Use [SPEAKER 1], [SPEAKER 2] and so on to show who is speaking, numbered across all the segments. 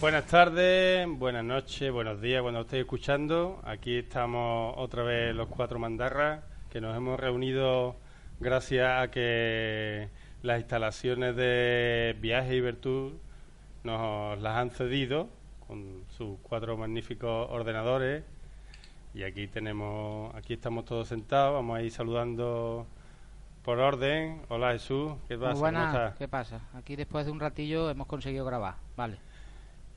[SPEAKER 1] Buenas tardes, buenas noches, buenos días cuando lo estéis escuchando. Aquí estamos otra vez los cuatro mandarras que nos hemos reunido gracias a que las instalaciones de Viaje y Virtud nos las han cedido con sus cuatro magníficos ordenadores y aquí tenemos aquí estamos todos sentados, vamos a ir saludando por orden. Hola Jesús, ¿qué
[SPEAKER 2] Muy
[SPEAKER 1] pasa? ¿Cómo
[SPEAKER 2] buenas,
[SPEAKER 1] estás?
[SPEAKER 2] Pues ¿qué pasa? Aquí después de un ratillo hemos conseguido grabar, vale.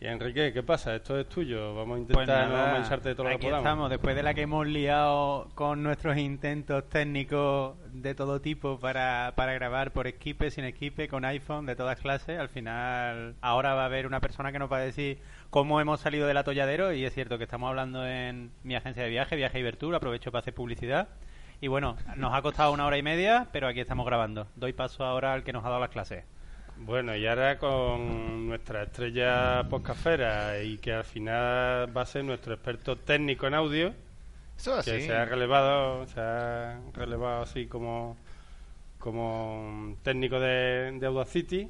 [SPEAKER 1] Y Enrique, ¿qué pasa? Esto es tuyo. Vamos a
[SPEAKER 3] Pues
[SPEAKER 1] intentar
[SPEAKER 3] nada,
[SPEAKER 1] no mancharte todo lo que
[SPEAKER 3] aquí
[SPEAKER 1] podamos.
[SPEAKER 3] estamos, después de la que hemos liado con nuestros intentos técnicos de todo tipo para, para grabar por Skype, sin Skype, con iPhone, de todas clases, al final ahora va a haber una persona que nos va a decir cómo hemos salido del atolladero y es cierto que estamos hablando en mi agencia de viaje, Viaje y Vertura, aprovecho para hacer publicidad. Y bueno, nos ha costado una hora y media, pero aquí estamos grabando. Doy paso ahora al que nos ha dado las clases.
[SPEAKER 1] Bueno, y ahora con nuestra estrella poscafera y que al final va a ser nuestro experto técnico en audio,
[SPEAKER 4] Eso
[SPEAKER 1] que
[SPEAKER 4] así.
[SPEAKER 1] se ha relevado, se ha relevado así como, como técnico de, de Audacity,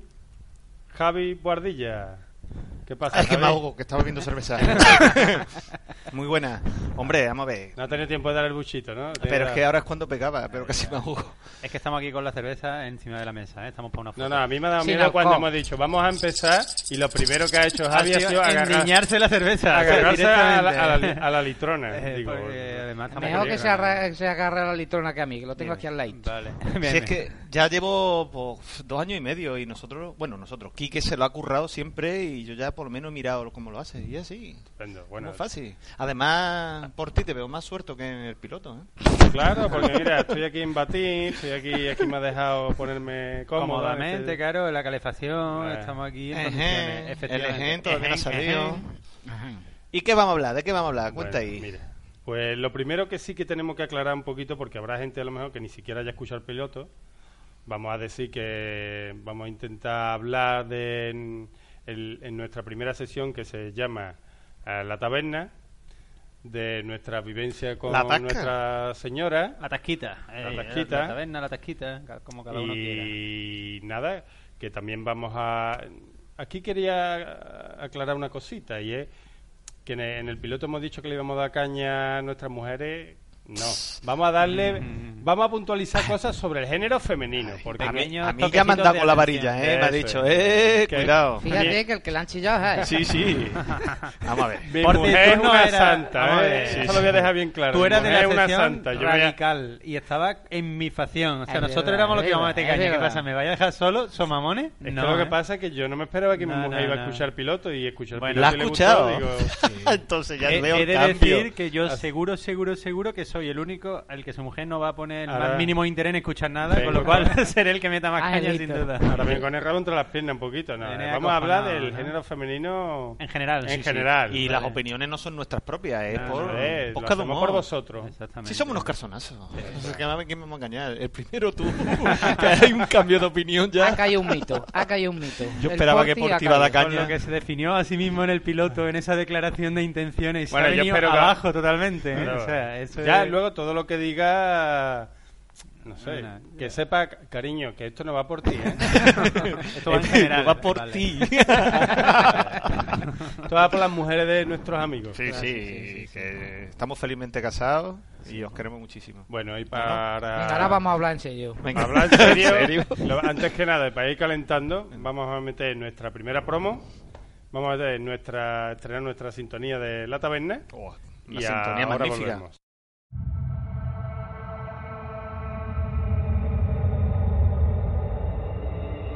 [SPEAKER 1] Javi Guardilla. ¿Qué pasa?
[SPEAKER 4] Ay, que
[SPEAKER 1] Javi?
[SPEAKER 4] me ahogo, que estaba bebiendo cerveza. Muy buena. Hombre, vamos a ver.
[SPEAKER 1] No ha tenido tiempo de dar el buchito, ¿no?
[SPEAKER 4] Pero es que ahora es cuando pegaba, pero casi me ahogo.
[SPEAKER 3] Es que estamos aquí con la cerveza encima de la mesa, ¿eh? estamos para una foto.
[SPEAKER 1] No, no, a mí me ha dado
[SPEAKER 2] Sin
[SPEAKER 1] miedo cuando
[SPEAKER 2] alcohol.
[SPEAKER 1] hemos dicho, vamos a empezar, y lo primero que ha hecho Javi ha sido agarrar,
[SPEAKER 3] endiñarse la cerveza.
[SPEAKER 1] agarrarse a la,
[SPEAKER 3] directamente.
[SPEAKER 1] a la li- a la litrona.
[SPEAKER 3] Eh,
[SPEAKER 1] digo,
[SPEAKER 3] porque además estamos
[SPEAKER 2] Mejor que
[SPEAKER 1] llegan.
[SPEAKER 2] se, arra- que se agarre la litrona que a mí, que lo tengo
[SPEAKER 3] Bien.
[SPEAKER 2] aquí al lado.
[SPEAKER 3] Vale. Bien,
[SPEAKER 4] Si es
[SPEAKER 3] bien.
[SPEAKER 4] que ya llevo pues, dos años y medio y nosotros, bueno, nosotros, Quique se lo ha currado siempre y yo ya por lo menos he mirado cómo lo hace y así.
[SPEAKER 1] Estupendo,
[SPEAKER 4] Bueno,
[SPEAKER 1] Bueno,
[SPEAKER 4] fácil.
[SPEAKER 3] ah.
[SPEAKER 4] Además, por ti te veo más suelto que en el piloto. ¿eh?
[SPEAKER 1] Claro, porque mira, estoy aquí en batín, estoy aquí, aquí me ha dejado ponerme cómodo. este,
[SPEAKER 3] Cómodamente, claro, en la calefacción,
[SPEAKER 1] Eh.
[SPEAKER 3] estamos aquí en condiciones,
[SPEAKER 4] Ejé, El
[SPEAKER 3] efectivamente.
[SPEAKER 4] ejemplo todavía no ha
[SPEAKER 3] Ejé,
[SPEAKER 4] salido.
[SPEAKER 3] ejé.
[SPEAKER 4] ¿Y qué vamos a hablar? ¿De qué vamos a hablar?
[SPEAKER 1] Bueno,
[SPEAKER 4] Cuenta ahí.
[SPEAKER 1] mira, pues lo primero que sí que tenemos que aclarar un poquito, porque habrá gente a lo mejor que ni siquiera haya escuchado el piloto, vamos a decir que vamos a intentar hablar de en, el- en nuestra primera sesión que se llama eh, La Taberna, de nuestra vivencia con
[SPEAKER 4] La tasca.
[SPEAKER 1] Nuestra Señora.
[SPEAKER 3] La tasquita. eh,
[SPEAKER 1] tasquita.
[SPEAKER 3] La taberna, la tasquita, ca- como cada uno quiera.
[SPEAKER 1] y nada, que también vamos a... Aquí quería aclarar una cosita y es que en el en el piloto hemos dicho que le íbamos a dar caña a nuestras mujeres. No, vamos a darle,
[SPEAKER 3] Mm.
[SPEAKER 1] vamos a puntualizar cosas sobre el género femenino. Porque
[SPEAKER 4] A mí,
[SPEAKER 3] pequeños
[SPEAKER 4] a mí ya me
[SPEAKER 3] toquecitos
[SPEAKER 4] han dado
[SPEAKER 3] de
[SPEAKER 4] con la
[SPEAKER 3] atención.
[SPEAKER 4] varilla, ¿eh? me ha
[SPEAKER 1] Eso
[SPEAKER 4] dicho,
[SPEAKER 1] es.
[SPEAKER 4] ¡eh!
[SPEAKER 1] Que-
[SPEAKER 4] Cuidado.
[SPEAKER 2] Fíjate
[SPEAKER 1] Bien.
[SPEAKER 2] que el que la han chillado es a él.
[SPEAKER 4] Sí, sí. Vamos a ver.
[SPEAKER 1] mi
[SPEAKER 3] Por ti,
[SPEAKER 1] mujer
[SPEAKER 3] tú
[SPEAKER 1] no
[SPEAKER 3] no
[SPEAKER 1] es
[SPEAKER 3] eras-
[SPEAKER 1] santa,
[SPEAKER 3] vamos a
[SPEAKER 1] ¿eh?
[SPEAKER 3] ver.
[SPEAKER 1] Eso
[SPEAKER 4] Sí,
[SPEAKER 1] lo
[SPEAKER 4] sí.
[SPEAKER 1] voy a dejar bien claro.
[SPEAKER 3] Tú
[SPEAKER 1] Mi
[SPEAKER 3] eras de
[SPEAKER 1] mujer
[SPEAKER 3] la
[SPEAKER 1] es una
[SPEAKER 3] sección
[SPEAKER 1] santa. Yo voy a-
[SPEAKER 3] radical y estaba en mi facción. O sea,
[SPEAKER 2] Es
[SPEAKER 3] nosotros
[SPEAKER 2] verdad,
[SPEAKER 3] éramos los
[SPEAKER 2] es
[SPEAKER 3] que íbamos a
[SPEAKER 2] verdad,
[SPEAKER 3] meter
[SPEAKER 2] es
[SPEAKER 3] caña. ¿Qué
[SPEAKER 2] verdad.
[SPEAKER 3] pasa? ¿Me vaya a dejar solo? ¿Somamones?
[SPEAKER 1] Es que lo que
[SPEAKER 3] ¿eh?
[SPEAKER 1] pasa es que yo no me esperaba que mi
[SPEAKER 3] No,
[SPEAKER 1] mujer
[SPEAKER 3] no,
[SPEAKER 1] iba a
[SPEAKER 3] no.
[SPEAKER 1] escuchar el piloto y escuchar el
[SPEAKER 3] Bueno,
[SPEAKER 1] piloto
[SPEAKER 4] ¿La has
[SPEAKER 1] y le
[SPEAKER 4] escuchado?
[SPEAKER 1] gustó, digo,
[SPEAKER 4] Entonces ya
[SPEAKER 3] He,
[SPEAKER 4] veo
[SPEAKER 3] he
[SPEAKER 4] el
[SPEAKER 3] de
[SPEAKER 4] cambio.
[SPEAKER 3] decir que yo
[SPEAKER 1] Así-
[SPEAKER 3] seguro, seguro, seguro que soy el único al que su mujer no va a poner el
[SPEAKER 1] Ahora-
[SPEAKER 3] más mínimo interés en escuchar nada,
[SPEAKER 1] Vengo
[SPEAKER 3] con lo cual
[SPEAKER 1] con-
[SPEAKER 3] seré el que meta más
[SPEAKER 2] Ah,
[SPEAKER 3] caña sin
[SPEAKER 2] listo.
[SPEAKER 3] duda.
[SPEAKER 1] Ahora bien, con el rabo entre las piernas un poquito, ¿no?
[SPEAKER 3] Viene
[SPEAKER 1] Vamos a hablar
[SPEAKER 3] acojonado,
[SPEAKER 1] del
[SPEAKER 3] ¿no?
[SPEAKER 1] género femenino
[SPEAKER 3] En general, sí,
[SPEAKER 1] En
[SPEAKER 3] sí.
[SPEAKER 1] general.
[SPEAKER 4] Y
[SPEAKER 1] ¿vale?
[SPEAKER 4] las opiniones no son nuestras propias, es
[SPEAKER 3] No,
[SPEAKER 4] por
[SPEAKER 3] no,
[SPEAKER 1] Eh, lo
[SPEAKER 4] podcast de
[SPEAKER 1] hacemos
[SPEAKER 4] humor.
[SPEAKER 1] por vosotros.
[SPEAKER 3] Exactamente.
[SPEAKER 4] Sí, somos unos calzonazos. Es que nada, ¿Quién me va a engañar? El primero tú. que hay un cambio de opinión
[SPEAKER 2] Ha
[SPEAKER 4] ya.
[SPEAKER 2] caído un mito, ha caído un mito.
[SPEAKER 4] Yo
[SPEAKER 2] El
[SPEAKER 4] esperaba que Porti iba a dar
[SPEAKER 2] ha caído.
[SPEAKER 3] Con
[SPEAKER 4] caña.
[SPEAKER 3] lo que se definió a sí mismo en el piloto, en esa declaración de intenciones. se
[SPEAKER 1] Bueno,
[SPEAKER 3] ha
[SPEAKER 1] yo
[SPEAKER 3] venido
[SPEAKER 1] espero que-
[SPEAKER 3] abajo totalmente. ¿eh?
[SPEAKER 1] Claro.
[SPEAKER 3] O sea, eso
[SPEAKER 1] ya
[SPEAKER 3] es-
[SPEAKER 1] luego todo lo que diga No sé.
[SPEAKER 3] Una-
[SPEAKER 1] Que sepa, cariño, que esto no va por ti, ¿eh?
[SPEAKER 3] Esto va en
[SPEAKER 4] Eh,
[SPEAKER 3] general,
[SPEAKER 4] va por
[SPEAKER 3] vale.
[SPEAKER 4] ti.
[SPEAKER 1] esto va por las mujeres de nuestros amigos.
[SPEAKER 4] Sí, sí, que estamos felizmente casados y os queremos muchísimo.
[SPEAKER 1] Bueno, y para...
[SPEAKER 2] Venga, ahora vamos a hablar en serio.
[SPEAKER 4] Venga,
[SPEAKER 1] Para hablar en serio, lo- antes que nada, para ir calentando, vamos a meter nuestra primera promo, vamos a meter nuestra, estrenar nuestra sintonía de La Taberna
[SPEAKER 4] Oh, una
[SPEAKER 1] y
[SPEAKER 4] sintonía
[SPEAKER 1] ahora
[SPEAKER 4] magnífica.
[SPEAKER 1] volvemos.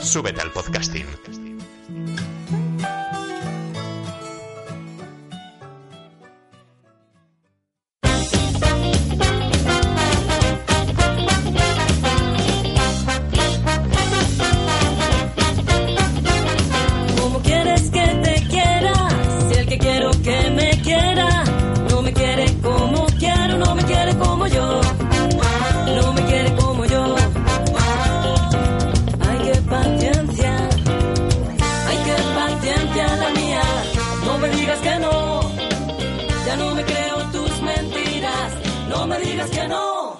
[SPEAKER 5] Súbete al podcasting.
[SPEAKER 6] ¿Cómo quieres que te quiera? Si el que quiero que me quiera no me quiere como quiero, no me quiere como yo, no me quiere como yo. Ay, qué paciencia, ay, qué paciencia la mía. No me digas que no, ya no me creo tus mentiras. No me digas que no.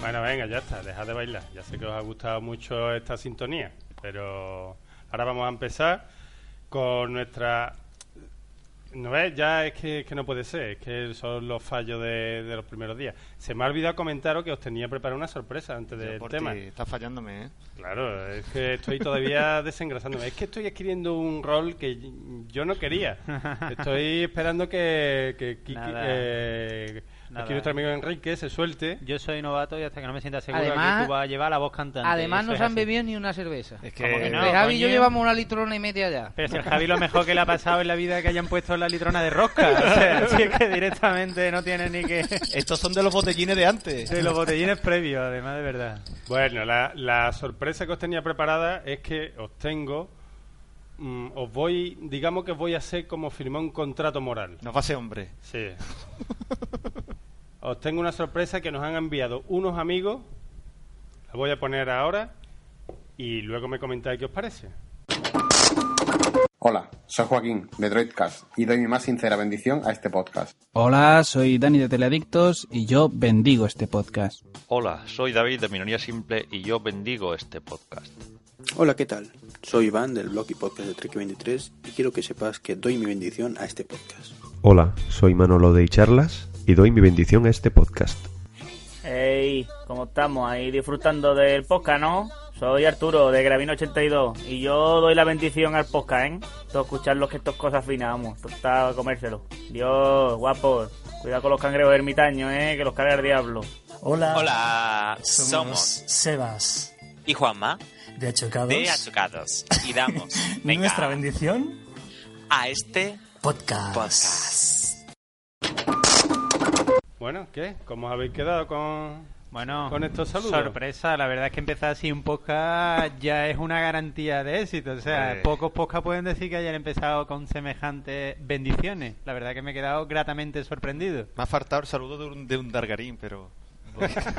[SPEAKER 1] Bueno, venga, ya está, dejad de bailar. Ya sé que os ha gustado mucho esta sintonía, pero ahora vamos a empezar con nuestra... ¿No ves? Ya es que, es que no puede ser, es que son los fallos de, de los primeros días. Se me ha olvidado comentaros que os tenía preparada una sorpresa antes
[SPEAKER 4] Yo
[SPEAKER 1] del
[SPEAKER 4] por
[SPEAKER 1] tema.
[SPEAKER 4] ti, estás fallándome, ¿eh?
[SPEAKER 1] Claro, es que estoy todavía desengrasándome. Es que estoy adquiriendo un rol que yo no quería. Estoy esperando que, que, Kiki-
[SPEAKER 3] Nada.
[SPEAKER 1] eh,
[SPEAKER 3] Nada.
[SPEAKER 1] aquí nuestro amigo Enrique se suelte.
[SPEAKER 3] Yo soy novato y hasta que no me sienta seguro
[SPEAKER 2] Además-
[SPEAKER 3] que tú vas a llevar la voz cantante.
[SPEAKER 2] Además,
[SPEAKER 3] Eso
[SPEAKER 2] no
[SPEAKER 3] es
[SPEAKER 2] se han
[SPEAKER 3] así.
[SPEAKER 2] bebido ni una cerveza.
[SPEAKER 4] Es
[SPEAKER 3] ¿Cómo
[SPEAKER 4] que
[SPEAKER 3] que no?
[SPEAKER 2] Entre Javi y yo
[SPEAKER 3] coño.
[SPEAKER 2] llevamos una litrona y media ya.
[SPEAKER 3] Pero si el Javi lo mejor que le ha pasado en la vida es que hayan puesto la litrona de rosca. O sea, así es que directamente no tiene ni que...
[SPEAKER 4] estos son de los botellines de antes.
[SPEAKER 3] De los botellines previos, además, de verdad.
[SPEAKER 1] Bueno, la, la sorpresa que os tenía preparada es que os tengo, mm, os voy, digamos que os voy a hacer como firmar un contrato moral.
[SPEAKER 4] Nos va a ser hombre.
[SPEAKER 1] Sí. Os tengo una sorpresa que nos han enviado unos amigos. La voy a poner ahora y luego me comentáis qué os parece.
[SPEAKER 7] Hola, soy Joaquín de Droidcast y doy mi más sincera bendición a este podcast.
[SPEAKER 8] Hola, soy Dani de Teleadictos y yo bendigo este podcast.
[SPEAKER 9] Hola, soy David de Minoría Simple y yo bendigo este podcast.
[SPEAKER 10] Hola, ¿qué tal? Soy Iván del blog y podcast de Trek23 y quiero que sepas que doy mi bendición a este podcast.
[SPEAKER 11] Hola, soy Manolo de Charlas y doy mi bendición a este podcast.
[SPEAKER 8] Hey, ¿cómo estamos? Ahí disfrutando del podcast, ¿no? Soy Arturo de Gravino82 y yo doy la bendición al podcast, ¿eh? Todo escuchar los que estos cosas finas, vamos. Esto está a comérselo. Dios, guapo. Cuidado con los cangrejos ermitaños, ¿eh? Que los carga el diablo.
[SPEAKER 6] Hola,
[SPEAKER 9] Hola, somos
[SPEAKER 6] Sebas
[SPEAKER 9] y Juanma
[SPEAKER 6] de Achocados.
[SPEAKER 9] de Achucados y damos venga,
[SPEAKER 6] bendición,
[SPEAKER 9] a este podcast.
[SPEAKER 1] Bueno, ¿qué? ¿Cómo os habéis quedado con...?
[SPEAKER 3] Bueno,
[SPEAKER 1] con estos saludos.
[SPEAKER 3] sorpresa, la verdad es que empezar así un podcast ya es una garantía de éxito. O sea,
[SPEAKER 1] Hombre.
[SPEAKER 3] pocos podcasts pueden decir que hayan empezado con semejantes bendiciones. La verdad que me he quedado gratamente sorprendido.
[SPEAKER 4] Me ha faltado el saludo de un, de un dargarín, pero...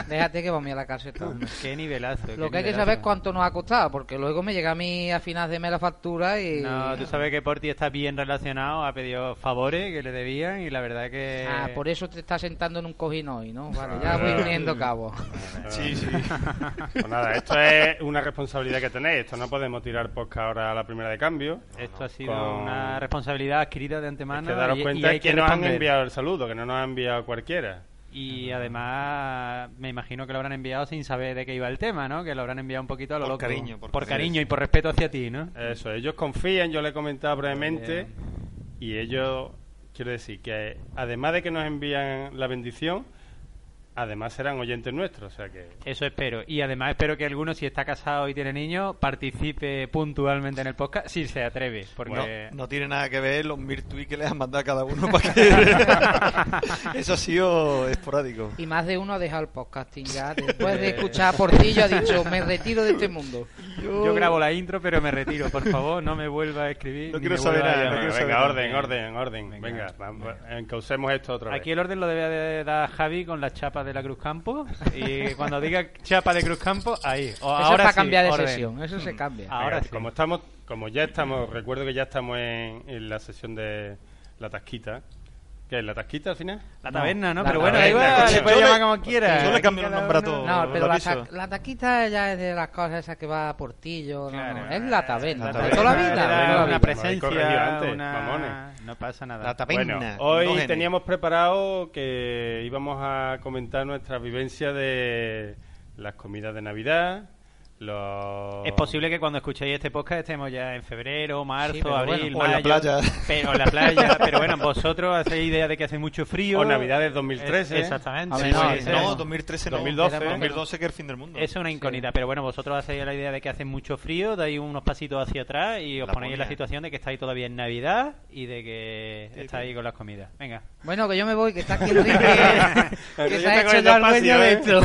[SPEAKER 2] Déjate que vamos a la caseta.
[SPEAKER 3] Qué nivelazo.
[SPEAKER 2] Lo
[SPEAKER 3] qué
[SPEAKER 2] que hay que
[SPEAKER 3] nivelazo.
[SPEAKER 2] saber es cuánto nos ha costado, porque luego me llega a mí a final de mes la factura y...
[SPEAKER 3] No, tú sabes que Porti está bien relacionado, ha pedido favores que le debían y la verdad que...
[SPEAKER 2] Ah, por eso te estás sentando en un cojín hoy, ¿no? Vale, ya voy uniendo cabo.
[SPEAKER 4] Sí, sí.
[SPEAKER 1] Pues nada, esto es una responsabilidad que tenéis. Esto no podemos tirar podcast ahora a la primera de cambio.
[SPEAKER 3] Esto ha sido una responsabilidad adquirida de antemano.
[SPEAKER 1] Que daros
[SPEAKER 3] Ah, y- y
[SPEAKER 1] cuenta
[SPEAKER 3] hay
[SPEAKER 1] que nos han
[SPEAKER 3] responder.
[SPEAKER 1] enviado el saludo, que no nos ha enviado cualquiera.
[SPEAKER 3] Y además, me imagino que lo habrán enviado sin saber de qué iba el tema, ¿no? Que lo habrán enviado un poquito a lo
[SPEAKER 1] Por
[SPEAKER 3] loco.
[SPEAKER 1] cariño, por
[SPEAKER 3] por
[SPEAKER 1] cariño. Eh.
[SPEAKER 3] cariño y por respeto hacia ti, ¿no?
[SPEAKER 1] Eso, ellos confían, yo le he comentado brevemente, y ellos, quiero decir, que además de que nos envían la bendición, además serán oyentes nuestros, o sea que...
[SPEAKER 3] Eso espero. Y además espero que alguno, si está casado y tiene niños, participe puntualmente en el podcast si se atreve. Porque...
[SPEAKER 4] No, no tiene nada que ver los mil tweets que les han mandado a cada uno para que... Eso ha sido esporádico.
[SPEAKER 2] Y más de uno ha dejado el podcasting ya. Después
[SPEAKER 3] Eh.
[SPEAKER 2] de escuchar a Portillo ha dicho, me retiro de este mundo.
[SPEAKER 3] Yo grabo la intro, pero me retiro. Por favor, no me vuelva a escribir.
[SPEAKER 1] No
[SPEAKER 3] ni
[SPEAKER 1] quiero
[SPEAKER 3] me
[SPEAKER 1] saber
[SPEAKER 3] vuelva a
[SPEAKER 1] nada,
[SPEAKER 3] llamar.
[SPEAKER 1] venga, venga, orden, orden, orden. Venga, vamos, encaucemos esto otra vez.
[SPEAKER 3] Aquí el orden lo debe de dar Javi con las chapas de la Cruz Campo. Y cuando diga chapa de Cruz Campo, ahí. O
[SPEAKER 2] Eso es
[SPEAKER 3] ahora
[SPEAKER 2] para
[SPEAKER 3] sí,
[SPEAKER 2] cambiar de
[SPEAKER 3] orden. Ah,
[SPEAKER 2] sesión, eso se cambia.
[SPEAKER 1] Venga,
[SPEAKER 3] Ahora sí.
[SPEAKER 1] Como estamos, como ya estamos, recuerdo que ya estamos en, en la sesión de la tasquita. ¿Qué es la tasquita al final?
[SPEAKER 3] La taberna, ¿no?
[SPEAKER 1] la
[SPEAKER 3] Pero bueno,
[SPEAKER 1] taberna,
[SPEAKER 4] Pues,
[SPEAKER 3] igual,
[SPEAKER 1] coño.
[SPEAKER 3] le puedes
[SPEAKER 1] Yo
[SPEAKER 3] llamar como quieras.
[SPEAKER 1] yo le
[SPEAKER 3] Aquí
[SPEAKER 1] cambio el
[SPEAKER 3] cada
[SPEAKER 1] nombre a
[SPEAKER 3] uno-
[SPEAKER 1] todo.
[SPEAKER 2] No, pero
[SPEAKER 1] lo
[SPEAKER 2] la,
[SPEAKER 1] aviso.
[SPEAKER 2] ta- la taquita ya es de las cosas esas que va a Portillo. no, no, Es la taberna.
[SPEAKER 3] La
[SPEAKER 2] de toda la
[SPEAKER 3] taberna
[SPEAKER 2] vida.
[SPEAKER 3] era
[SPEAKER 2] de toda la
[SPEAKER 3] una
[SPEAKER 2] vida.
[SPEAKER 3] presencia,
[SPEAKER 1] antes,
[SPEAKER 3] una-
[SPEAKER 1] mamones.
[SPEAKER 3] No pasa nada.
[SPEAKER 1] Bueno, hoy teníamos preparado que íbamos a comentar nuestra vivencia de las comidas de Navidad. Los...
[SPEAKER 3] Es posible que cuando escuchéis este podcast estemos ya en febrero, marzo,
[SPEAKER 1] Sí, pero
[SPEAKER 3] abril,
[SPEAKER 1] bueno. O en la
[SPEAKER 3] mayo,
[SPEAKER 1] playa.
[SPEAKER 3] Pero en la playa, pero bueno, vosotros hacéis idea de que hace mucho frío.
[SPEAKER 1] O Navidades 2013.
[SPEAKER 3] Eh, Exactamente.
[SPEAKER 1] A ver,
[SPEAKER 3] Sí,
[SPEAKER 1] no,
[SPEAKER 3] sí, sí.
[SPEAKER 4] no, 2013 no. 2012. 2012 que es el fin del mundo.
[SPEAKER 3] Es una incógnita, pero bueno, vosotros hacéis la idea de que hace mucho frío, dais unos pasitos hacia atrás y os
[SPEAKER 4] La
[SPEAKER 3] ponéis en la
[SPEAKER 4] ponía.
[SPEAKER 3] situación de que estáis todavía en Navidad y de que estáis con las comidas. Venga.
[SPEAKER 2] Bueno, que yo me voy, que está aquí Enrique. que se ha hecho ya el dueño
[SPEAKER 3] ¿eh?
[SPEAKER 2] de esto.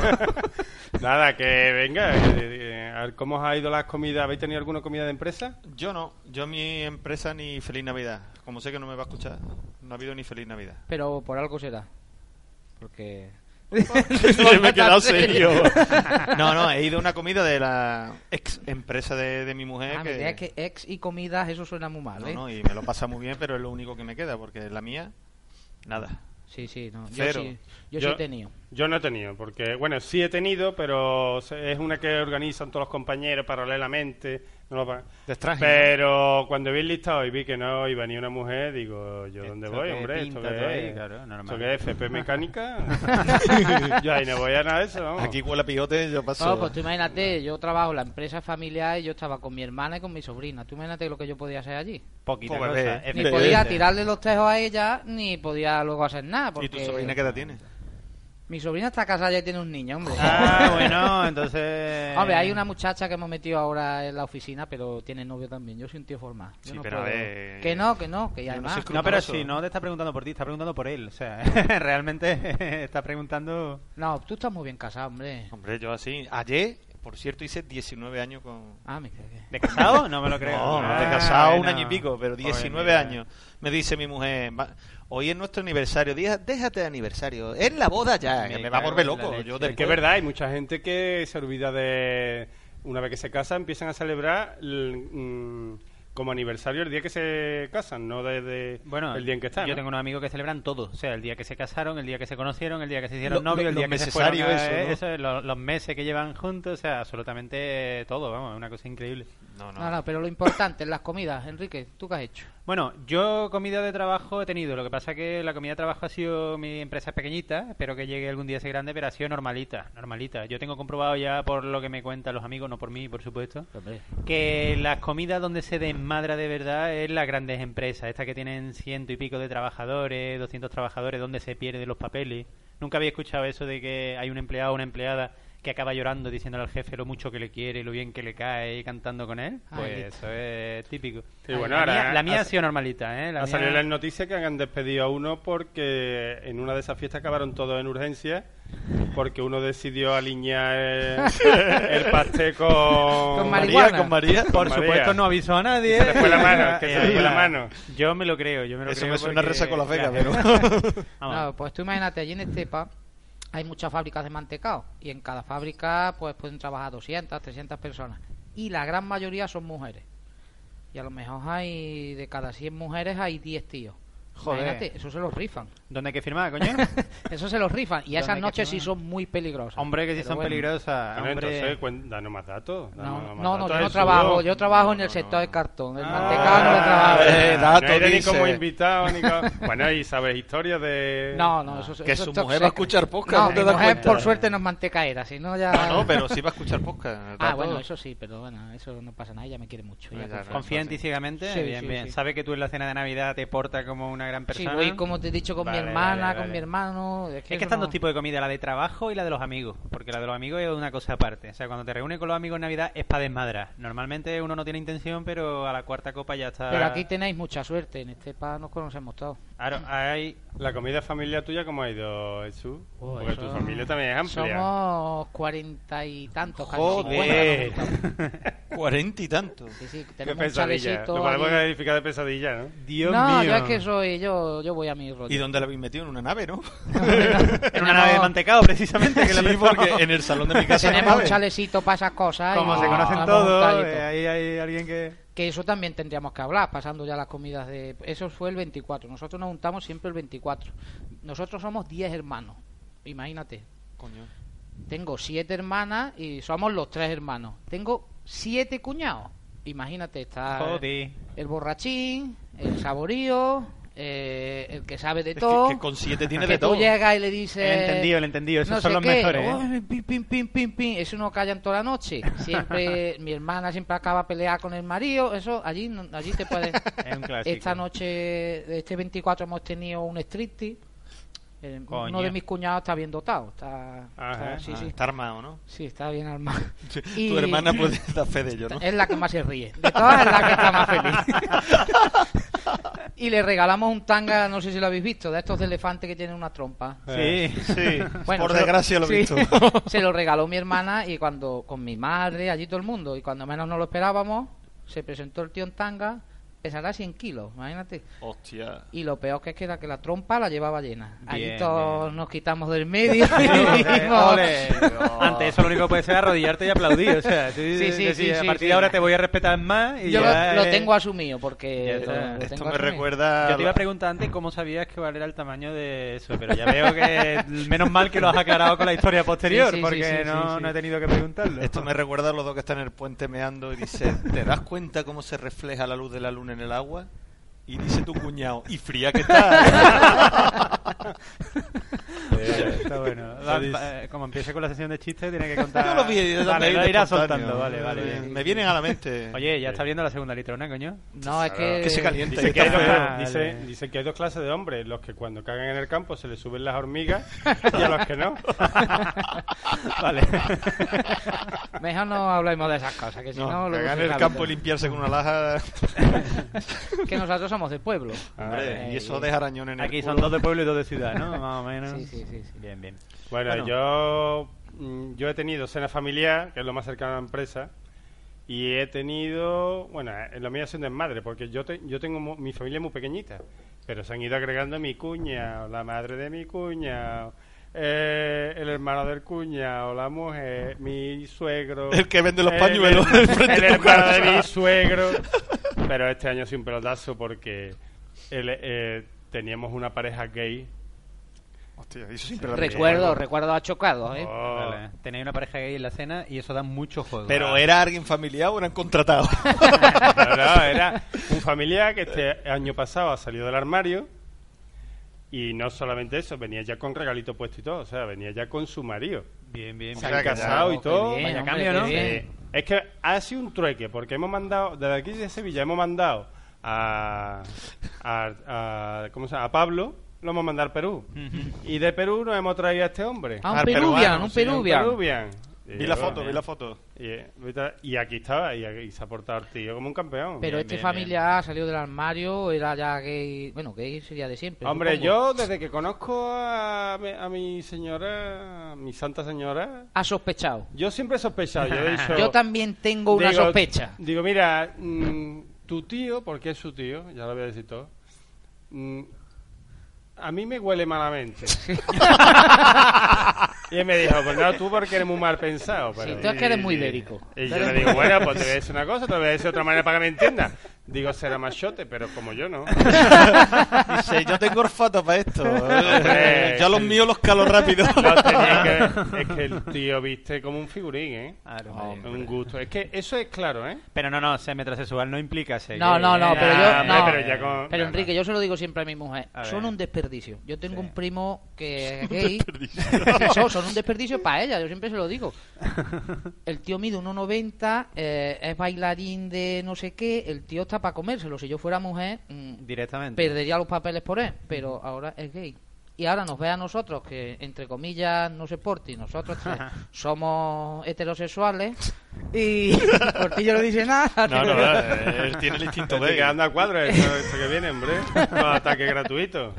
[SPEAKER 1] Nada, que venga. eh, eh, a ver, ¿Cómo os ha ido las comidas? ¿Habéis tenido alguna comida de empresa?
[SPEAKER 4] Yo no, yo mi empresa ni feliz Navidad. Como sé que no me va a escuchar, no ha habido ni feliz Navidad.
[SPEAKER 2] Pero por algo será. Porque...
[SPEAKER 4] Yo me he quedado serio. no, no, he ido a una comida de la ex empresa de, de mi mujer.
[SPEAKER 2] Ah,
[SPEAKER 4] que...
[SPEAKER 2] mira, es que ex y comidas, eso suena muy mal,
[SPEAKER 4] Ah, No,
[SPEAKER 2] ¿eh?
[SPEAKER 4] no, y me lo pasa muy bien, pero es lo único que me queda, porque la mía, nada.
[SPEAKER 2] Sí, sí, no. Yo
[SPEAKER 4] Cero.
[SPEAKER 2] sí, yo sí he tenido.
[SPEAKER 1] Yo no he tenido, porque, bueno, sí he tenido, pero se- es una que organizan todos los compañeros paralelamente. No lo pa-
[SPEAKER 4] De extranjero.
[SPEAKER 1] Pero cuando vi el listado y vi que no iba ni una mujer, digo, ¿yo dónde
[SPEAKER 3] Esto
[SPEAKER 1] voy,
[SPEAKER 3] que
[SPEAKER 1] hombre? ¿Esto
[SPEAKER 3] pinta
[SPEAKER 1] qué
[SPEAKER 3] todo ahí,
[SPEAKER 1] es?
[SPEAKER 3] claro, normal.
[SPEAKER 1] ¿Esto qué es? ¿FP mecánica? yo ahí no voy a nada de eso, vamos.
[SPEAKER 4] Aquí huele a pivote, yo paso.
[SPEAKER 2] No, pues tú imagínate, yo trabajo en la empresa familiar y yo estaba con mi hermana y con mi sobrina. Tú imagínate lo que yo podía hacer allí.
[SPEAKER 3] Poquita
[SPEAKER 4] Pues
[SPEAKER 3] cosa.
[SPEAKER 4] ve,
[SPEAKER 3] Es
[SPEAKER 2] Ni
[SPEAKER 4] ve,
[SPEAKER 2] podía
[SPEAKER 4] ve.
[SPEAKER 2] tirarle los tejos a ella, ni podía luego hacer nada. Porque
[SPEAKER 4] ¿Y tu sobrina qué edad tiene?
[SPEAKER 2] Mi sobrina está casada y tiene un niño, hombre.
[SPEAKER 3] Ah, bueno, entonces.
[SPEAKER 2] Hombre,
[SPEAKER 4] eh.
[SPEAKER 2] hay una muchacha que hemos metido ahora en la oficina, pero tiene novio también. Yo soy un tío formal. Yo
[SPEAKER 4] Sí,
[SPEAKER 2] no
[SPEAKER 4] pero a
[SPEAKER 2] puedo.
[SPEAKER 4] ver.
[SPEAKER 2] Que no, que no, que ya hay más.
[SPEAKER 3] No, pero si no te está preguntando por ti, está preguntando por él. O sea, realmente está preguntando.
[SPEAKER 2] No, tú estás muy bien casado, hombre.
[SPEAKER 4] Hombre, yo así. Ayer, por cierto, hice 19 años con.
[SPEAKER 2] Ah, me cagué.
[SPEAKER 3] ¿De casado? No me lo creo.
[SPEAKER 4] No, no, de
[SPEAKER 3] Ah,
[SPEAKER 4] casado un
[SPEAKER 3] bueno.
[SPEAKER 4] año y pico, pero
[SPEAKER 3] Pobre
[SPEAKER 4] 19
[SPEAKER 3] mía.
[SPEAKER 4] años. Me dice mi mujer, "Va- hoy es nuestro aniversario, deja- déjate de aniversario, es la boda ya, que me va a volver loco. Yo
[SPEAKER 1] Es que es verdad, hay mucha gente que se olvida de. Una vez que se casan, empiezan a celebrar l- mm, como aniversario el día que se casan, no desde
[SPEAKER 3] Bueno,
[SPEAKER 1] el día en que están.
[SPEAKER 3] Yo
[SPEAKER 1] ¿no?
[SPEAKER 3] tengo unos amigos que celebran todo. O sea, el día que se casaron, el día que se conocieron, el día que se
[SPEAKER 4] Lo-
[SPEAKER 3] hicieron novios,
[SPEAKER 4] lo-
[SPEAKER 3] el
[SPEAKER 4] lo
[SPEAKER 3] día que se fueron.
[SPEAKER 4] necesario
[SPEAKER 3] a-
[SPEAKER 4] eso, ¿no?
[SPEAKER 3] eso es, lo- los meses que llevan juntos, o sea, absolutamente todo, vamos, es una cosa increíble.
[SPEAKER 2] No, no, pero lo importante es las comidas. Enrique, ¿tú qué has hecho?
[SPEAKER 3] Bueno, yo comida de trabajo he tenido. Lo que pasa que la comida de trabajo ha sido mi empresa es pequeñita. Espero que llegue algún día a ser grande, pero ha sido normalita, normalita. Yo tengo comprobado ya por lo que me cuentan los amigos, no por mí, por supuesto, que las comidas donde se desmadra de verdad es las grandes empresas, estas que tienen ciento y pico de trabajadores, 200 trabajadores, donde se pierden los papeles. Nunca había escuchado eso de que hay un empleado o una empleada que acaba llorando diciéndole al jefe lo mucho que le quiere y lo bien que le cae y cantando con él,
[SPEAKER 1] Ah,
[SPEAKER 3] pues
[SPEAKER 1] listo.
[SPEAKER 3] eso es típico.
[SPEAKER 1] Y bueno,
[SPEAKER 3] la,
[SPEAKER 1] ahora
[SPEAKER 3] mía, la mía
[SPEAKER 1] ha-
[SPEAKER 3] ha sido normalita, ¿eh? La
[SPEAKER 1] ha
[SPEAKER 3] mía-
[SPEAKER 1] salido en las noticias que han despedido a uno porque en una de esas fiestas acabaron todos en urgencia porque uno decidió alinear el, el pastel con,
[SPEAKER 3] Con marihuana.
[SPEAKER 1] Con
[SPEAKER 3] Por
[SPEAKER 1] María.
[SPEAKER 3] supuesto, no avisó a nadie.
[SPEAKER 1] Que se le fue la mano, que se le fue la
[SPEAKER 3] Eh,
[SPEAKER 1] mano.
[SPEAKER 3] Yo me lo creo, yo me lo
[SPEAKER 4] Eso
[SPEAKER 3] creo.
[SPEAKER 4] me suena a
[SPEAKER 3] porque-
[SPEAKER 4] resaca la vega,
[SPEAKER 3] Gracias.
[SPEAKER 4] pero-
[SPEAKER 3] Vamos.
[SPEAKER 2] No, pues tú imagínate, allí en Estepa hay muchas fábricas de mantecado y en cada fábrica pues pueden trabajar 200, 300 personas y la gran mayoría son mujeres. Y a lo mejor hay de cada 100 mujeres hay 10 tíos.
[SPEAKER 3] Joder.
[SPEAKER 2] Imagínate, eso se los rifan.
[SPEAKER 3] ¿Dónde hay que firmar, coño?
[SPEAKER 2] Eso se los rifan y
[SPEAKER 3] ¿Dónde hay
[SPEAKER 2] esas
[SPEAKER 3] que
[SPEAKER 2] noches sí
[SPEAKER 3] firmar?
[SPEAKER 2] son muy peligrosas.
[SPEAKER 3] Hombre, que sí
[SPEAKER 2] Pero
[SPEAKER 3] son
[SPEAKER 2] bueno.
[SPEAKER 3] peligrosas.
[SPEAKER 1] Bueno,
[SPEAKER 3] hombre.
[SPEAKER 1] Ah, entonces, cuen- danos más datos. danos
[SPEAKER 2] No,
[SPEAKER 1] más
[SPEAKER 2] no,
[SPEAKER 1] datos
[SPEAKER 2] yo
[SPEAKER 1] del
[SPEAKER 2] no
[SPEAKER 1] sudor.
[SPEAKER 2] trabajo, yo trabajo en el sector del cartón, el mantecado no lo trabajo.
[SPEAKER 1] Eh,
[SPEAKER 4] dato,
[SPEAKER 1] no iré ni
[SPEAKER 4] dice.
[SPEAKER 1] como invitado ni co- Bueno, y sabes historias de.
[SPEAKER 2] No, no, eso
[SPEAKER 4] Que
[SPEAKER 2] eso
[SPEAKER 4] su
[SPEAKER 2] es top
[SPEAKER 4] mujer va a
[SPEAKER 2] secret.
[SPEAKER 4] escuchar
[SPEAKER 2] No,
[SPEAKER 4] podcast, ¿no te
[SPEAKER 2] mi
[SPEAKER 4] das
[SPEAKER 2] mujer,
[SPEAKER 4] cuenta? Ah,
[SPEAKER 2] por suerte no es mantecaera, si no ya.
[SPEAKER 4] No, no, pero sí va a escuchar podcast,
[SPEAKER 2] Ah,
[SPEAKER 4] dato.
[SPEAKER 2] bueno, eso sí, pero bueno, eso no pasa nada, ella me quiere mucho. ella
[SPEAKER 4] Pues Ya, ya,
[SPEAKER 2] confía.
[SPEAKER 3] Confía en ti ciegamente.
[SPEAKER 2] Sí,
[SPEAKER 3] bien,
[SPEAKER 2] sí,
[SPEAKER 3] bien.
[SPEAKER 2] sí.
[SPEAKER 3] Sabe que tú en la cena de Navidad te portas como una gran
[SPEAKER 2] Sí,
[SPEAKER 3] persona.
[SPEAKER 2] voy, como te he dicho, con mi
[SPEAKER 3] Vale,
[SPEAKER 2] hermana,
[SPEAKER 3] vale,
[SPEAKER 2] con
[SPEAKER 3] vale.
[SPEAKER 2] mi hermano. Es que,
[SPEAKER 3] Es que
[SPEAKER 2] eso
[SPEAKER 3] están
[SPEAKER 2] no-
[SPEAKER 3] dos tipos de comida, la de trabajo y la de los amigos, porque la de los amigos es una cosa aparte. O sea, cuando te reúnes con los amigos en Navidad es para desmadrar. Normalmente uno no tiene intención, pero a la cuarta copa ya está.
[SPEAKER 2] Pero aquí tenéis mucha suerte, en este pa nos conocemos todos.
[SPEAKER 3] Claro, hay...
[SPEAKER 1] ¿La comida familiar tuya cómo ha ido, Jesús? Porque
[SPEAKER 2] Pues eso-
[SPEAKER 1] tu familia también es amplia.
[SPEAKER 2] Somos cuarenta y tantos, casi
[SPEAKER 1] Joder.
[SPEAKER 2] 50.
[SPEAKER 4] Cuarenta y tanto.
[SPEAKER 2] Sí, sí,
[SPEAKER 1] Qué
[SPEAKER 2] tenemos un
[SPEAKER 1] pesadilla.
[SPEAKER 2] chalecito
[SPEAKER 1] Lo podemos
[SPEAKER 2] ahí.
[SPEAKER 1] calificar de pesadilla, ¿no?
[SPEAKER 3] Dios
[SPEAKER 2] no, yo es que soy, yo, yo voy a mi rollo.
[SPEAKER 4] ¿Y dónde la habéis metido? En una nave, ¿no?
[SPEAKER 3] En una nave de mantecado, precisamente. Que la
[SPEAKER 4] Sí,
[SPEAKER 3] pensamos.
[SPEAKER 4] porque en el salón de mi casa hay
[SPEAKER 2] Tenemos
[SPEAKER 4] nave.
[SPEAKER 2] un chalecito para esas cosas. y
[SPEAKER 3] Como se conocen
[SPEAKER 2] hemos
[SPEAKER 3] todos,
[SPEAKER 2] montado y
[SPEAKER 3] eh,
[SPEAKER 2] todo.
[SPEAKER 3] ahí hay alguien que...
[SPEAKER 2] Que eso también tendríamos que hablar, pasando ya las comidas de... Eso fue el 24. Nosotros nos juntamos siempre el 24. Nosotros somos 10 hermanos. Imagínate.
[SPEAKER 4] Coño.
[SPEAKER 2] Tengo 7 hermanas y somos los 3 hermanos. Tengo 7 cuñados. Imagínate, está
[SPEAKER 3] Joder.
[SPEAKER 2] el borrachín, el saborío, eh, el que sabe de
[SPEAKER 4] que-
[SPEAKER 2] todo.
[SPEAKER 4] que con siete tiene
[SPEAKER 2] Que
[SPEAKER 4] de
[SPEAKER 2] tú
[SPEAKER 4] todo.
[SPEAKER 2] llegas y le dices...
[SPEAKER 3] El entendido, el entendido, esos
[SPEAKER 2] no
[SPEAKER 3] son
[SPEAKER 2] sé
[SPEAKER 3] los
[SPEAKER 2] qué,
[SPEAKER 3] mejores, ¿eh?
[SPEAKER 2] "Ay, pim, pim, pim, pim, pim. Eso no callan toda la noche. Siempre, mi hermana siempre acaba a pelear con el marido. Eso, allí, no- allí te puedes.
[SPEAKER 3] Es un clásico.
[SPEAKER 2] Esta noche, este 24 hemos tenido un striptease. Eh,
[SPEAKER 4] Coño.
[SPEAKER 2] Uno de mis cuñados está bien dotado. Está,
[SPEAKER 4] Ajá.
[SPEAKER 2] está- sí,
[SPEAKER 4] Ah,
[SPEAKER 2] sí.
[SPEAKER 4] Está armado, ¿no?
[SPEAKER 2] Sí, está bien armado. Y-
[SPEAKER 4] Tu hermana puede dar fe de ello, ¿no?
[SPEAKER 2] Es la que más se ríe. De todas es la que está más feliz. y le regalamos un tanga, no sé si lo habéis visto, de estos de elefante que tienen una trompa.
[SPEAKER 4] Eh, Sí. sí. Por
[SPEAKER 2] se
[SPEAKER 4] desgracia lo he visto.
[SPEAKER 2] se lo regaló mi hermana y cuando con mi madre, allí todo el mundo, y cuando menos no lo esperábamos, se presentó el tío en tanga, pesará 100 kilos, imagínate.
[SPEAKER 4] Hostia.
[SPEAKER 2] Y lo peor que es que la, que la trompa la llevaba llena.
[SPEAKER 3] Bien,
[SPEAKER 2] allí todos nos quitamos del medio. y dijimos-
[SPEAKER 3] Ole. Ante eso lo único que puedes hacer es arrodillarte y aplaudir. O sea, tú
[SPEAKER 2] Sí, sí,
[SPEAKER 3] decís,
[SPEAKER 2] sí,
[SPEAKER 3] a
[SPEAKER 2] sí,
[SPEAKER 3] partir
[SPEAKER 2] sí.
[SPEAKER 3] de ahora te voy a respetar más. Y
[SPEAKER 2] Yo
[SPEAKER 3] ya
[SPEAKER 2] lo, lo
[SPEAKER 3] es-
[SPEAKER 2] tengo asumido porque
[SPEAKER 3] Ya está.
[SPEAKER 2] eh, lo- lo
[SPEAKER 4] Esto
[SPEAKER 2] tengo
[SPEAKER 4] me
[SPEAKER 2] asumido.
[SPEAKER 4] recuerda...
[SPEAKER 3] Yo te iba a preguntar antes cómo sabías que cuál era el tamaño de eso, pero ya veo que menos mal que lo has aclarado con la historia posterior,
[SPEAKER 2] Sí, sí, sí,
[SPEAKER 3] porque
[SPEAKER 2] sí, sí,
[SPEAKER 3] no,
[SPEAKER 2] sí.
[SPEAKER 3] no he tenido que preguntarlo.
[SPEAKER 4] Esto me recuerda a los dos que están en el puente meando y dice, ¿te das cuenta cómo se refleja la luz de la luna en el agua? Y dice tu cuñado, y fría que está.
[SPEAKER 3] Eh, Está bueno. Va- va- eh, como empiece con la sesión de chistes, tiene que contar.
[SPEAKER 4] Yo lo vi de
[SPEAKER 3] Vale,
[SPEAKER 4] ahí
[SPEAKER 3] lo irá
[SPEAKER 4] espontáneo.
[SPEAKER 3] soltando, vale, vale.
[SPEAKER 4] Eh,
[SPEAKER 3] bien.
[SPEAKER 4] Me vienen a la mente.
[SPEAKER 3] Oye, ya está viendo la segunda litrona, coño.
[SPEAKER 2] No, es que...
[SPEAKER 4] Que se caliente.
[SPEAKER 1] Dice que, hay dos,
[SPEAKER 3] Ah,
[SPEAKER 1] dice-
[SPEAKER 3] vale.
[SPEAKER 1] dice que hay dos clases de hombres, los que cuando cagan en el campo se les suben las hormigas y a los que no.
[SPEAKER 3] Vale.
[SPEAKER 2] Mejor no hablemos de esas cosas, que si no...
[SPEAKER 4] No,
[SPEAKER 2] luego
[SPEAKER 4] cagar
[SPEAKER 2] se
[SPEAKER 4] en el
[SPEAKER 2] cabe
[SPEAKER 4] campo
[SPEAKER 2] todo.
[SPEAKER 4] y limpiarse con una laja.
[SPEAKER 2] que nosotros somos de pueblo.
[SPEAKER 4] Hombre,
[SPEAKER 2] Eh,
[SPEAKER 4] y eso deja arañón en el
[SPEAKER 3] Aquí son
[SPEAKER 4] culo.
[SPEAKER 3] dos de pueblo y dos de ciudad, ¿no? Más o menos.
[SPEAKER 2] Sí, sí, sí, sí.
[SPEAKER 3] Bien, bien.
[SPEAKER 1] Bueno,
[SPEAKER 3] Bueno.
[SPEAKER 1] yo mm, yo he tenido cena familiar, que es lo más cercano a la empresa, y he tenido, bueno, eh, lo mío es un desmadre, porque yo te- yo tengo mu- mi familia es muy pequeñita, pero se han ido agregando mi cuña, la madre de mi cuña, eh, el hermano del cuña, o la mujer, mi suegro,
[SPEAKER 4] El que vende los
[SPEAKER 1] el-
[SPEAKER 4] pañuelos
[SPEAKER 1] el,
[SPEAKER 4] enfrente
[SPEAKER 1] el
[SPEAKER 4] de tu
[SPEAKER 1] hermano
[SPEAKER 4] casa.
[SPEAKER 1] de mi suegro. Pero este año sí un pelotazo porque el- eh, teníamos una pareja gay.
[SPEAKER 4] Hostia, eso siempre da mucho
[SPEAKER 2] Recuerdo,
[SPEAKER 4] juego.
[SPEAKER 2] recuerdo ha chocado, ¿eh?
[SPEAKER 1] Oh.
[SPEAKER 3] Vale. Tenéis una pareja gay en la cena y eso da mucho juego.
[SPEAKER 4] Pero era alguien familiar o eran contratados.
[SPEAKER 1] No, no, era un familiar que este año pasado ha salido del armario y no solamente eso, venía ya con regalito puesto y todo, o sea, venía ya con su marido.
[SPEAKER 3] Bien, bien,
[SPEAKER 1] Se
[SPEAKER 3] bien.
[SPEAKER 1] han casado y
[SPEAKER 2] qué
[SPEAKER 1] todo.
[SPEAKER 2] bien,
[SPEAKER 3] Vaya
[SPEAKER 2] hombre,
[SPEAKER 3] cambio, ¿no?
[SPEAKER 2] qué bien.
[SPEAKER 1] Eh, es que ha sido un trueque, porque hemos mandado, desde aquí de Sevilla, hemos mandado a, a, a- ¿cómo se llama? a Pablo, lo hemos mandado al Perú. Y de Perú nos hemos traído a este hombre.
[SPEAKER 2] Ah, un
[SPEAKER 4] Al
[SPEAKER 2] Peruvian,
[SPEAKER 4] peruano,
[SPEAKER 2] un
[SPEAKER 4] sí, un
[SPEAKER 1] Un
[SPEAKER 2] Peruvian.
[SPEAKER 1] Peruvian. Eh,
[SPEAKER 4] Vi la foto, vi la foto.
[SPEAKER 1] Y, eh, y aquí estaba, y, aquí se ha portado el tío como un campeón.
[SPEAKER 2] Pero
[SPEAKER 1] Bien,
[SPEAKER 2] este
[SPEAKER 1] bien,
[SPEAKER 2] familia A salió del armario, era ya gay. Bueno, gay sería de siempre.
[SPEAKER 1] Hombre,
[SPEAKER 2] supongo.
[SPEAKER 1] yo desde que conozco a, mi- a mi señora, a mi santa señora,
[SPEAKER 2] Ha sospechado.
[SPEAKER 1] yo siempre he sospechado. Yo, he dicho,
[SPEAKER 2] Yo también tengo una
[SPEAKER 1] digo,
[SPEAKER 2] sospecha.
[SPEAKER 1] Digo, mira, mm, tu tío, porque es su tío, ya lo voy a decir todo, mm, a mí me huele malamente. y él me dijo, pues no, tú porque eres muy mal pensado. pero-
[SPEAKER 2] Sí, tú es que eres muy
[SPEAKER 1] y-
[SPEAKER 2] dérico.
[SPEAKER 1] Y
[SPEAKER 2] Tú
[SPEAKER 1] yo le
[SPEAKER 2] eres muy
[SPEAKER 1] digo, bueno,
[SPEAKER 2] dérico.
[SPEAKER 1] pues te voy a decir una cosa, te lo voy a decir de otra manera para que me entiendas. Digo, será machote, pero como yo no.
[SPEAKER 4] Dice, yo tengo olfato para esto.
[SPEAKER 1] Hombre,
[SPEAKER 4] Ya los míos los calo rápido.
[SPEAKER 1] Lo tenía que- es que el tío viste como un figurín, ¿eh? un gusto. Es que eso es claro, ¿eh?
[SPEAKER 3] Pero no, no, ser metrosexual no implica ser
[SPEAKER 2] No,
[SPEAKER 3] gay,
[SPEAKER 2] no, no,
[SPEAKER 3] ¿eh?
[SPEAKER 2] pero
[SPEAKER 1] Ah,
[SPEAKER 2] yo.
[SPEAKER 1] hombre,
[SPEAKER 2] no.
[SPEAKER 1] pero ya con-
[SPEAKER 2] Pero
[SPEAKER 1] no,
[SPEAKER 2] Enrique, yo se lo digo siempre a mi mujer.
[SPEAKER 3] A
[SPEAKER 2] son
[SPEAKER 3] ver.
[SPEAKER 2] un desperdicio. Yo tengo un primo que es
[SPEAKER 3] Son un
[SPEAKER 2] gay.
[SPEAKER 3] desperdicio.
[SPEAKER 2] Eso, son un desperdicio para ella, yo siempre se lo digo. El tío mide 1,90, eh, es bailarín de no sé qué. El tío está para comérselo. Si yo fuera mujer, mm,
[SPEAKER 3] Directamente.
[SPEAKER 2] perdería los papeles por él, pero ahora es gay. Y ahora nos ve a nosotros, que entre comillas no se porte, y nosotros tres somos heterosexuales, y Portillo no dice nada.
[SPEAKER 4] No, no, eh, él tiene el instinto
[SPEAKER 1] Estoy
[SPEAKER 4] gay.
[SPEAKER 1] quedando a cuadro esto, esto que viene, hombre. Los ataques gratuitos.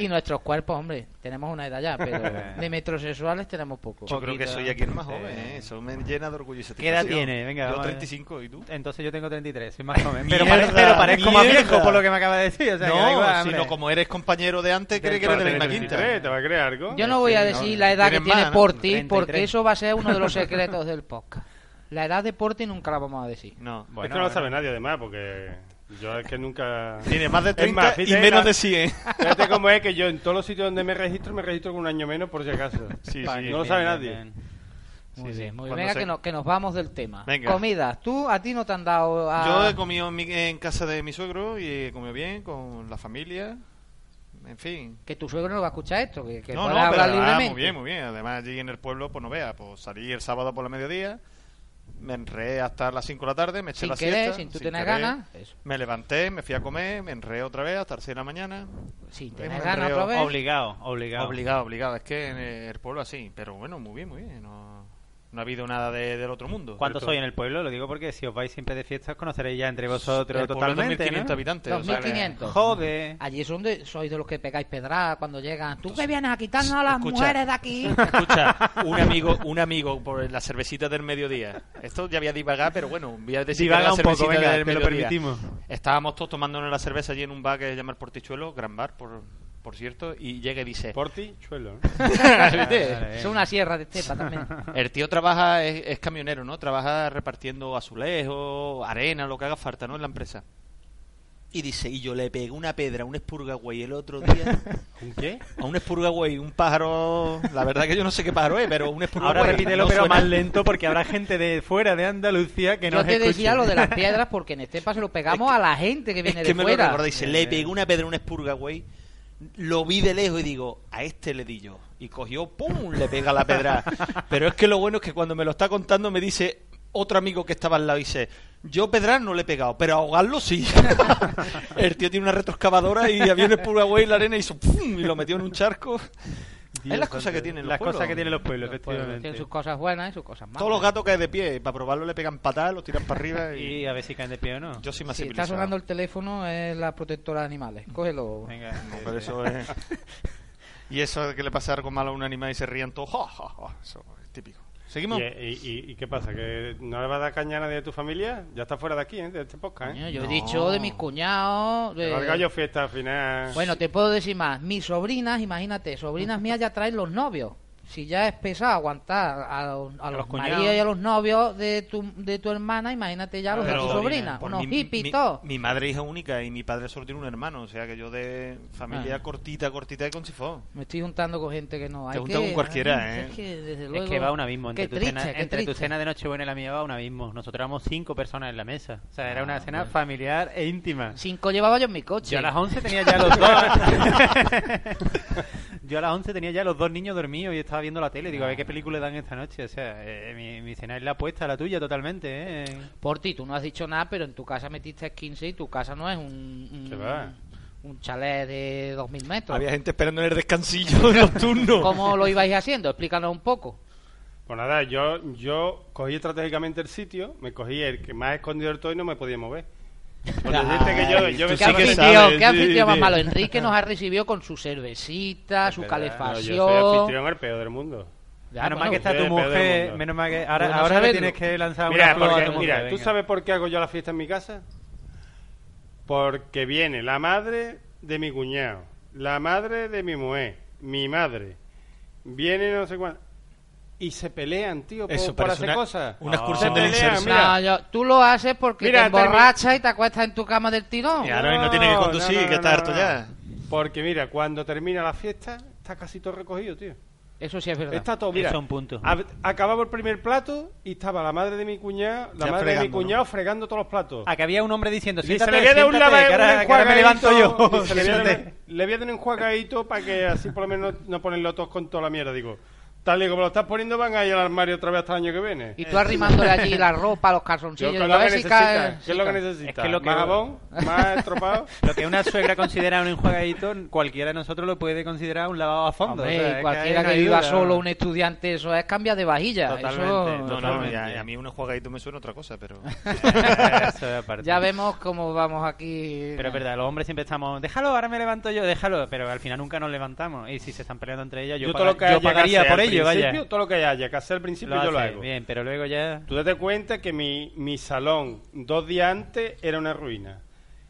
[SPEAKER 2] Y nuestros cuerpos, hombre, tenemos una edad ya, pero de metrosexuales tenemos poco.
[SPEAKER 4] Yo creo que soy aquí el más joven, ¿eh? Eso me llena de orgullo y
[SPEAKER 3] ¿Qué edad
[SPEAKER 4] satisfacción.
[SPEAKER 3] tiene? Venga,
[SPEAKER 4] Yo
[SPEAKER 3] vamos a ver.
[SPEAKER 4] 35, ¿y tú?
[SPEAKER 3] Entonces yo tengo 33, soy más joven.
[SPEAKER 4] Mierda,
[SPEAKER 3] Pero, pare- pero parezco más
[SPEAKER 4] mierda.
[SPEAKER 3] viejo por lo que me acaba de decir. O sea, que da igual,
[SPEAKER 4] No,
[SPEAKER 3] hombre.
[SPEAKER 4] sino como eres compañero de antes, cree
[SPEAKER 1] Del
[SPEAKER 4] que eres de la misma
[SPEAKER 1] 33,
[SPEAKER 4] quinta.
[SPEAKER 1] ¿Te va a creer algo?
[SPEAKER 2] Yo no voy a
[SPEAKER 4] Sí,
[SPEAKER 2] decir
[SPEAKER 4] no,
[SPEAKER 2] la edad que
[SPEAKER 4] tienes
[SPEAKER 2] tiene
[SPEAKER 4] más, ¿no?
[SPEAKER 2] Porti,
[SPEAKER 3] 33.
[SPEAKER 2] porque eso va a ser uno de los secretos del podcast. La edad de Porti nunca la vamos a decir.
[SPEAKER 4] No,
[SPEAKER 1] Esto
[SPEAKER 4] bueno,
[SPEAKER 1] no lo
[SPEAKER 4] bueno.
[SPEAKER 1] sabe nadie, además, porque yo es que nunca...
[SPEAKER 4] Tiene más de
[SPEAKER 1] Es
[SPEAKER 4] 30
[SPEAKER 1] más,
[SPEAKER 4] y
[SPEAKER 1] fíjate,
[SPEAKER 4] menos
[SPEAKER 1] la-
[SPEAKER 4] de 100.
[SPEAKER 1] Fíjate cómo es que yo en todos los sitios donde me registro, me registro con un año menos por si acaso.
[SPEAKER 4] Sí,
[SPEAKER 1] no
[SPEAKER 4] sí.
[SPEAKER 1] lo sabe
[SPEAKER 3] Bien,
[SPEAKER 1] nadie.
[SPEAKER 3] bien, bien.
[SPEAKER 2] Muy bien, muy
[SPEAKER 4] sí,
[SPEAKER 2] bien.
[SPEAKER 4] cuando
[SPEAKER 2] Venga,
[SPEAKER 4] se-
[SPEAKER 2] que, no- que nos vamos del tema.
[SPEAKER 4] Venga.
[SPEAKER 2] Comida, tú a ti no te han dado... A...
[SPEAKER 4] Yo he comido en, mi- en casa de mi suegro y he comido bien con la familia. En fin.
[SPEAKER 2] Que tu suegro no va a escuchar esto, que, que
[SPEAKER 4] No, no,
[SPEAKER 2] pueda
[SPEAKER 4] pero
[SPEAKER 2] hablar
[SPEAKER 4] además,
[SPEAKER 2] libremente.
[SPEAKER 4] muy bien, muy bien. Además, allí en el pueblo, pues no vea, pues salí el sábado por la mediodía, me enré hasta las 5 de la tarde, me eché
[SPEAKER 2] Sin
[SPEAKER 4] la
[SPEAKER 2] querer,
[SPEAKER 4] siesta.
[SPEAKER 2] sin tú tener
[SPEAKER 4] querer.
[SPEAKER 2] ganas. Eso.
[SPEAKER 4] Me levanté, me fui a comer, me enré otra vez hasta las 6 de la mañana.
[SPEAKER 2] Sí,
[SPEAKER 4] Me
[SPEAKER 2] tener
[SPEAKER 4] enreo.
[SPEAKER 2] ganas otra vez.
[SPEAKER 3] Obligado, obligado.
[SPEAKER 4] Obligado, obligado. Es que en el pueblo así. Pero bueno, muy bien, muy bien. No, no ha habido nada de- del otro mundo.
[SPEAKER 3] ¿Cuántos
[SPEAKER 4] Pero
[SPEAKER 3] soy en el pueblo? Lo digo porque si os vais siempre de fiestas conoceréis ya entre
[SPEAKER 4] todo-
[SPEAKER 3] vosotros
[SPEAKER 4] el pueblo es
[SPEAKER 3] totalmente.
[SPEAKER 4] 2.500
[SPEAKER 3] ¿no?
[SPEAKER 4] habitantes. o sea que-
[SPEAKER 2] 2.500.
[SPEAKER 3] Joder.
[SPEAKER 2] Allí son de, sois de los que pegáis pedradas cuando llegan. ¿Tú que vienes a quitarnos a las
[SPEAKER 4] Escucha.
[SPEAKER 2] mujeres de aquí?
[SPEAKER 4] Escucha, un amigo, un amigo por la cervecita del mediodía. Esto ya voy a divagar, pero bueno, voy a decir que
[SPEAKER 3] Divaga
[SPEAKER 4] la
[SPEAKER 3] un poco,
[SPEAKER 4] cervecita
[SPEAKER 3] venga,
[SPEAKER 4] del
[SPEAKER 3] te lo
[SPEAKER 4] mediodía.
[SPEAKER 3] permitimos.
[SPEAKER 4] Estábamos todos tomándonos la cerveza allí en un bar que se llama el Portichuelo, gran bar, por, por cierto, y llega y dice...
[SPEAKER 1] Por ti, chuelo. ¿eh? ¿no?
[SPEAKER 3] vale.
[SPEAKER 2] Son una sierra de estepa también.
[SPEAKER 4] El tío trabaja, es, es camionero, ¿no? Trabaja repartiendo azulejos, arena, lo que haga falta, ¿no? En la empresa. Y dice, y yo le pegué una pedra a un espurgaway el otro día.
[SPEAKER 1] ¿Un qué?
[SPEAKER 4] A un espurgaway, un pájaro... La verdad que yo no sé qué pájaro es, pero un espurgaway...
[SPEAKER 3] Ahora repítelo,
[SPEAKER 4] no
[SPEAKER 3] pero
[SPEAKER 4] suena.
[SPEAKER 3] más lento porque habrá gente de fuera de Andalucía que no
[SPEAKER 2] Yo te decía lo de las piedras porque en Estepa se lo pegamos a la gente que viene
[SPEAKER 4] es que
[SPEAKER 2] de
[SPEAKER 4] me
[SPEAKER 2] fuera.
[SPEAKER 4] lo recordé, dice, le pegué una pedra a una espurga, güey. Lo vi de lejos y digo, a este le di yo. Y cogió, ¡pum! Le pega la pedra. Pero es que lo bueno es que cuando me lo está contando me dice otro amigo que estaba al lado y dice, yo pedrar no le he pegado, pero ahogarlo sí. El tío tiene una retroexcavadora y había un espurga, güey, en la arena y hizo, ¡pum! Y lo metió en un charco. es las cosas que tienen los
[SPEAKER 3] Las
[SPEAKER 4] pueblos.
[SPEAKER 3] cosas que tienen los pueblos,
[SPEAKER 2] Los pueblos Tienen
[SPEAKER 3] efectivamente.
[SPEAKER 2] pues, sus cosas buenas y sus cosas malas.
[SPEAKER 4] Todos los gatos caen de pie. Para probarlo le pegan patadas, los tiran para arriba
[SPEAKER 3] Y
[SPEAKER 4] y...
[SPEAKER 3] a ver si caen de pie o no.
[SPEAKER 4] Yo soy más
[SPEAKER 2] Si está
[SPEAKER 4] civilizado.
[SPEAKER 2] sonando el teléfono, es la protectora de animales. Cógelo.
[SPEAKER 3] Venga.
[SPEAKER 4] No, pero eso es... y eso de que le pasa algo malo a un animal y se rían todos. ja, ja, ja, Eso es típico. Seguimos.
[SPEAKER 1] ¿Y, y, y- y qué pasa? ¿Que no le vas a dar caña a nadie de tu familia? Ya está fuera de aquí, ¿eh? De este podcast,
[SPEAKER 2] Coño,
[SPEAKER 1] ¿eh?
[SPEAKER 2] yo he
[SPEAKER 4] No.
[SPEAKER 2] dicho de mis cuñados. de-
[SPEAKER 1] Te valga yo fiesta al final.
[SPEAKER 2] Bueno, te puedo decir más. Mis sobrinas, imagínate, sobrinas mías ya traen los novios. Si ya es pesado aguantar a, los- a los,
[SPEAKER 3] los cuñados.
[SPEAKER 2] maridos y a los novios de tu, de tu hermana, imagínate ya los de tu
[SPEAKER 4] Pero-
[SPEAKER 2] sobrina.
[SPEAKER 4] por
[SPEAKER 2] Unos
[SPEAKER 4] mi,
[SPEAKER 2] hippies,
[SPEAKER 4] mi-
[SPEAKER 2] todo.
[SPEAKER 4] mi madre es hija única y mi padre solo tiene un hermano. O sea que yo de familia
[SPEAKER 2] Ah.
[SPEAKER 4] cortita, cortita y con sifón.
[SPEAKER 2] Me estoy juntando con gente que no hay.
[SPEAKER 4] juntas
[SPEAKER 2] que-
[SPEAKER 4] con cualquiera,
[SPEAKER 2] Es
[SPEAKER 4] ¿eh?
[SPEAKER 2] que, desde
[SPEAKER 3] Es
[SPEAKER 2] luego,
[SPEAKER 3] que va un abismo. Entre,
[SPEAKER 2] qué
[SPEAKER 3] tu,
[SPEAKER 2] triste,
[SPEAKER 3] cena,
[SPEAKER 2] qué
[SPEAKER 3] entre tu
[SPEAKER 2] trría.
[SPEAKER 3] cena de Nochebuena y la mía va un abismo. Nosotros éramos cinco personas en la mesa. O sea, era
[SPEAKER 2] Ah,
[SPEAKER 3] una cena
[SPEAKER 2] bueno.
[SPEAKER 3] familiar e íntima.
[SPEAKER 2] Cinco llevaba yo en mi coche.
[SPEAKER 3] Yo a las 11 tenía ya los dos. Yo a las 11 tenía ya los dos niños dormidos y estaba viendo la tele. Digo, a ver qué película dan esta noche. O sea, eh, mi, mi cena es la apuesta, la tuya totalmente. ¿eh?
[SPEAKER 2] Por ti, tú no has dicho nada, pero en tu casa metiste 15 y tu casa no es un. un-
[SPEAKER 1] ¿Qué va?
[SPEAKER 2] Un chalet de 2.000 metros.
[SPEAKER 4] Había gente esperando en el descansillo de los turnos.
[SPEAKER 2] ¿Cómo lo ibais haciendo? Explícanos un poco.
[SPEAKER 1] Pues nada, yo, yo cogí estratégicamente el sitio, me cogí el que más escondido del todo y no me podía mover. Por decirte que yo, yo
[SPEAKER 2] ¿Qué
[SPEAKER 1] pensaba que-
[SPEAKER 2] anfitrión, qué
[SPEAKER 1] Sí,
[SPEAKER 2] anfitrión más
[SPEAKER 1] sí.
[SPEAKER 2] malo? Enrique nos ha recibido con su cervecita, su
[SPEAKER 1] Verdad, no,
[SPEAKER 2] calefacción.
[SPEAKER 1] Yo soy anfitrión el peor del mundo.
[SPEAKER 2] Ya,
[SPEAKER 3] Menos mal
[SPEAKER 2] bueno,
[SPEAKER 3] que está
[SPEAKER 1] soy
[SPEAKER 3] tu
[SPEAKER 1] el peor del
[SPEAKER 3] mujer.
[SPEAKER 1] mundo.
[SPEAKER 3] Menos mal que. Ahora,
[SPEAKER 1] Bueno,
[SPEAKER 3] ahora le
[SPEAKER 1] ¿sabes?
[SPEAKER 3] tienes que lanzar
[SPEAKER 1] mira,
[SPEAKER 3] una flor
[SPEAKER 1] porque-
[SPEAKER 3] a tu mujer,
[SPEAKER 1] Mira, ¿tú
[SPEAKER 3] venga.
[SPEAKER 1] sabes por qué hago yo la fiesta en mi casa? Porque viene la madre de mi cuñado, la madre de mi mujer, mi madre. Viene no sé cuál. Y se pelean, tío, por,
[SPEAKER 4] Eso
[SPEAKER 1] por
[SPEAKER 4] parece
[SPEAKER 1] hacer
[SPEAKER 4] una-
[SPEAKER 1] cosas.
[SPEAKER 4] una excursión
[SPEAKER 1] Se
[SPEAKER 4] del
[SPEAKER 1] pelean,
[SPEAKER 4] inserso.
[SPEAKER 1] mira.
[SPEAKER 2] No, yo- tú lo haces porque
[SPEAKER 1] Mira,
[SPEAKER 2] te
[SPEAKER 1] termi-
[SPEAKER 2] emborrachas y te acuestas en tu cama del tirón.
[SPEAKER 4] Claro, y no tiene que conducir, que está harto ya.
[SPEAKER 1] Porque mira, cuando termina la fiesta, está casi todo recogido, tío.
[SPEAKER 2] Eso sí es verdad.
[SPEAKER 1] Está todo, mira.
[SPEAKER 2] Eso es un punto.
[SPEAKER 1] Ab- Acababa el primer plato y estaba la madre de mi cuñado, la madre de
[SPEAKER 3] Ya
[SPEAKER 1] mi
[SPEAKER 3] fregando, ¿no?
[SPEAKER 1] cuñado fregando todos los platos.
[SPEAKER 3] Ah, que había un hombre diciendo,
[SPEAKER 1] Y se
[SPEAKER 3] siéntate,
[SPEAKER 1] le había dado un
[SPEAKER 3] siéntate,
[SPEAKER 1] lava-
[SPEAKER 3] que ahora-
[SPEAKER 1] un
[SPEAKER 3] que ahora me
[SPEAKER 1] enjuagadito,
[SPEAKER 3] levanto yo.
[SPEAKER 1] y se le había dado-
[SPEAKER 3] Siéntate.
[SPEAKER 1] le voy a dar un enjuagadito para que así por lo menos no ponerlo todos con toda la mierda, digo. Tal y como lo estás poniendo, van a ir al armario otra vez hasta el año que viene.
[SPEAKER 2] Y tú arrimándole allí la ropa, los calzoncillos.
[SPEAKER 1] Yo, ¿qué es
[SPEAKER 2] a
[SPEAKER 1] lo que
[SPEAKER 2] ver si
[SPEAKER 1] necesita?
[SPEAKER 2] cae-
[SPEAKER 1] ¿Qué es lo que
[SPEAKER 2] si cae.
[SPEAKER 1] necesita? ¿Más jabón? ¿Más estropado?
[SPEAKER 3] Lo que una suegra considera un enjuagadito, cualquiera de nosotros lo puede considerar un lavado a fondo.
[SPEAKER 2] Hombre,
[SPEAKER 3] o sea, es
[SPEAKER 2] y
[SPEAKER 3] que
[SPEAKER 2] cualquiera
[SPEAKER 3] ahí
[SPEAKER 2] que,
[SPEAKER 3] no hay
[SPEAKER 2] viva
[SPEAKER 3] duda.
[SPEAKER 2] solo, un estudiante, eso es cambia de vajilla. eso-
[SPEAKER 4] No, no, y a, y a mí unos juegadito me suena otra cosa, pero...
[SPEAKER 3] Eso de aparte.
[SPEAKER 2] Ya vemos cómo vamos aquí.
[SPEAKER 3] Pero es verdad, los hombres siempre estamos, déjalo, ahora me levanto yo, déjalo, pero al final nunca nos levantamos. Y si se están peleando entre ellas, yo,
[SPEAKER 1] Yo, todo
[SPEAKER 3] paga-
[SPEAKER 1] lo que
[SPEAKER 3] yo
[SPEAKER 1] haya que
[SPEAKER 3] pagaría
[SPEAKER 1] hacer
[SPEAKER 3] por
[SPEAKER 1] al
[SPEAKER 3] ello, vaya.
[SPEAKER 1] principio, Todo lo que haya que hacer al principio, yo lo
[SPEAKER 3] hace,
[SPEAKER 1] hago.
[SPEAKER 3] Bien, pero luego ya...
[SPEAKER 1] Tú date cuenta que mi, mi salón dos días antes era una ruina.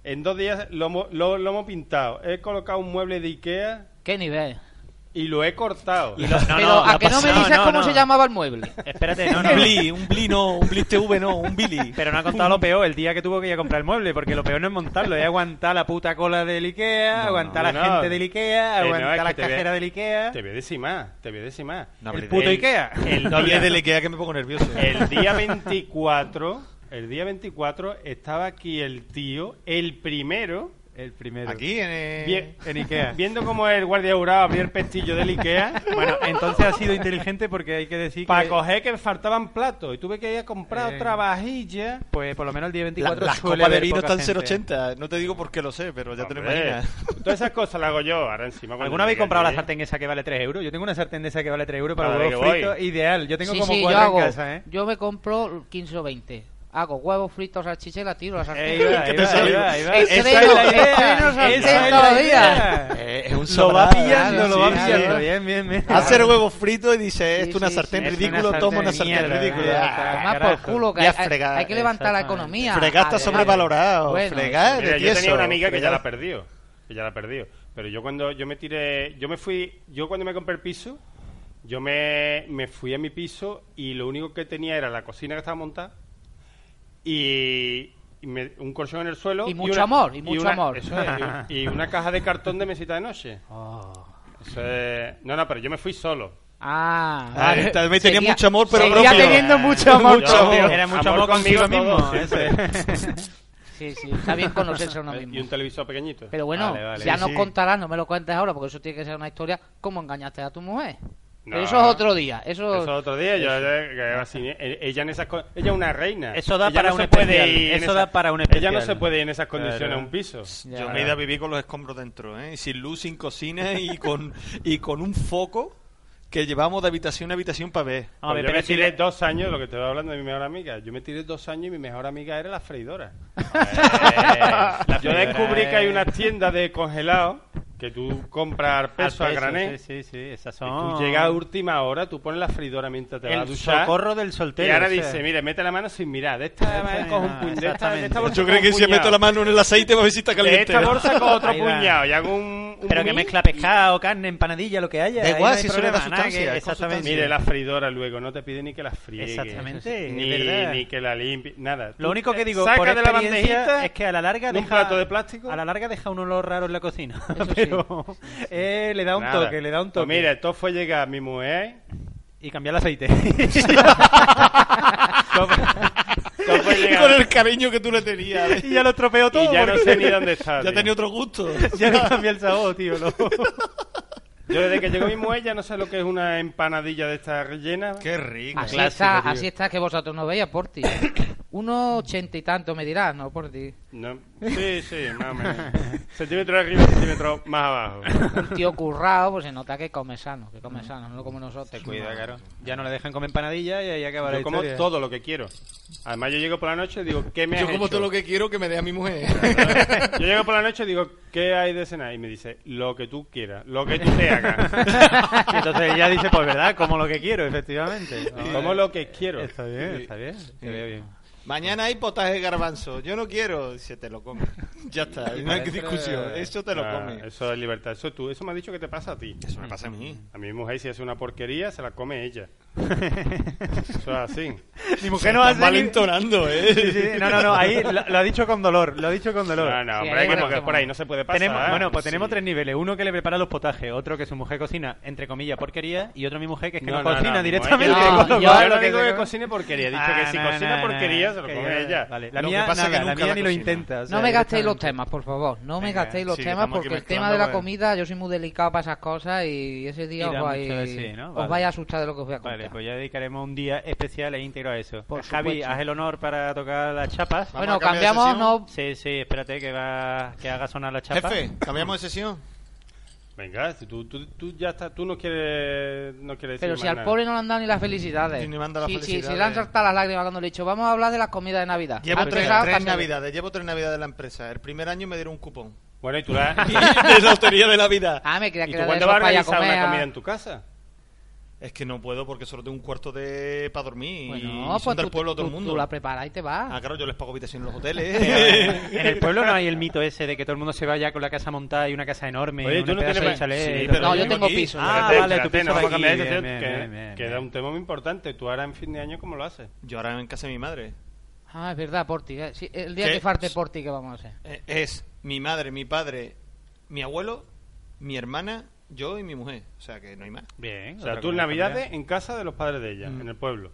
[SPEAKER 1] En dos días lo, hemos- lo, lo hemos pintado. He colocado un mueble de Ikea
[SPEAKER 2] ¿Qué nivel?
[SPEAKER 1] y lo he cortado.
[SPEAKER 2] Pero a que no me dices cómo se llamaba el mueble.
[SPEAKER 3] Espérate, no, no.
[SPEAKER 4] Un Bli, un Bli no, un Bli TV no, un Billy.
[SPEAKER 3] Pero no ha contado lo peor, el día que tuvo que ir a comprar el mueble, porque lo peor no es montarlo, es aguantar la puta cola del Ikea, aguantar
[SPEAKER 1] no,
[SPEAKER 3] la
[SPEAKER 1] no.
[SPEAKER 3] gente del Ikea,
[SPEAKER 1] Eh, no,
[SPEAKER 3] aguantar
[SPEAKER 1] es que
[SPEAKER 3] la
[SPEAKER 1] te voy a-
[SPEAKER 3] cajera del Ikea.
[SPEAKER 1] Te voy a decir más, te voy a decir más.
[SPEAKER 4] No
[SPEAKER 3] El
[SPEAKER 4] hables
[SPEAKER 3] puto
[SPEAKER 4] de él.
[SPEAKER 3] Ikea.
[SPEAKER 1] El
[SPEAKER 4] No hables
[SPEAKER 1] día-
[SPEAKER 4] del Ikea que me pongo nervioso.
[SPEAKER 1] El día 24, el día 24 estaba aquí el tío, el primero,
[SPEAKER 3] El primero.
[SPEAKER 4] Aquí en... eh,
[SPEAKER 1] bien-
[SPEAKER 3] En Ikea.
[SPEAKER 1] viendo cómo el guardia jurado abría el pestillo del Ikea,
[SPEAKER 3] Bueno, entonces ha sido inteligente porque hay que decir
[SPEAKER 1] para
[SPEAKER 3] que...
[SPEAKER 1] coger que faltaban platos y tuve que ir a comprar
[SPEAKER 3] Eh.
[SPEAKER 1] otra vajilla.
[SPEAKER 3] Pues por lo menos el día
[SPEAKER 4] la-
[SPEAKER 3] 24
[SPEAKER 4] las
[SPEAKER 3] suele
[SPEAKER 4] copas de
[SPEAKER 3] haber
[SPEAKER 4] vino
[SPEAKER 3] poca
[SPEAKER 4] están
[SPEAKER 3] gente.
[SPEAKER 4] 0,80. No te digo por qué lo sé, pero ya te lo
[SPEAKER 1] Hombre,
[SPEAKER 4] imaginas.
[SPEAKER 1] Todas esas cosas las hago yo ahora encima. cuando
[SPEAKER 3] ¿Alguna vez
[SPEAKER 1] llegue
[SPEAKER 3] comprado la
[SPEAKER 1] allí.
[SPEAKER 3] sartén esa que vale 3 euros? Yo tengo una sartén de esa que vale 3 euros para
[SPEAKER 1] Cada vez
[SPEAKER 3] huevos
[SPEAKER 1] que
[SPEAKER 3] fritos.
[SPEAKER 1] voy.
[SPEAKER 3] Ideal. Yo tengo
[SPEAKER 2] Sí,
[SPEAKER 3] como
[SPEAKER 2] sí, yo
[SPEAKER 3] cuatro
[SPEAKER 2] hago.
[SPEAKER 3] en casa, ¿eh?
[SPEAKER 2] Yo me compro 15 o 20. Hago huevos fritos, salchicha y la tiro a la sartén.
[SPEAKER 3] Ahí va, ahí
[SPEAKER 4] te
[SPEAKER 3] va, ahí
[SPEAKER 4] salió?
[SPEAKER 3] va, ahí va.
[SPEAKER 2] Estreno,
[SPEAKER 3] Esa es la idea,
[SPEAKER 2] estreno sartén
[SPEAKER 3] esa es
[SPEAKER 2] todos
[SPEAKER 3] la
[SPEAKER 2] los
[SPEAKER 3] idea.
[SPEAKER 4] Eh, es un
[SPEAKER 3] Lo va
[SPEAKER 4] sobrado,
[SPEAKER 3] pillando,
[SPEAKER 4] sí,
[SPEAKER 3] lo va
[SPEAKER 4] sí,
[SPEAKER 3] pillando.
[SPEAKER 4] sí.
[SPEAKER 3] Bien, bien, bien.
[SPEAKER 4] Hacer huevos fritos y dice,
[SPEAKER 2] Sí,
[SPEAKER 4] esto es una
[SPEAKER 2] sí,
[SPEAKER 4] sartén
[SPEAKER 2] sí.
[SPEAKER 4] ridículo,
[SPEAKER 3] Es una sartén
[SPEAKER 4] tomo una
[SPEAKER 3] de
[SPEAKER 4] sartén
[SPEAKER 3] mierda,
[SPEAKER 4] ridícula.
[SPEAKER 3] ¿verdad?
[SPEAKER 4] Ah,
[SPEAKER 2] Tomás por
[SPEAKER 3] carajo.
[SPEAKER 2] culo, que
[SPEAKER 4] Ya
[SPEAKER 2] hay, hay-
[SPEAKER 4] fregar,
[SPEAKER 2] hay que levantar la
[SPEAKER 3] exactamente.
[SPEAKER 2] economía.
[SPEAKER 4] Fregar está
[SPEAKER 2] Además,
[SPEAKER 4] sobrevalorado.
[SPEAKER 2] bueno,
[SPEAKER 4] fregar,
[SPEAKER 1] Mira,
[SPEAKER 4] de
[SPEAKER 1] yo tenía
[SPEAKER 4] tieso,
[SPEAKER 1] una amiga que ya
[SPEAKER 4] fregar.
[SPEAKER 1] la perdió, que ya la perdió. Pero yo cuando yo me tiré, yo me fui, yo cuando me compré el piso, yo me, me fui a mi piso y lo único que tenía era la cocina que estaba montada y, y me- un colchón en el suelo
[SPEAKER 2] Y mucho
[SPEAKER 1] una-
[SPEAKER 2] amor, y mucho
[SPEAKER 1] una-
[SPEAKER 2] amor.
[SPEAKER 1] eso es, y, y una caja de cartón de mesita de noche.
[SPEAKER 2] Oh.
[SPEAKER 1] Eso es- no, no, pero yo me fui solo.
[SPEAKER 2] Ah,
[SPEAKER 4] Ah,
[SPEAKER 2] vale.
[SPEAKER 4] tal vez tenía
[SPEAKER 2] Seguía-
[SPEAKER 4] mucho amor, pero
[SPEAKER 2] seguía
[SPEAKER 4] propio.
[SPEAKER 2] teniendo mucho amor.
[SPEAKER 1] Mucho amor.
[SPEAKER 3] Era mucho amor consigo
[SPEAKER 1] conmigo todo,
[SPEAKER 3] mismo.
[SPEAKER 1] siempre.
[SPEAKER 2] Sí, sí, está bien conocerse a uno
[SPEAKER 1] Eh, Y un
[SPEAKER 2] mismo.
[SPEAKER 1] televisor pequeñito.
[SPEAKER 2] Pero bueno,
[SPEAKER 3] Vale, vale.
[SPEAKER 2] ya
[SPEAKER 3] Sí,
[SPEAKER 2] nos
[SPEAKER 3] sí.
[SPEAKER 2] contarás, no me lo cuentes ahora, porque eso tiene que ser una historia, cómo engañaste a tu mujer. Pero
[SPEAKER 1] No.
[SPEAKER 2] eso es otro día. Eso,
[SPEAKER 1] Eso es otro día, yo, yo- yo- así, eh, ella en esas co- ella es una reina.
[SPEAKER 3] Eso da
[SPEAKER 1] Ella
[SPEAKER 3] para
[SPEAKER 1] no
[SPEAKER 3] un
[SPEAKER 1] se puede
[SPEAKER 3] especial,
[SPEAKER 1] ir en
[SPEAKER 3] eso da para un
[SPEAKER 1] Ella no
[SPEAKER 3] especial.
[SPEAKER 1] se puede ir en esas condiciones
[SPEAKER 3] Claro.
[SPEAKER 1] a un piso. Pues
[SPEAKER 2] Ya.
[SPEAKER 4] Yo me he ido a vivir con los escombros dentro, ¿eh? Sin luz, sin cocina y con, y con un foco que llevamos de habitación a habitación para ver.
[SPEAKER 3] Ah,
[SPEAKER 1] Pues
[SPEAKER 3] me
[SPEAKER 1] yo me
[SPEAKER 3] parece
[SPEAKER 1] tiré
[SPEAKER 3] que-
[SPEAKER 1] dos años, lo que te voy hablando de mi mejor amiga. Yo me tiré dos años y mi mejor amiga era la freidora.
[SPEAKER 3] La
[SPEAKER 1] yo
[SPEAKER 3] freidora
[SPEAKER 1] descubrí que hay
[SPEAKER 3] es-
[SPEAKER 1] unas tiendas de congelado que tú compras al peso, a
[SPEAKER 3] Al peso,
[SPEAKER 1] grané.
[SPEAKER 3] Sí, sí, sí. Esas
[SPEAKER 1] Y
[SPEAKER 3] son...
[SPEAKER 1] tú llegas a última hora, tú pones la freidora mientras te vas a
[SPEAKER 3] El
[SPEAKER 1] duchar.
[SPEAKER 3] socorro eh. del soltero.
[SPEAKER 1] y ahora
[SPEAKER 3] o sea.
[SPEAKER 1] dice, mire, mete la mano sin mirar. De esta
[SPEAKER 3] Exactamente.
[SPEAKER 1] cojo un puño, de esta, de esta bolsa
[SPEAKER 4] Yo creo
[SPEAKER 1] cojo
[SPEAKER 4] que
[SPEAKER 1] un
[SPEAKER 4] si meto
[SPEAKER 1] puñado.
[SPEAKER 4] la mano en el aceite para ver si está
[SPEAKER 1] De
[SPEAKER 4] caliente.
[SPEAKER 1] esta bolsa con otro
[SPEAKER 3] Ahí va.
[SPEAKER 1] puñado y hago un, un
[SPEAKER 3] Pero que
[SPEAKER 1] mix.
[SPEAKER 3] mezcla pescado, carne, empanadilla, lo que haya.
[SPEAKER 4] Da
[SPEAKER 3] ahí
[SPEAKER 4] igual,
[SPEAKER 3] no hay
[SPEAKER 4] si eso le da
[SPEAKER 3] problema, nada,
[SPEAKER 4] sustancia,
[SPEAKER 3] que-
[SPEAKER 4] es con
[SPEAKER 3] Exactamente.
[SPEAKER 4] sustancia.
[SPEAKER 1] Mire, la freidora luego, no te pide ni que la friegues.
[SPEAKER 3] Exactamente,
[SPEAKER 1] Ni,
[SPEAKER 3] es verdad.
[SPEAKER 1] ni que la limpie, nada.
[SPEAKER 3] Lo
[SPEAKER 1] Tú
[SPEAKER 3] único que digo
[SPEAKER 1] saca
[SPEAKER 3] por
[SPEAKER 1] de la
[SPEAKER 3] experiencia
[SPEAKER 1] bandejita
[SPEAKER 3] es que a la larga
[SPEAKER 1] un
[SPEAKER 3] deja
[SPEAKER 1] plato de plástico.
[SPEAKER 3] A la larga deja un olor raro en la cocina,
[SPEAKER 2] Eso sí.
[SPEAKER 3] pero eh, le da un
[SPEAKER 1] nada.
[SPEAKER 3] toque, le da un
[SPEAKER 1] Pues
[SPEAKER 3] toque.
[SPEAKER 1] mira, esto fue llegar a mi mujer,
[SPEAKER 3] y cambiar el aceite.
[SPEAKER 1] esto fue llegar-
[SPEAKER 4] Con el cariño que tú le tenías.
[SPEAKER 3] y ya lo estropeó todo.
[SPEAKER 1] y ya no
[SPEAKER 3] porque-
[SPEAKER 1] sé ni dónde está.
[SPEAKER 4] Ya
[SPEAKER 1] tío.
[SPEAKER 4] tenía otro gusto.
[SPEAKER 3] ya le cambié el sabor, tío. lo-
[SPEAKER 1] Yo desde que llegó mi mujer ya no sé lo que es una empanadilla de esta rellena.
[SPEAKER 4] Qué rico.
[SPEAKER 2] así, está, así está que vosotros no veis a Porti. Uno ochenta y tanto me dirás, ¿no? Por ti.
[SPEAKER 1] No. Sí, sí, más o menos. centímetro arriba, centímetro más abajo.
[SPEAKER 2] Un tío currado, pues se nota que come sano, que
[SPEAKER 3] Mm.
[SPEAKER 2] come sano, no como nosotros.
[SPEAKER 3] Te cuida, claro. Ya no le dejan comer empanadilla y ahí acaba la
[SPEAKER 1] Yo como
[SPEAKER 3] historia.
[SPEAKER 1] todo lo que quiero. Además, yo llego por la noche y digo, ¿qué me has
[SPEAKER 12] Yo como
[SPEAKER 1] hecho?
[SPEAKER 12] todo lo que quiero que me dé a mi mujer.
[SPEAKER 1] Yo llego por la noche y digo, ¿qué hay de cenar? Y me dice, lo que tú quieras, lo que tú te hagas.
[SPEAKER 3] Entonces ella dice, pues verdad, como lo que quiero, efectivamente.
[SPEAKER 1] Como lo que quiero.
[SPEAKER 3] Está bien, está bien. Te veo bien.
[SPEAKER 4] Mañana hay potaje de garbanzo. Yo no quiero. Se te lo come. Ya está. No hay discusión. Eso te lo
[SPEAKER 1] Ah,
[SPEAKER 4] come.
[SPEAKER 1] Eso es libertad. Eso tú. Eso me ha dicho que te pasa a ti.
[SPEAKER 4] Eso me pasa a mí.
[SPEAKER 1] A mi mujer si hace una porquería se la come ella. eso es así.
[SPEAKER 3] Mi mujer no hace.
[SPEAKER 4] mal
[SPEAKER 3] ni-
[SPEAKER 4] entonando, ¿eh?
[SPEAKER 3] Sí, sí, No, no, no. Ahí lo, lo ha dicho con dolor. Lo ha dicho con dolor.
[SPEAKER 1] No, no,
[SPEAKER 2] Sí,
[SPEAKER 1] hombre,
[SPEAKER 2] ahí
[SPEAKER 1] que
[SPEAKER 2] lo
[SPEAKER 1] porque
[SPEAKER 2] hacemos.
[SPEAKER 1] por ahí no se puede pasar.
[SPEAKER 3] Tenemos, bueno, pues
[SPEAKER 1] Sí.
[SPEAKER 3] tenemos tres niveles. Uno que le prepara los potajes, otro que su mujer cocina, entre comillas, porquería, y otro mi mujer que es que
[SPEAKER 1] No,
[SPEAKER 3] no,
[SPEAKER 1] no, no,
[SPEAKER 3] cocina
[SPEAKER 1] mi
[SPEAKER 3] directamente.
[SPEAKER 1] mujer-
[SPEAKER 2] No,
[SPEAKER 3] con lo
[SPEAKER 2] yo
[SPEAKER 3] cual
[SPEAKER 1] Yo
[SPEAKER 3] lo
[SPEAKER 1] no
[SPEAKER 3] que
[SPEAKER 1] digo
[SPEAKER 3] se
[SPEAKER 1] que
[SPEAKER 3] come-
[SPEAKER 1] cocine porquería. Dice
[SPEAKER 3] Ah,
[SPEAKER 1] que si
[SPEAKER 3] no,
[SPEAKER 1] cocina
[SPEAKER 3] no,
[SPEAKER 1] porquería
[SPEAKER 3] no,
[SPEAKER 1] se lo
[SPEAKER 3] que
[SPEAKER 1] come
[SPEAKER 3] ya-
[SPEAKER 1] ella.
[SPEAKER 3] Vale. La
[SPEAKER 12] Lo
[SPEAKER 3] mía,
[SPEAKER 12] que pasa es que
[SPEAKER 3] nada, la
[SPEAKER 12] nunca la
[SPEAKER 3] mía ni lo
[SPEAKER 12] cocina.
[SPEAKER 3] intenta. o sea,
[SPEAKER 2] No me gastéis los
[SPEAKER 3] directamente.
[SPEAKER 2] temas, por favor. No me
[SPEAKER 3] Venga,
[SPEAKER 2] gastéis los
[SPEAKER 12] sí,
[SPEAKER 2] temas
[SPEAKER 12] estamos aquí
[SPEAKER 2] porque el
[SPEAKER 12] mezclando,
[SPEAKER 2] tema de la
[SPEAKER 12] bueno.
[SPEAKER 2] comida, yo soy muy delicado para esas cosas y ese día
[SPEAKER 3] Y
[SPEAKER 2] os
[SPEAKER 3] da
[SPEAKER 2] vais,
[SPEAKER 3] mucho de sí, ¿no?
[SPEAKER 2] os
[SPEAKER 3] Vale.
[SPEAKER 2] vais a asustar de lo que os voy a contar.
[SPEAKER 3] Vale, pues ya dedicaremos un día especial e íntegro a eso.
[SPEAKER 2] Por
[SPEAKER 3] Javi,
[SPEAKER 2] supuesto.
[SPEAKER 3] haz el honor para tocar las chapas.
[SPEAKER 12] Vamos
[SPEAKER 2] bueno,
[SPEAKER 12] a cambiar de
[SPEAKER 2] cambiamos,
[SPEAKER 12] sesión.
[SPEAKER 2] no.
[SPEAKER 3] Sí, sí, espérate que va que haga sonar la chapa.
[SPEAKER 12] Jefe, cambiamos de sesión.
[SPEAKER 1] Venga, si tú, tú, tú ya está, tú no quieres, no quieres
[SPEAKER 2] Pero
[SPEAKER 1] decir
[SPEAKER 2] si
[SPEAKER 1] más
[SPEAKER 2] al
[SPEAKER 1] nada.
[SPEAKER 2] pobre no le han dado ni las felicidades.
[SPEAKER 12] Ni le han dado las
[SPEAKER 2] Sí, sí,
[SPEAKER 12] felicidades.
[SPEAKER 2] se le han saltado las lágrimas cuando le he dicho, vamos a hablar de las comidas de Navidad. Ah,
[SPEAKER 4] Llevo
[SPEAKER 2] Ha
[SPEAKER 4] Ah, tres,
[SPEAKER 2] empezado
[SPEAKER 4] tres
[SPEAKER 2] casi-
[SPEAKER 4] navidades. Llevo tres navidades de la empresa. El primer año me dieron un cupón.
[SPEAKER 1] Bueno, y tú la...
[SPEAKER 4] de lotería de Navidad.
[SPEAKER 2] Ah, me creía
[SPEAKER 1] ¿Y
[SPEAKER 2] que
[SPEAKER 1] tú
[SPEAKER 2] era de
[SPEAKER 1] cuándo vas a
[SPEAKER 2] esos para ir a
[SPEAKER 1] organizar
[SPEAKER 2] comer. ah.
[SPEAKER 1] una
[SPEAKER 3] ah.
[SPEAKER 2] a-
[SPEAKER 1] comida en tu casa?
[SPEAKER 4] Es que no puedo porque solo tengo un cuarto de para dormir.
[SPEAKER 2] Bueno,
[SPEAKER 4] y son
[SPEAKER 2] pues
[SPEAKER 4] del
[SPEAKER 2] tú,
[SPEAKER 4] pueblo todo el
[SPEAKER 2] tú-
[SPEAKER 4] mundo.
[SPEAKER 2] tú la preparas y te vas.
[SPEAKER 4] Ah, claro, yo les pago habitación en los hoteles.
[SPEAKER 3] en el pueblo no hay el mito ese de que todo el mundo se vaya con la casa montada y una casa enorme,
[SPEAKER 1] Oye,
[SPEAKER 3] un
[SPEAKER 1] tú no
[SPEAKER 3] pedazo
[SPEAKER 1] tienes-
[SPEAKER 3] de chalet.
[SPEAKER 1] Sí,
[SPEAKER 3] y
[SPEAKER 1] pero
[SPEAKER 3] todo.
[SPEAKER 2] No, yo tengo
[SPEAKER 4] aquí.
[SPEAKER 2] piso.
[SPEAKER 3] Ah,
[SPEAKER 1] Espérate,
[SPEAKER 3] vale, tu
[SPEAKER 1] espérate,
[SPEAKER 3] piso
[SPEAKER 1] no
[SPEAKER 3] va
[SPEAKER 1] vamos a
[SPEAKER 3] aquí,
[SPEAKER 1] cambiar de
[SPEAKER 3] bien,
[SPEAKER 1] sección,
[SPEAKER 3] bien,
[SPEAKER 1] que-
[SPEAKER 3] bien, bien,
[SPEAKER 1] que
[SPEAKER 3] bien.
[SPEAKER 1] da un tema muy importante. Tú ahora en fin de año, ¿cómo lo haces?
[SPEAKER 4] Yo ahora en casa de mi madre.
[SPEAKER 2] Ah, es verdad, Porti. eh. Sí, el día
[SPEAKER 4] ¿Qué?
[SPEAKER 2] que farte Porti, ¿qué vamos a hacer?
[SPEAKER 4] Eh, Es mi madre, mi padre, mi abuelo, mi hermana, yo y mi mujer. O sea que no hay más.
[SPEAKER 3] Bien.
[SPEAKER 1] O sea,
[SPEAKER 3] otra
[SPEAKER 1] tú en
[SPEAKER 3] comida Mm.
[SPEAKER 1] Navidades
[SPEAKER 3] familiar.
[SPEAKER 1] en casa de los padres de ella, en el pueblo.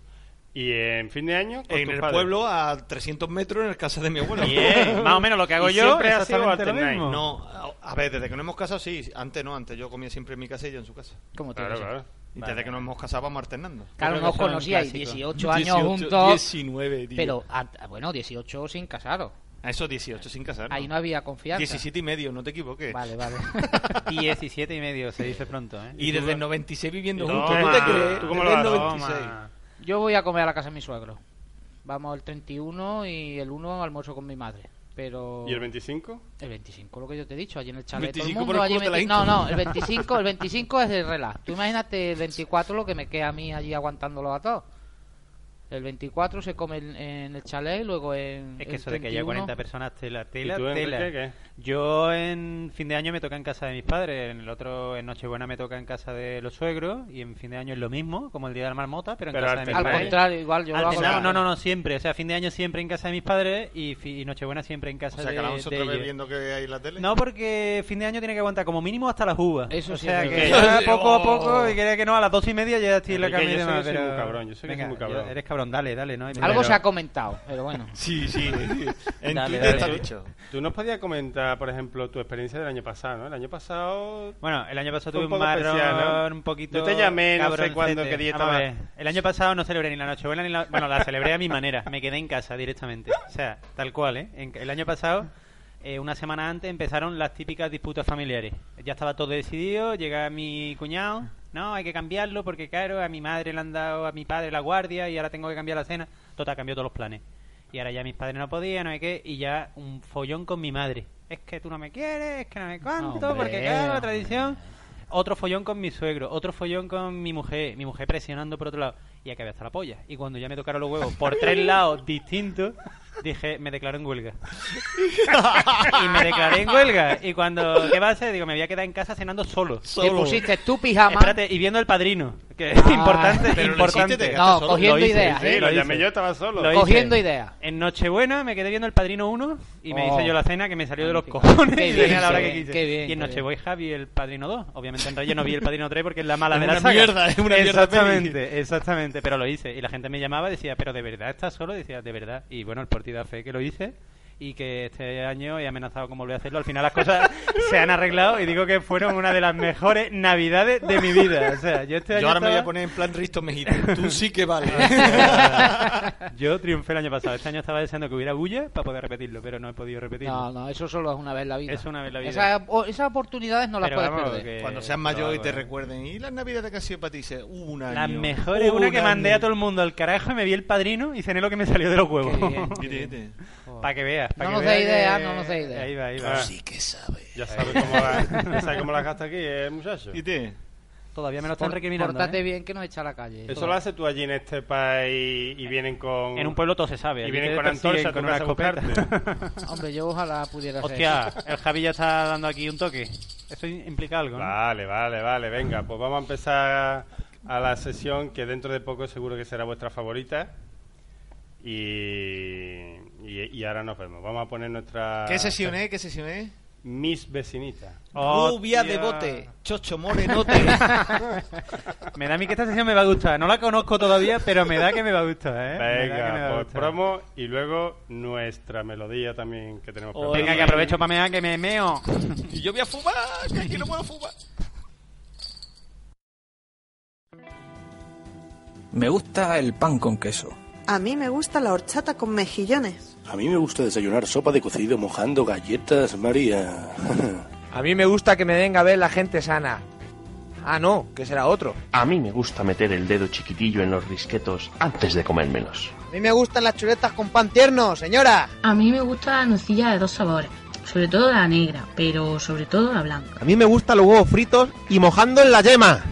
[SPEAKER 1] Y en fin de año con
[SPEAKER 4] En
[SPEAKER 1] tus
[SPEAKER 4] el
[SPEAKER 1] padres.
[SPEAKER 4] pueblo a 300 metros en la casa de mi abuelo.
[SPEAKER 3] Bien, más o menos lo que hago
[SPEAKER 1] Y
[SPEAKER 3] yo.
[SPEAKER 1] siempre ha sido
[SPEAKER 3] exactamente lo
[SPEAKER 1] alternáis.
[SPEAKER 3] mismo.
[SPEAKER 4] No, a- a ver, desde que nos hemos casado, sí. Antes no, antes yo comía siempre en mi casa y yo en su casa.
[SPEAKER 2] ¿Cómo te
[SPEAKER 1] Claro,
[SPEAKER 2] vas a-
[SPEAKER 1] claro.
[SPEAKER 4] Y desde que nos hemos casado vamos alternando.
[SPEAKER 2] Claro, no
[SPEAKER 3] creo que
[SPEAKER 2] os
[SPEAKER 3] son
[SPEAKER 2] conocíais
[SPEAKER 3] clásicos.
[SPEAKER 2] 18 años
[SPEAKER 4] 18,
[SPEAKER 2] juntos.
[SPEAKER 4] 19, tío.
[SPEAKER 2] Pero, ah, bueno, 18 sin casaros.
[SPEAKER 4] A esos 18 sin casar.
[SPEAKER 2] Ahí no había confianza.
[SPEAKER 4] 17 y medio, no te equivoques.
[SPEAKER 2] Vale, vale.
[SPEAKER 3] 17 y medio, se dice pronto, ¿eh?
[SPEAKER 4] Y desde el 96 viviendo
[SPEAKER 1] Toma,
[SPEAKER 4] juntos. ¿Tú te crees?
[SPEAKER 1] ¿tú cómo
[SPEAKER 4] Desde
[SPEAKER 1] lo
[SPEAKER 4] el
[SPEAKER 1] haces?
[SPEAKER 4] 96.
[SPEAKER 3] Toma.
[SPEAKER 2] Yo voy a comer a la casa de mi suegro. Vamos el 31 y el 1 almuerzo con mi madre. Pero
[SPEAKER 1] ¿Y el 25?
[SPEAKER 2] el 25 lo que yo te he dicho, allí en el chalet todo el
[SPEAKER 4] 25 por
[SPEAKER 2] mundo
[SPEAKER 4] el
[SPEAKER 2] allí
[SPEAKER 4] culo
[SPEAKER 2] meti-
[SPEAKER 4] de la
[SPEAKER 2] No,
[SPEAKER 4] Inca.
[SPEAKER 2] no, el 25, el 25 es el relax. Tú imagínate el 24 lo que me queda a mí allí aguantándolo a todos. El 24 se come en, en el chalet, luego en
[SPEAKER 3] Es que
[SPEAKER 2] el
[SPEAKER 3] eso de que haya
[SPEAKER 2] 31.
[SPEAKER 3] 40 personas, tela,
[SPEAKER 1] ¿Y
[SPEAKER 3] tela,
[SPEAKER 1] tú, Enrique,
[SPEAKER 3] tela.
[SPEAKER 1] qué?
[SPEAKER 3] Yo en fin de año me toca en casa de mis padres, en el otro, en Nochebuena me toca en casa de los suegros, y en fin de año es lo mismo, como el día de la marmota, pero en
[SPEAKER 1] Pero
[SPEAKER 3] casa de mis
[SPEAKER 2] Al
[SPEAKER 1] alternado.
[SPEAKER 3] padres.
[SPEAKER 2] contrario, igual yo lo hago.
[SPEAKER 3] Alternado, no, no, no, siempre. O sea, fin de año siempre en casa de mis padres y, fi- y Nochebuena siempre en
[SPEAKER 4] O
[SPEAKER 3] casa
[SPEAKER 4] sea, que
[SPEAKER 3] de,
[SPEAKER 4] la vamos
[SPEAKER 3] de
[SPEAKER 4] otra vez
[SPEAKER 3] ellos.
[SPEAKER 4] viendo que hay en la tele.
[SPEAKER 3] No, porque fin de año tiene que aguantar como mínimo hasta las uvas.
[SPEAKER 2] Eso
[SPEAKER 3] o
[SPEAKER 2] sí
[SPEAKER 3] sea,
[SPEAKER 2] es
[SPEAKER 3] que
[SPEAKER 4] verdad.
[SPEAKER 3] ya poco a poco,
[SPEAKER 4] Oh.
[SPEAKER 3] y quería que no, a las dos y media ya estoy en la
[SPEAKER 1] Enrique,
[SPEAKER 3] cama
[SPEAKER 1] yo
[SPEAKER 3] y
[SPEAKER 1] sé que
[SPEAKER 3] demás,
[SPEAKER 1] soy
[SPEAKER 3] pero-
[SPEAKER 1] muy cabrón, yo sé que
[SPEAKER 3] Venga,
[SPEAKER 1] soy muy cabrón.
[SPEAKER 3] Eres cabrón, dale, dale. No hay
[SPEAKER 2] Algo
[SPEAKER 3] problema.
[SPEAKER 2] se ha comentado, pero bueno.
[SPEAKER 4] Sí, sí. sí. En
[SPEAKER 3] Dale,
[SPEAKER 4] Twitter
[SPEAKER 3] dale.
[SPEAKER 4] está dicho.
[SPEAKER 1] Tú nos podías comentar, por ejemplo, tu experiencia del año pasado, ¿no? El año pasado...
[SPEAKER 3] Bueno, el año
[SPEAKER 1] Fue
[SPEAKER 3] pasado tuve
[SPEAKER 1] un
[SPEAKER 3] un,
[SPEAKER 1] poco
[SPEAKER 3] marrón,
[SPEAKER 1] especial, ¿no?
[SPEAKER 3] un poquito.
[SPEAKER 1] Yo te llamé, no sé
[SPEAKER 3] cabroncete.
[SPEAKER 1] cuándo, qué día
[SPEAKER 3] Vamos a
[SPEAKER 1] estaba.
[SPEAKER 3] ver, El año pasado no celebré ni la Nochebuena ni la. Bueno, la celebré a mi manera. Me quedé en casa directamente. O sea, tal cual, ¿eh? En- El año pasado. eh, una semana antes empezaron las típicas disputas familiares. Ya estaba todo decidido, llega mi cuñado, no, hay que cambiarlo porque claro, a mi madre le han dado a mi padre la guardia y ahora tengo que cambiar la cena. Total, cambió todos los planes. Y ahora ya mis padres no podían, no hay qué, y ya un follón con mi madre. Es que tú no me quieres, es que no me cuánto,
[SPEAKER 2] Hombre,
[SPEAKER 3] porque claro, la
[SPEAKER 2] hombre.
[SPEAKER 3] tradición. Otro follón con mi suegro, otro follón con mi mujer, mi mujer presionando por otro lado. Y acabé hasta la polla. Y cuando ya me tocaron los huevos por tres lados distintos, dije, me declaro en huelga. y me declaré en huelga. Y cuando, ¿qué va a hacer? Digo, me voy a quedar en casa cenando solo.
[SPEAKER 2] Te pusiste tu pijama.
[SPEAKER 3] Espérate, y viendo el padrino. Que
[SPEAKER 2] Ah.
[SPEAKER 3] importante,
[SPEAKER 4] Pero lo
[SPEAKER 3] importante.
[SPEAKER 4] hiciste, te
[SPEAKER 2] No,
[SPEAKER 4] solo,
[SPEAKER 2] cogiendo
[SPEAKER 3] lo hice,
[SPEAKER 2] ideas. ¿eh?
[SPEAKER 1] Sí,
[SPEAKER 3] sí, lo
[SPEAKER 1] lo
[SPEAKER 3] hice.
[SPEAKER 1] llamé yo, estaba solo.
[SPEAKER 3] Lo hice.
[SPEAKER 2] Cogiendo ideas.
[SPEAKER 3] En Nochebuena me quedé viendo El Padrino 1 y me
[SPEAKER 2] Oh.
[SPEAKER 3] hice yo la cena que me salió de los
[SPEAKER 2] Magnífico.
[SPEAKER 3] cojones
[SPEAKER 2] Qué
[SPEAKER 3] y
[SPEAKER 2] bien,
[SPEAKER 3] cené a la hora
[SPEAKER 2] qué
[SPEAKER 3] que
[SPEAKER 2] bien,
[SPEAKER 3] quise.
[SPEAKER 2] qué bien,
[SPEAKER 3] y en
[SPEAKER 2] qué bien.
[SPEAKER 3] Nochebuena vi El Padrino 2. Obviamente en Reyes no vi El Padrino 3 porque es la mala
[SPEAKER 4] Es
[SPEAKER 3] de la
[SPEAKER 4] una
[SPEAKER 3] saga.
[SPEAKER 4] mierda, es una mierda
[SPEAKER 3] Exactamente, exactamente, pero lo hice. Y la gente me llamaba y decía, pero de verdad estás solo, y decía, de verdad. Y bueno, el partido da fe que lo hice y que este año he amenazado con volver a hacerlo. Al final las cosas se han arreglado y digo que fueron una de las mejores navidades de mi vida. O sea, yo este año
[SPEAKER 4] Yo ahora me voy
[SPEAKER 3] estaba-
[SPEAKER 4] a poner en plan Risto Mejita. Tú sí que vale.
[SPEAKER 3] Yo triunfé el año pasado. Este año estaba deseando que hubiera bulla para poder repetirlo, pero no he podido repetirlo.
[SPEAKER 2] No, no, eso solo es una vez en la vida.
[SPEAKER 3] Es una vez en la vida.
[SPEAKER 2] Esas, o- esas oportunidades no las
[SPEAKER 3] Pero
[SPEAKER 2] puedes
[SPEAKER 3] vamos,
[SPEAKER 2] perder.
[SPEAKER 3] que-
[SPEAKER 12] Cuando seas mayor y te recuerden. ¿Y las navidades que ha sido para ti? Dice, un año.
[SPEAKER 3] La mejor
[SPEAKER 2] Uh,
[SPEAKER 3] es una
[SPEAKER 12] un
[SPEAKER 3] que mandé
[SPEAKER 12] año".
[SPEAKER 3] a todo el mundo al carajo y me vi el padrino y cené lo que me salió de los huevos.
[SPEAKER 12] Qué bien, qué bien.
[SPEAKER 3] Para que veas. pa'
[SPEAKER 2] No
[SPEAKER 3] que
[SPEAKER 2] nos
[SPEAKER 3] veas
[SPEAKER 2] dé idea,
[SPEAKER 3] que-
[SPEAKER 2] no nos dé idea.
[SPEAKER 3] Ahí va, ahí va.
[SPEAKER 12] Tú sí que sabes.
[SPEAKER 1] Ya sabes cómo la, ya sabes cómo la gasta aquí, eh, muchacho.
[SPEAKER 12] ¿Y te?
[SPEAKER 3] Todavía me lo están
[SPEAKER 2] Por-
[SPEAKER 3] recriminando.
[SPEAKER 2] Pórtate
[SPEAKER 3] ¿eh?
[SPEAKER 2] bien que nos echa a la calle.
[SPEAKER 1] Eso lo haces tú allí en este país y vienen con...
[SPEAKER 3] En un pueblo todo se sabe.
[SPEAKER 1] Y
[SPEAKER 3] Allí
[SPEAKER 1] vienen
[SPEAKER 3] te
[SPEAKER 1] con
[SPEAKER 3] persiguen
[SPEAKER 1] antorcha a tu
[SPEAKER 3] con una
[SPEAKER 1] casa a buscarte.
[SPEAKER 3] escopeta.
[SPEAKER 2] Hombre, yo ojalá pudiera hacer
[SPEAKER 3] Hostia,
[SPEAKER 2] eso.
[SPEAKER 3] el Javi ya está dando aquí un toque. Eso implica algo, ¿no?
[SPEAKER 1] Vale, vale, vale. Venga, pues vamos a empezar a la sesión que dentro de poco seguro que será vuestra favorita. Y, y, y ahora nos vemos. Vamos a poner nuestra...
[SPEAKER 4] Ah,
[SPEAKER 12] ¿Qué sesión es? ¿Qué sesión es?
[SPEAKER 1] Mis vecinitas.
[SPEAKER 3] Oh,
[SPEAKER 4] Rubia de
[SPEAKER 3] Hostia.
[SPEAKER 4] bote, chocho morenote.
[SPEAKER 3] Me da a mí que esta sesión me va a gustar. No la conozco todavía, pero me da que me va a gustar, ¿eh? Me da que me va a
[SPEAKER 1] Venga, por
[SPEAKER 3] gustar.
[SPEAKER 1] promo y luego nuestra melodía también que tenemos. preparada.
[SPEAKER 3] Oh,
[SPEAKER 2] pues,
[SPEAKER 3] Venga, que aprovecho para mear, que me meo.
[SPEAKER 4] y yo voy a fumar, que aquí no puedo fumar.
[SPEAKER 13] Me gusta el pan con queso.
[SPEAKER 14] A mí me gusta la horchata con mejillones.
[SPEAKER 10] A mí me gusta desayunar sopa de cocido mojando galletas, María.
[SPEAKER 15] A mí me gusta que me venga a ver la gente sana. Ah, no, que será otro.
[SPEAKER 16] A mí me gusta meter el dedo chiquitillo en los risquetos antes de comérmelos.
[SPEAKER 17] A mí me gustan las chuletas con pan tierno, señora.
[SPEAKER 18] A mí me gusta la nocilla de dos sabores, sobre todo la negra, pero sobre todo la blanca.
[SPEAKER 15] A mí me gustan los huevos fritos y mojando en la yema.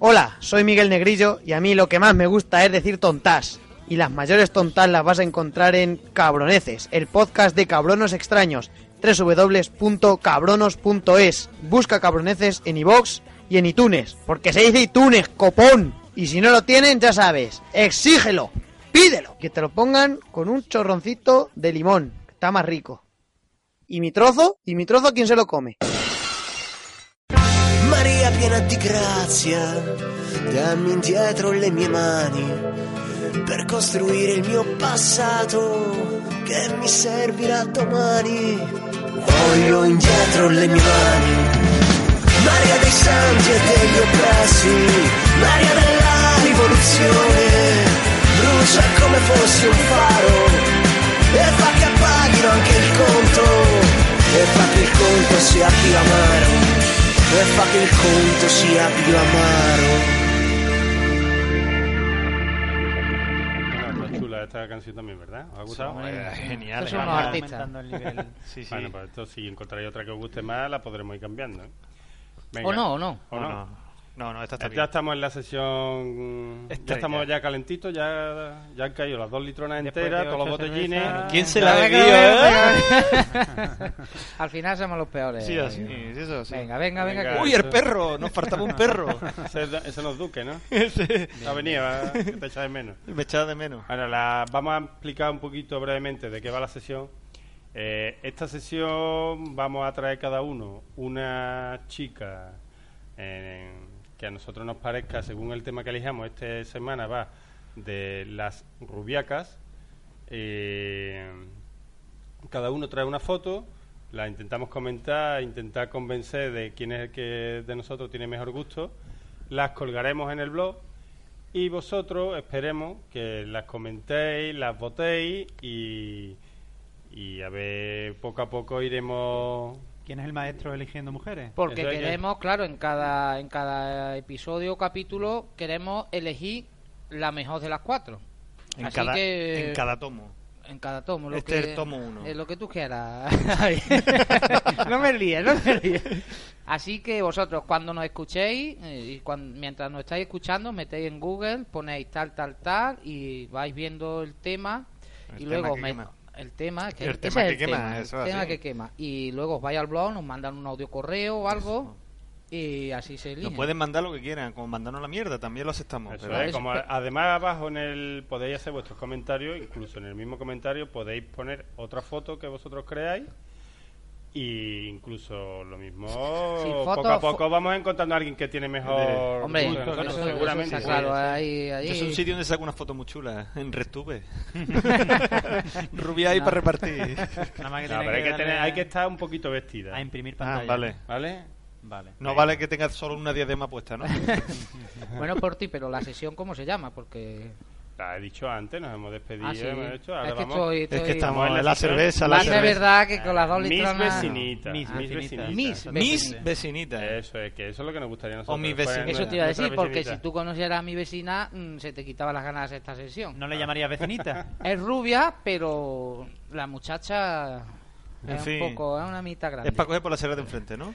[SPEAKER 15] Hola, soy Miguel Negrillo y a mí lo que más me gusta es decir tontas. Y las mayores tontas las vas a encontrar en Cabroneces, el podcast de cabronos extraños. www.cabronos.es. Busca cabroneces en iBox y en iTunes, porque se dice iTunes, copón. Y si no lo tienen, ya sabes, exígelo, pídelo. Que te lo pongan con un chorroncito de limón, que está más rico. ¿Y mi trozo? ¿Y mi trozo quién se lo come?
[SPEAKER 19] Maria piena di grazia, dammi indietro le mie mani per costruire il mio passato che mi servirà domani. Voglio indietro le mie mani. Maria dei santi e degli oppressi, Maria della rivoluzione, brucia come fossi un faro e fa che appaghino anche il conto e fa che il conto sia più amaro e fa che il conto sia più amaro.
[SPEAKER 1] Bueno, está chula esta canción también, ¿verdad? ¿Os ha gustado?
[SPEAKER 12] Sí, hombre, Eh, genial,
[SPEAKER 2] Estos son los
[SPEAKER 1] Vamos
[SPEAKER 2] artistas.
[SPEAKER 1] aumentando el nivel.
[SPEAKER 12] Sí, sí.
[SPEAKER 1] Bueno, pues esto, si encontráis otra que os guste más, la podremos ir cambiando. ¿eh?
[SPEAKER 2] O no, o no.
[SPEAKER 1] O
[SPEAKER 12] O
[SPEAKER 1] no.
[SPEAKER 12] no. No, no, esta está
[SPEAKER 1] Ya
[SPEAKER 12] bien.
[SPEAKER 1] estamos en la sesión. ya
[SPEAKER 12] Estrella.
[SPEAKER 1] estamos ya calentitos, ya, ya han caído las dos litronas
[SPEAKER 3] Después
[SPEAKER 1] enteras,
[SPEAKER 3] de
[SPEAKER 1] todos los
[SPEAKER 3] ocho
[SPEAKER 1] botellines.
[SPEAKER 3] cervezas.
[SPEAKER 4] ¿Quién se la
[SPEAKER 2] Ya,
[SPEAKER 4] bebió, eh?
[SPEAKER 2] ya, ya. Al final somos los peores.
[SPEAKER 4] Sí, así
[SPEAKER 2] Venga.
[SPEAKER 4] es, eso, sí.
[SPEAKER 2] Venga, venga, venga.
[SPEAKER 4] Venga.
[SPEAKER 2] que-
[SPEAKER 4] Uy, el perro, nos faltaba un perro.
[SPEAKER 1] ese, ese no es Duque, ¿no?
[SPEAKER 4] Sí.
[SPEAKER 1] No venía, va, que te echaba de menos.
[SPEAKER 4] Me echaba de menos.
[SPEAKER 1] Ahora, la- vamos a explicar un poquito brevemente de qué va la sesión. Eh, esta sesión vamos a traer cada uno una chica eh, que a nosotros nos parezca, según el tema que elijamos, esta semana va de las rubiacas. Eh, cada uno trae una foto, la intentamos comentar, intentar convencer de quién es el que de nosotros tiene mejor gusto. Las colgaremos en el blog y vosotros esperemos que las comentéis, las votéis y, y a ver, poco a poco iremos...
[SPEAKER 3] ¿Quién es el maestro eligiendo mujeres?
[SPEAKER 2] Porque queremos, claro, en cada, en cada episodio o capítulo queremos elegir la mejor de las cuatro.
[SPEAKER 12] En
[SPEAKER 2] Así
[SPEAKER 12] cada-
[SPEAKER 2] que-
[SPEAKER 12] en cada tomo.
[SPEAKER 2] En cada tomo. Lo
[SPEAKER 12] Este
[SPEAKER 2] que,
[SPEAKER 12] es el tomo uno.
[SPEAKER 2] Es lo que tú quieras. no me líes, no me líes. Así que vosotros, cuando nos escuchéis, eh, y cuan- mientras nos estáis escuchando, metéis en Google, ponéis tal, tal, tal, y vais viendo el tema.
[SPEAKER 12] El
[SPEAKER 2] y
[SPEAKER 12] tema
[SPEAKER 2] luego
[SPEAKER 12] que
[SPEAKER 2] me-
[SPEAKER 12] quema.
[SPEAKER 2] el tema, que,
[SPEAKER 12] El
[SPEAKER 2] ese
[SPEAKER 12] tema
[SPEAKER 2] es
[SPEAKER 12] que
[SPEAKER 2] el
[SPEAKER 12] quema,
[SPEAKER 2] tema, el
[SPEAKER 12] eso es
[SPEAKER 2] tema
[SPEAKER 12] así.
[SPEAKER 2] que quema. Y luego os vais al blog, nos mandan un audio correo o algo, y así se elige.
[SPEAKER 12] Nos pueden mandar lo que quieran, como mandarnos la mierda, también lo aceptamos.
[SPEAKER 1] Eso
[SPEAKER 12] pero-
[SPEAKER 1] es, como a- además abajo en el podéis hacer vuestros comentarios, incluso en el mismo comentario podéis poner otra foto que vosotros creáis y incluso lo mismo
[SPEAKER 2] Sí,
[SPEAKER 1] poco
[SPEAKER 2] foto,
[SPEAKER 1] a poco vamos encontrando a alguien que tiene mejor
[SPEAKER 2] Hombre,
[SPEAKER 1] gusto que
[SPEAKER 2] eso-
[SPEAKER 1] nosotros,
[SPEAKER 2] eso está
[SPEAKER 1] seguramente
[SPEAKER 2] claro, ¿eh? ahí- ahí-
[SPEAKER 12] Yo soy un sitio donde saco unas fotos muy chulas, en Restube.
[SPEAKER 4] Rubia ahí
[SPEAKER 12] No.
[SPEAKER 4] para repartir.
[SPEAKER 12] Nada más que
[SPEAKER 1] No,
[SPEAKER 12] tiene
[SPEAKER 1] pero
[SPEAKER 12] que
[SPEAKER 1] hay, que tener-
[SPEAKER 12] darle-
[SPEAKER 4] Ah,
[SPEAKER 1] hay que estar un poquito vestida.
[SPEAKER 3] A imprimir
[SPEAKER 12] pantalla.
[SPEAKER 1] vale. ¿Vale?
[SPEAKER 3] Vale.
[SPEAKER 4] No vale que tengas solo una diadema puesta, ¿no?
[SPEAKER 2] Bueno, por ti, pero la sesión, ¿cómo se llama? Porque.
[SPEAKER 1] La he dicho antes, nos hemos despedido.
[SPEAKER 2] Ah, sí.
[SPEAKER 1] hemos hecho, ahora
[SPEAKER 2] Es que
[SPEAKER 1] vamos-
[SPEAKER 2] estoy- Es que estoy- estamos
[SPEAKER 4] en la
[SPEAKER 1] sesión.
[SPEAKER 4] cerveza, la
[SPEAKER 2] Más de cerveza. verdad que con las dos litronas-
[SPEAKER 1] Mis vecinitas.
[SPEAKER 2] Mis
[SPEAKER 1] Mis,
[SPEAKER 2] vecinitas.
[SPEAKER 1] vecinitas.
[SPEAKER 2] Mis
[SPEAKER 4] vecinitas.
[SPEAKER 1] Eso es, que eso es lo que nos gustaría a nosotros.
[SPEAKER 4] mis
[SPEAKER 1] fueran
[SPEAKER 4] vecinas.
[SPEAKER 2] Eso te iba a
[SPEAKER 1] nuestras
[SPEAKER 2] decir, porque si
[SPEAKER 1] vecinitas.
[SPEAKER 2] tú conocieras a mi vecina, mm, se te quitaban las ganas de esta sesión.
[SPEAKER 3] ¿No le llamarías vecinita?
[SPEAKER 2] Es rubia, pero la muchacha
[SPEAKER 4] En
[SPEAKER 2] es
[SPEAKER 4] fin.
[SPEAKER 2] un poco, es una mitad grande.
[SPEAKER 4] Es para coger por la cerveza de enfrente, ¿no?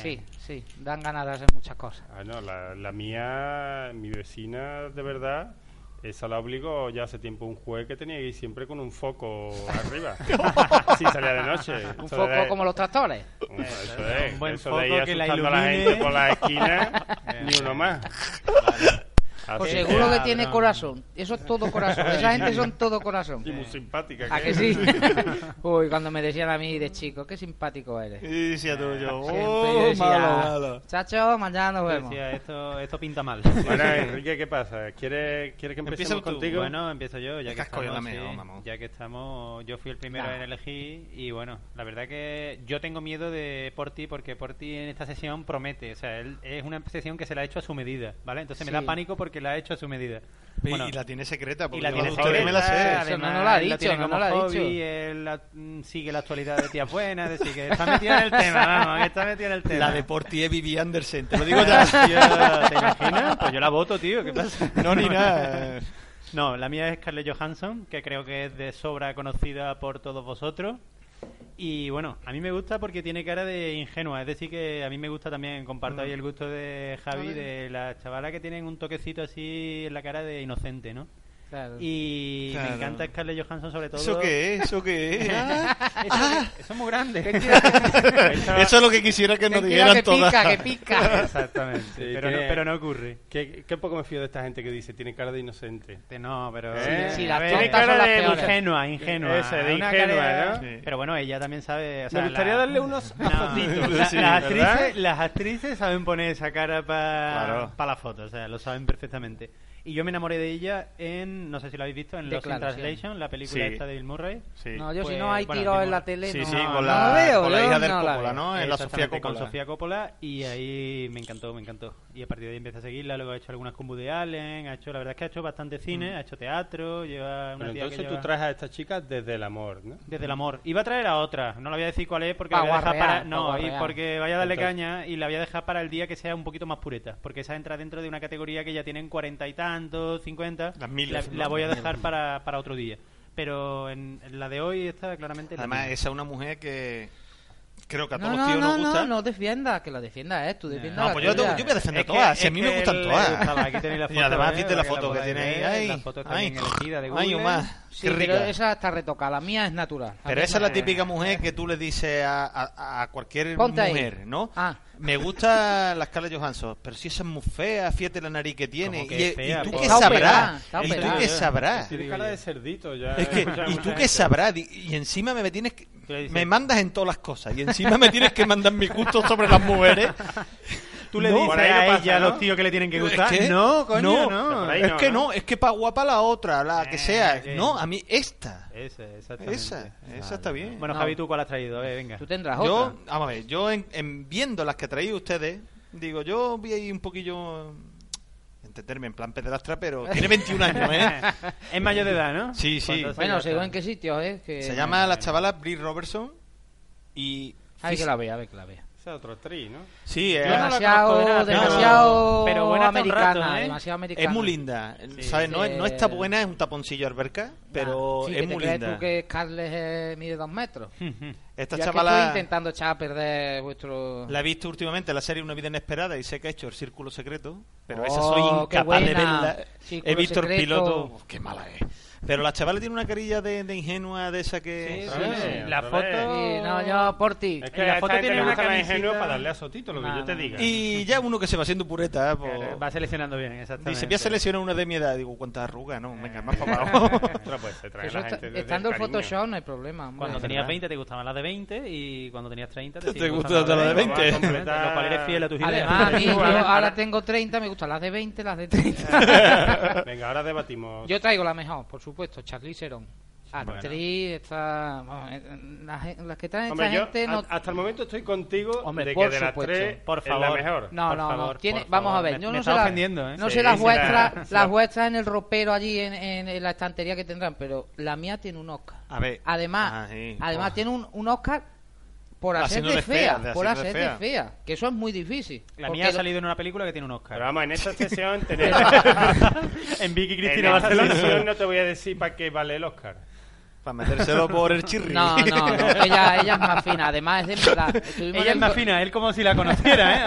[SPEAKER 2] Sí, sí, dan ganas de hacer muchas cosas.
[SPEAKER 1] Ah, no, la, la mía, mi vecina, de verdad, esa la obligó ya hace tiempo a un juez que tenía que ir siempre con un foco arriba. si salía de noche.
[SPEAKER 2] Un
[SPEAKER 1] Eso
[SPEAKER 2] foco
[SPEAKER 1] de-
[SPEAKER 2] como los tractores.
[SPEAKER 1] Un- Eso es,
[SPEAKER 3] Un buen
[SPEAKER 1] eso de
[SPEAKER 3] foco
[SPEAKER 1] ir
[SPEAKER 3] que la
[SPEAKER 1] asustando a la
[SPEAKER 3] ilumine.
[SPEAKER 1] gente por la esquina, ni uno más. Así
[SPEAKER 2] Pues
[SPEAKER 1] que-
[SPEAKER 2] seguro que tiene corazón. Eso es todo corazón. Esa gente son todo corazón.
[SPEAKER 1] Y muy simpática. ¿eh?
[SPEAKER 2] ¿A que sí? Uy, cuando me decían a mí de chico, qué simpático eres.
[SPEAKER 4] Y decía tú yo,
[SPEAKER 2] Siempre
[SPEAKER 4] "Oh,
[SPEAKER 2] yo decía,
[SPEAKER 4] malo, malo".
[SPEAKER 2] Chacho, mañana nos vemos.
[SPEAKER 3] Decía, esto, esto pinta mal.
[SPEAKER 1] Bueno, Enrique, ¿qué pasa? ¿Quieres quiere que
[SPEAKER 3] Empieza
[SPEAKER 1] empecemos contigo?
[SPEAKER 3] Bueno, empiezo yo, ya que,
[SPEAKER 4] Estás cogiendo
[SPEAKER 3] estamos,
[SPEAKER 4] la mejor,
[SPEAKER 3] sí,
[SPEAKER 4] mamón.
[SPEAKER 3] ya que estamos. Yo fui el primero
[SPEAKER 4] Nah.
[SPEAKER 3] en elegir y bueno, la verdad que yo tengo miedo de Porti porque Porti en esta sesión promete, o sea, él, es una sesión que se la ha hecho a su medida, ¿vale? Entonces me
[SPEAKER 4] Sí.
[SPEAKER 3] da pánico porque la ha hecho a su medida.
[SPEAKER 4] Y- y la tiene secreta, porque
[SPEAKER 3] y la
[SPEAKER 4] yo
[SPEAKER 3] tiene
[SPEAKER 4] justo que
[SPEAKER 3] secreta,
[SPEAKER 4] me la sé.
[SPEAKER 3] además,
[SPEAKER 4] Eso no nos la ha
[SPEAKER 3] él
[SPEAKER 4] dicho,
[SPEAKER 3] tiene
[SPEAKER 4] no
[SPEAKER 3] como
[SPEAKER 4] nos la ha
[SPEAKER 3] hobby,
[SPEAKER 4] dicho.
[SPEAKER 3] él la- mm, sigue la actualidad de tías buenas, es decir, que está metido en el tema, vamos, que está metido en el tema.
[SPEAKER 4] La de Portier Vivi Andersen, te lo digo ya.
[SPEAKER 3] Hostia, ¿Te imaginas? Pues yo la voto, tío. ¿Qué pasa?
[SPEAKER 4] No, ni nada.
[SPEAKER 3] No, la mía es Scarlett Johansson, que creo que es de sobra conocida por todos vosotros. Y bueno, a mí me gusta porque tiene cara de ingenua. Es decir, que a mí me gusta también, comparto ahí el gusto de Javi, de las chavalas que tienen un toquecito así en la cara de inocente, ¿no?
[SPEAKER 2] Claro.
[SPEAKER 3] Y
[SPEAKER 4] Claro.
[SPEAKER 3] me encanta Scarlett Johansson sobre todo.
[SPEAKER 4] ¿Eso qué es? ¿Eso qué es? Ah,
[SPEAKER 3] eso, eso es muy grande.
[SPEAKER 4] Eso es lo que quisiera que nos
[SPEAKER 3] Tranquila,
[SPEAKER 4] dijeran
[SPEAKER 3] que
[SPEAKER 4] todas.
[SPEAKER 3] pica, que pica.
[SPEAKER 1] Exactamente.
[SPEAKER 3] Sí, pero no- pero no ocurre.
[SPEAKER 1] ¿Qué, qué poco me fío de esta gente que dice, tiene cara de inocente.
[SPEAKER 3] Este No, pero...
[SPEAKER 1] ¿Eh?
[SPEAKER 3] Sí,
[SPEAKER 1] A
[SPEAKER 3] las
[SPEAKER 1] ver,
[SPEAKER 3] tontas
[SPEAKER 1] tiene cara
[SPEAKER 3] son las
[SPEAKER 1] de
[SPEAKER 3] peores.
[SPEAKER 1] mujer.
[SPEAKER 3] Ingenua, ingenua.
[SPEAKER 1] Esa, de
[SPEAKER 3] Una
[SPEAKER 1] ingenua,
[SPEAKER 3] cara-
[SPEAKER 1] ¿no?
[SPEAKER 3] Pero bueno, ella también sabe... o sea,
[SPEAKER 1] me gustaría
[SPEAKER 3] la-
[SPEAKER 1] darle unos
[SPEAKER 3] No,
[SPEAKER 1] azotitos.
[SPEAKER 3] la-
[SPEAKER 1] Sí,
[SPEAKER 3] las,
[SPEAKER 1] ¿verdad?
[SPEAKER 3] actrices, las actrices saben poner esa cara para
[SPEAKER 1] Claro.
[SPEAKER 3] la foto, o sea, lo saben perfectamente. Y yo me enamoré de ella en, no sé si lo habéis visto, en Lost in
[SPEAKER 2] Declaración.
[SPEAKER 3] Translation, la película
[SPEAKER 4] Sí.
[SPEAKER 3] esta de Bill Murray.
[SPEAKER 2] No, yo si
[SPEAKER 3] Pues,
[SPEAKER 2] no hay
[SPEAKER 3] bueno,
[SPEAKER 2] tiros
[SPEAKER 3] Bill
[SPEAKER 2] en la
[SPEAKER 3] Murray.
[SPEAKER 2] tele,
[SPEAKER 4] Sí,
[SPEAKER 2] no,
[SPEAKER 4] sí,
[SPEAKER 2] no
[SPEAKER 4] con
[SPEAKER 2] la
[SPEAKER 4] la-
[SPEAKER 2] veo,
[SPEAKER 4] con la
[SPEAKER 2] yo
[SPEAKER 4] hija del
[SPEAKER 2] no
[SPEAKER 4] Coppola,
[SPEAKER 2] veo.
[SPEAKER 4] ¿no? En la Sofía
[SPEAKER 3] Exactamente,
[SPEAKER 4] Coppola.
[SPEAKER 3] Con Sofía Coppola y ahí me encantó, me encantó. Y a partir de ahí empecé a seguirla, luego ha hecho algunas combos de Allen, ha hecho, la verdad es que ha hecho bastante cine, ha hecho teatro, lleva una
[SPEAKER 1] Pero
[SPEAKER 3] tía que
[SPEAKER 1] entonces tú
[SPEAKER 3] lleva-
[SPEAKER 1] traes a esta chica desde el amor, ¿no?
[SPEAKER 3] Desde el amor. Iba a traer a otra, no la voy a decir cuál es porque
[SPEAKER 1] Pa'
[SPEAKER 3] la voy a dejar
[SPEAKER 1] guarrear,
[SPEAKER 3] para...
[SPEAKER 1] pa'
[SPEAKER 3] No, y
[SPEAKER 1] guarrear.
[SPEAKER 3] porque vaya a darle
[SPEAKER 1] Entonces-
[SPEAKER 3] caña y la voy a dejar para el día que sea un poquito más pureta. Porque esa entra dentro de una categoría que ya tienen cuarenta y tantos, cincuenta. Las
[SPEAKER 4] miles,
[SPEAKER 3] La,
[SPEAKER 4] ¿no?
[SPEAKER 3] la voy a
[SPEAKER 4] Las
[SPEAKER 3] dejar
[SPEAKER 4] miles.
[SPEAKER 3] para, para otro día. Pero en, en la de hoy está claramente... la
[SPEAKER 4] Además,
[SPEAKER 3] mía.
[SPEAKER 4] esa es una mujer que creo que a
[SPEAKER 2] No,
[SPEAKER 4] todos
[SPEAKER 2] no,
[SPEAKER 4] los tíos
[SPEAKER 2] no,
[SPEAKER 4] nos gusta.
[SPEAKER 2] no, no defiendas, que la defienda eh, tú defiendas
[SPEAKER 4] No,
[SPEAKER 2] la
[SPEAKER 4] pues yo,
[SPEAKER 2] tuya.
[SPEAKER 4] yo voy a defender todas. Si a mí me gustan todas. y además, viste la foto que tiene ahí. Ay, ay, ay, Omar,
[SPEAKER 2] Sí,
[SPEAKER 4] qué
[SPEAKER 2] pero
[SPEAKER 4] rica.
[SPEAKER 2] esa está retocada, la mía es natural.
[SPEAKER 4] Pero esa es la típica mujer que tú le dices a, a- a cualquier
[SPEAKER 2] Ponte ahí.
[SPEAKER 4] mujer, ¿no?
[SPEAKER 2] Ah.
[SPEAKER 4] Me gusta la Scarlett Johansson, pero si esa es muy fea, fíjate la nariz que tiene.
[SPEAKER 1] Como
[SPEAKER 4] Y, eh,
[SPEAKER 1] que
[SPEAKER 4] y
[SPEAKER 1] fea,
[SPEAKER 4] tú
[SPEAKER 1] pues.
[SPEAKER 4] qué
[SPEAKER 1] Está operada,
[SPEAKER 4] sabrás.
[SPEAKER 1] está
[SPEAKER 4] Y tú
[SPEAKER 1] operada.
[SPEAKER 4] qué
[SPEAKER 3] Ah,
[SPEAKER 4] sabrás.
[SPEAKER 1] Tiene cara de cerdito ya.
[SPEAKER 4] Es que,
[SPEAKER 1] Escucha,
[SPEAKER 4] ¿y
[SPEAKER 1] mucha
[SPEAKER 4] tú
[SPEAKER 1] gente.
[SPEAKER 4] qué sabrás? Di- Y encima me tienes que... Me mandas en todas las cosas. Y encima me tienes que mandar mis gustos sobre las mujeres.
[SPEAKER 3] Tú le
[SPEAKER 4] No,
[SPEAKER 3] dices
[SPEAKER 4] por ahí no
[SPEAKER 3] a
[SPEAKER 4] pasa,
[SPEAKER 3] ella,
[SPEAKER 4] ¿no?
[SPEAKER 3] los tíos que le tienen que
[SPEAKER 4] Es
[SPEAKER 3] gustar.
[SPEAKER 4] que-
[SPEAKER 3] No, coño, no.
[SPEAKER 4] es que no, es que pa' guapa la otra, la que sea.
[SPEAKER 3] que-
[SPEAKER 4] No, a mí esta.
[SPEAKER 3] Esa, exactamente.
[SPEAKER 4] Esa, esa
[SPEAKER 3] Vale.
[SPEAKER 4] está bien.
[SPEAKER 3] Bueno, Javi, ¿tú cuál has traído? A ver, venga.
[SPEAKER 2] Tú tendrás
[SPEAKER 4] yo,
[SPEAKER 2] otra.
[SPEAKER 4] Vamos a ver, yo en, en viendo las que traí ustedes, digo, yo vi ahí un poquillo... mm, Entenderme, en plan pedrastra, pero tiene 21 años, ¿eh?
[SPEAKER 3] Es mayor de edad, ¿no?
[SPEAKER 4] Sí, sí.
[SPEAKER 2] Bueno, según en qué sitio, ¿eh? Que...
[SPEAKER 4] Se llama la chavala Brie Robertson y...
[SPEAKER 2] Ay, que Ah, la vea, a ver que la vea.
[SPEAKER 1] Esa es otra actriz, ¿no?
[SPEAKER 4] Sí, es...
[SPEAKER 2] Demasiado, demasiado
[SPEAKER 3] pero buena hasta un rato,
[SPEAKER 2] americana,
[SPEAKER 3] ¿eh?
[SPEAKER 2] demasiado americana.
[SPEAKER 4] Es muy linda, ¿sabes? No, es- no está buena, es un taponcillo alberca, pero
[SPEAKER 2] Sí, que
[SPEAKER 4] es
[SPEAKER 2] te
[SPEAKER 4] muy
[SPEAKER 2] crees
[SPEAKER 4] linda.
[SPEAKER 2] tú que Carles eh, mide dos metros.
[SPEAKER 4] Esta
[SPEAKER 2] Yo es que
[SPEAKER 4] chavala-
[SPEAKER 2] estoy intentando echar a perder vuestro...
[SPEAKER 4] La he visto últimamente, la serie Una vida inesperada, y sé que ha hecho El Círculo Secreto, pero esa
[SPEAKER 2] Oh,
[SPEAKER 4] soy
[SPEAKER 2] qué
[SPEAKER 4] incapaz de
[SPEAKER 2] buena.
[SPEAKER 4] verla.
[SPEAKER 2] Círculo
[SPEAKER 4] he visto el
[SPEAKER 2] Secreto.
[SPEAKER 4] piloto, oh, qué mala es. Pero la chavala tiene una carilla de, de ingenua de esa que...
[SPEAKER 1] Sí, sí, sí. La
[SPEAKER 4] Otra vez.
[SPEAKER 1] foto-
[SPEAKER 2] Sí, no, yo por ti.
[SPEAKER 1] Es que la foto tiene una cara ingenua para darle a Sotito, lo que yo te diga.
[SPEAKER 4] Y ya uno que se va haciendo pureta, pues,
[SPEAKER 3] Va seleccionando bien, exactamente.
[SPEAKER 4] dice, voy a seleccionar una de mi edad. Digo, ¿cuántas arrugas? No, venga, más para abajo.
[SPEAKER 1] Otra, pues, se trae
[SPEAKER 2] Eso
[SPEAKER 1] la
[SPEAKER 2] está-
[SPEAKER 1] gente desde
[SPEAKER 2] estando el
[SPEAKER 1] cariño.
[SPEAKER 2] Photoshop no hay problema. hombre.
[SPEAKER 3] Cuando
[SPEAKER 2] Es
[SPEAKER 3] tenías
[SPEAKER 2] verdad.
[SPEAKER 3] 20 te gustaban las de 20 y cuando tenías 30 te,
[SPEAKER 4] Te
[SPEAKER 3] siguen
[SPEAKER 4] gusta
[SPEAKER 3] gustando
[SPEAKER 4] la de 20.
[SPEAKER 3] Exactamente, Lo cual eres fiel a tus ideas.
[SPEAKER 2] Además, a mí, yo ahora tengo 30, me gustan las de 20, las de 30.
[SPEAKER 1] Venga, ahora debatimos.
[SPEAKER 2] Yo traigo la mejor, por supuesto, Charlize Theron. Actriz, está. vamos, eh, la gen- las que traen
[SPEAKER 1] Hombre,
[SPEAKER 2] esta
[SPEAKER 1] yo
[SPEAKER 2] gente
[SPEAKER 1] a-
[SPEAKER 2] no.
[SPEAKER 1] hasta el momento estoy contigo
[SPEAKER 2] Hombre,
[SPEAKER 1] de que
[SPEAKER 2] por
[SPEAKER 1] de las
[SPEAKER 2] supuesto.
[SPEAKER 1] tres
[SPEAKER 2] Por
[SPEAKER 1] es la
[SPEAKER 2] favor.
[SPEAKER 1] mejor.
[SPEAKER 2] No,
[SPEAKER 1] Por
[SPEAKER 2] no, no,
[SPEAKER 1] favor,
[SPEAKER 2] tiene-
[SPEAKER 1] por
[SPEAKER 2] vamos
[SPEAKER 1] favor.
[SPEAKER 2] a ver,
[SPEAKER 1] Me-
[SPEAKER 2] yo
[SPEAKER 1] me
[SPEAKER 2] no sé
[SPEAKER 1] está
[SPEAKER 2] las-
[SPEAKER 1] ofendiendo, ¿eh?
[SPEAKER 2] no
[SPEAKER 1] Sí,
[SPEAKER 2] sé las
[SPEAKER 1] sí,
[SPEAKER 2] vuestras,
[SPEAKER 1] la-
[SPEAKER 2] las vuestras en el ropero allí en, en- en la estantería que tendrán, pero la mía tiene un Oscar.
[SPEAKER 12] A ver.
[SPEAKER 2] Además,
[SPEAKER 12] Ah, sí.
[SPEAKER 2] además
[SPEAKER 12] Oh.
[SPEAKER 2] tiene un, un Oscar por hacer
[SPEAKER 12] Haciéndole
[SPEAKER 2] de fea,
[SPEAKER 12] fea, de
[SPEAKER 2] por
[SPEAKER 12] hacerle
[SPEAKER 2] hacer
[SPEAKER 12] fea.
[SPEAKER 2] de fea, que eso es muy difícil.
[SPEAKER 3] La
[SPEAKER 2] porque
[SPEAKER 3] mía ha
[SPEAKER 2] lo-
[SPEAKER 3] salido en una película que tiene un Oscar.
[SPEAKER 1] Pero vamos, en esta sesión tenemos...
[SPEAKER 3] En Vicky
[SPEAKER 1] En
[SPEAKER 3] Cristina
[SPEAKER 1] esta
[SPEAKER 3] Barcelona.
[SPEAKER 1] sesión no te voy a decir para qué vale el Oscar.
[SPEAKER 12] Para metérselo por el chirri.
[SPEAKER 2] No, no, no, ella, ella es más fina, además es de mi edad. Estuvimos en
[SPEAKER 3] Ella es
[SPEAKER 2] el
[SPEAKER 3] más
[SPEAKER 2] co-
[SPEAKER 3] fina, él como si la conociera,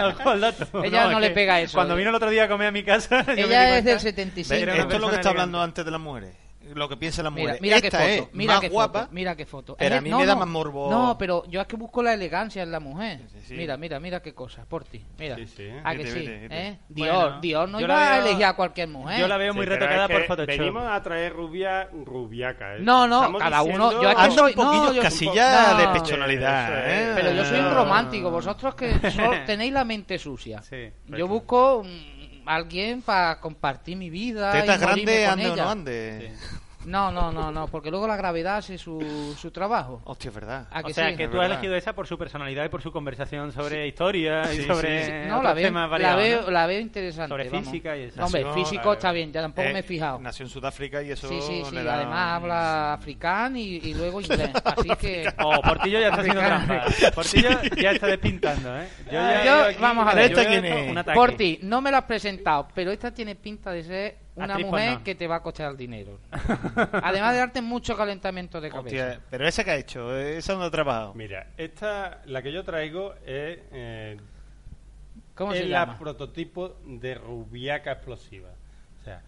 [SPEAKER 3] ¿eh? Ojo al dato.
[SPEAKER 2] Ella no
[SPEAKER 3] es
[SPEAKER 2] le
[SPEAKER 3] que
[SPEAKER 2] pega eso. eh.
[SPEAKER 3] Cuando vino el otro día a comer a mi casa. yo me di
[SPEAKER 2] Ella
[SPEAKER 3] cuenta
[SPEAKER 2] es del
[SPEAKER 12] ¿Ves?
[SPEAKER 2] 75.
[SPEAKER 12] Esto es lo que está hablando antes de las mujeres. Lo que piensa la
[SPEAKER 2] Mira,
[SPEAKER 12] mujer.
[SPEAKER 2] mira qué
[SPEAKER 12] Esta
[SPEAKER 2] foto,
[SPEAKER 12] es
[SPEAKER 2] mira
[SPEAKER 12] más
[SPEAKER 2] qué
[SPEAKER 12] guapa.
[SPEAKER 2] foto, mira qué foto.
[SPEAKER 12] Pero
[SPEAKER 2] Es-
[SPEAKER 12] a mí
[SPEAKER 2] no,
[SPEAKER 12] me da
[SPEAKER 2] no.
[SPEAKER 12] más morbo.
[SPEAKER 2] No, pero yo es que busco la elegancia en la mujer.
[SPEAKER 12] sí.
[SPEAKER 2] Mira, mira, mira qué cosa, por ti. Mira.
[SPEAKER 12] Sí, sí, ¿eh?
[SPEAKER 2] ¿A que
[SPEAKER 12] Vete,
[SPEAKER 2] sí?
[SPEAKER 12] vete, vete.
[SPEAKER 2] ¿Eh?
[SPEAKER 12] Bueno,
[SPEAKER 2] Dior,
[SPEAKER 12] ¿no?
[SPEAKER 2] Dior no
[SPEAKER 12] Yo la
[SPEAKER 2] iba a
[SPEAKER 12] veo-
[SPEAKER 2] elegir a cualquier mujer.
[SPEAKER 3] Yo la veo muy
[SPEAKER 1] pero
[SPEAKER 3] retocada
[SPEAKER 1] es que
[SPEAKER 3] por Photoshop.
[SPEAKER 1] Venimos a traer rubia, rubiaca. ¿eh?
[SPEAKER 2] No, no,
[SPEAKER 1] Estamos
[SPEAKER 2] cada uno-
[SPEAKER 1] diciendo-
[SPEAKER 2] yo aquí- Anda un Ah, no, poquillo yo-
[SPEAKER 12] casilla
[SPEAKER 2] no.
[SPEAKER 12] de pechonalidad.
[SPEAKER 1] Eso es.
[SPEAKER 12] ¿eh?
[SPEAKER 2] Pero yo soy un romántico, vosotros que solo tenéis la mente sucia. yo busco mm, alguien para compartir mi vida.
[SPEAKER 12] Tetas
[SPEAKER 2] y morirme
[SPEAKER 12] grandes, ande
[SPEAKER 2] con
[SPEAKER 12] o
[SPEAKER 2] ella.
[SPEAKER 12] no ande.
[SPEAKER 2] No, no, no, no, porque luego la gravedad hace su, su trabajo.
[SPEAKER 12] Hostia, es verdad.
[SPEAKER 2] ¿A
[SPEAKER 3] O
[SPEAKER 2] que
[SPEAKER 3] sea,
[SPEAKER 2] sí?
[SPEAKER 3] que
[SPEAKER 2] Es
[SPEAKER 3] tú has
[SPEAKER 2] verdad.
[SPEAKER 3] elegido esa por su personalidad y por su conversación sobre historia y
[SPEAKER 12] Sí, sí,
[SPEAKER 3] sobre
[SPEAKER 12] sí.
[SPEAKER 2] No, la
[SPEAKER 3] Eh, otros
[SPEAKER 2] veo,
[SPEAKER 3] temas
[SPEAKER 2] la,
[SPEAKER 3] variados.
[SPEAKER 2] veo,
[SPEAKER 3] ¿no?
[SPEAKER 2] la veo interesante.
[SPEAKER 3] Sobre
[SPEAKER 2] vamos.
[SPEAKER 3] física y eso.
[SPEAKER 2] No, hombre,
[SPEAKER 12] Nació-
[SPEAKER 2] físico está bien, ya tampoco
[SPEAKER 12] Eh,
[SPEAKER 2] me he fijado.
[SPEAKER 12] Nació en Sudáfrica y eso
[SPEAKER 2] Sí, sí, sí,
[SPEAKER 12] le da...
[SPEAKER 2] además habla africán y, y luego inglés. Así que.
[SPEAKER 3] Oh, Portillo ya está haciendo
[SPEAKER 2] Africán.
[SPEAKER 3] trampa. Portillo ya está despintando, ¿eh? Yo ya
[SPEAKER 2] Yo-
[SPEAKER 3] veo aquí-
[SPEAKER 2] vamos a ver.
[SPEAKER 3] Yo veo esto, un ataque.
[SPEAKER 2] Porti, no me lo has presentado, pero esta tiene pinta de ser una
[SPEAKER 12] Actriz
[SPEAKER 2] mujer
[SPEAKER 12] porno.
[SPEAKER 2] que te va a costar el dinero. Además de darte mucho calentamiento de cabeza.
[SPEAKER 12] Hostia, pero esa que ha hecho, esa donde ha trabajado.
[SPEAKER 1] Mira, esta, la que yo traigo es. eh,
[SPEAKER 2] ¿Cómo
[SPEAKER 1] es
[SPEAKER 2] se
[SPEAKER 1] la
[SPEAKER 2] llama?
[SPEAKER 1] prototipo de rubiaca explosiva. O sea,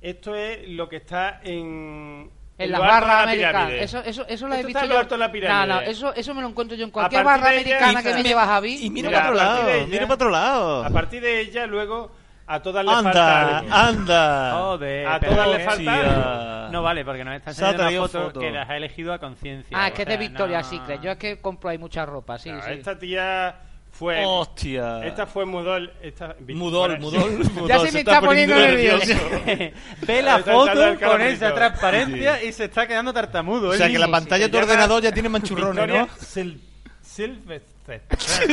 [SPEAKER 1] esto es lo que está en.
[SPEAKER 2] En
[SPEAKER 1] lo
[SPEAKER 2] las
[SPEAKER 1] alto de
[SPEAKER 2] barras
[SPEAKER 1] la
[SPEAKER 2] americanas.
[SPEAKER 1] pirámide.
[SPEAKER 2] Eso, eso, eso la he
[SPEAKER 1] Esto
[SPEAKER 2] visto
[SPEAKER 1] está en lo
[SPEAKER 2] yo.
[SPEAKER 1] alto de la
[SPEAKER 2] no,
[SPEAKER 1] pirámide.
[SPEAKER 2] no, eso, eso me lo encuentro yo en
[SPEAKER 1] A
[SPEAKER 2] cualquier
[SPEAKER 1] partir
[SPEAKER 2] barra
[SPEAKER 1] de ella-
[SPEAKER 2] americana que me lleva Javi.
[SPEAKER 12] Y mira
[SPEAKER 1] Mira,
[SPEAKER 12] para otro
[SPEAKER 1] a partir
[SPEAKER 12] lado,
[SPEAKER 1] de ella-
[SPEAKER 12] mira para otro
[SPEAKER 1] A
[SPEAKER 12] lado.
[SPEAKER 1] partir de ella, luego, a todas les falta.
[SPEAKER 12] Anda,
[SPEAKER 1] algo.
[SPEAKER 12] anda.
[SPEAKER 3] Joder,
[SPEAKER 1] A
[SPEAKER 3] pero
[SPEAKER 1] todas
[SPEAKER 3] es
[SPEAKER 1] les
[SPEAKER 3] que-
[SPEAKER 1] falta algo.
[SPEAKER 3] No vale, porque nos están
[SPEAKER 12] Se ha
[SPEAKER 3] enseñando una
[SPEAKER 12] traído
[SPEAKER 3] foto,
[SPEAKER 12] foto.
[SPEAKER 3] que las ha elegido a conciencia.
[SPEAKER 2] Ah, es que es de
[SPEAKER 3] O sea,
[SPEAKER 2] Victoria
[SPEAKER 3] no-
[SPEAKER 2] Secret. Yo es que compro ahí mucha ropa, sí,
[SPEAKER 1] No,
[SPEAKER 2] sí.
[SPEAKER 1] Esta tía fue.
[SPEAKER 12] Hostia.
[SPEAKER 1] Esta fue Mudol. Esta,
[SPEAKER 12] Mudol, Mudol, Mudol.
[SPEAKER 2] Ya se me está poniendo nervioso.
[SPEAKER 3] Ve la foto con esa transparencia y se está quedando tartamudo. ¿eh?
[SPEAKER 12] O
[SPEAKER 3] él
[SPEAKER 12] sea, que la
[SPEAKER 3] mismo.
[SPEAKER 12] pantalla de tu
[SPEAKER 1] llama
[SPEAKER 12] ordenador ya tiene manchurrones,
[SPEAKER 1] Victoria
[SPEAKER 12] ¿no?
[SPEAKER 1] Sil- Silvestre. Este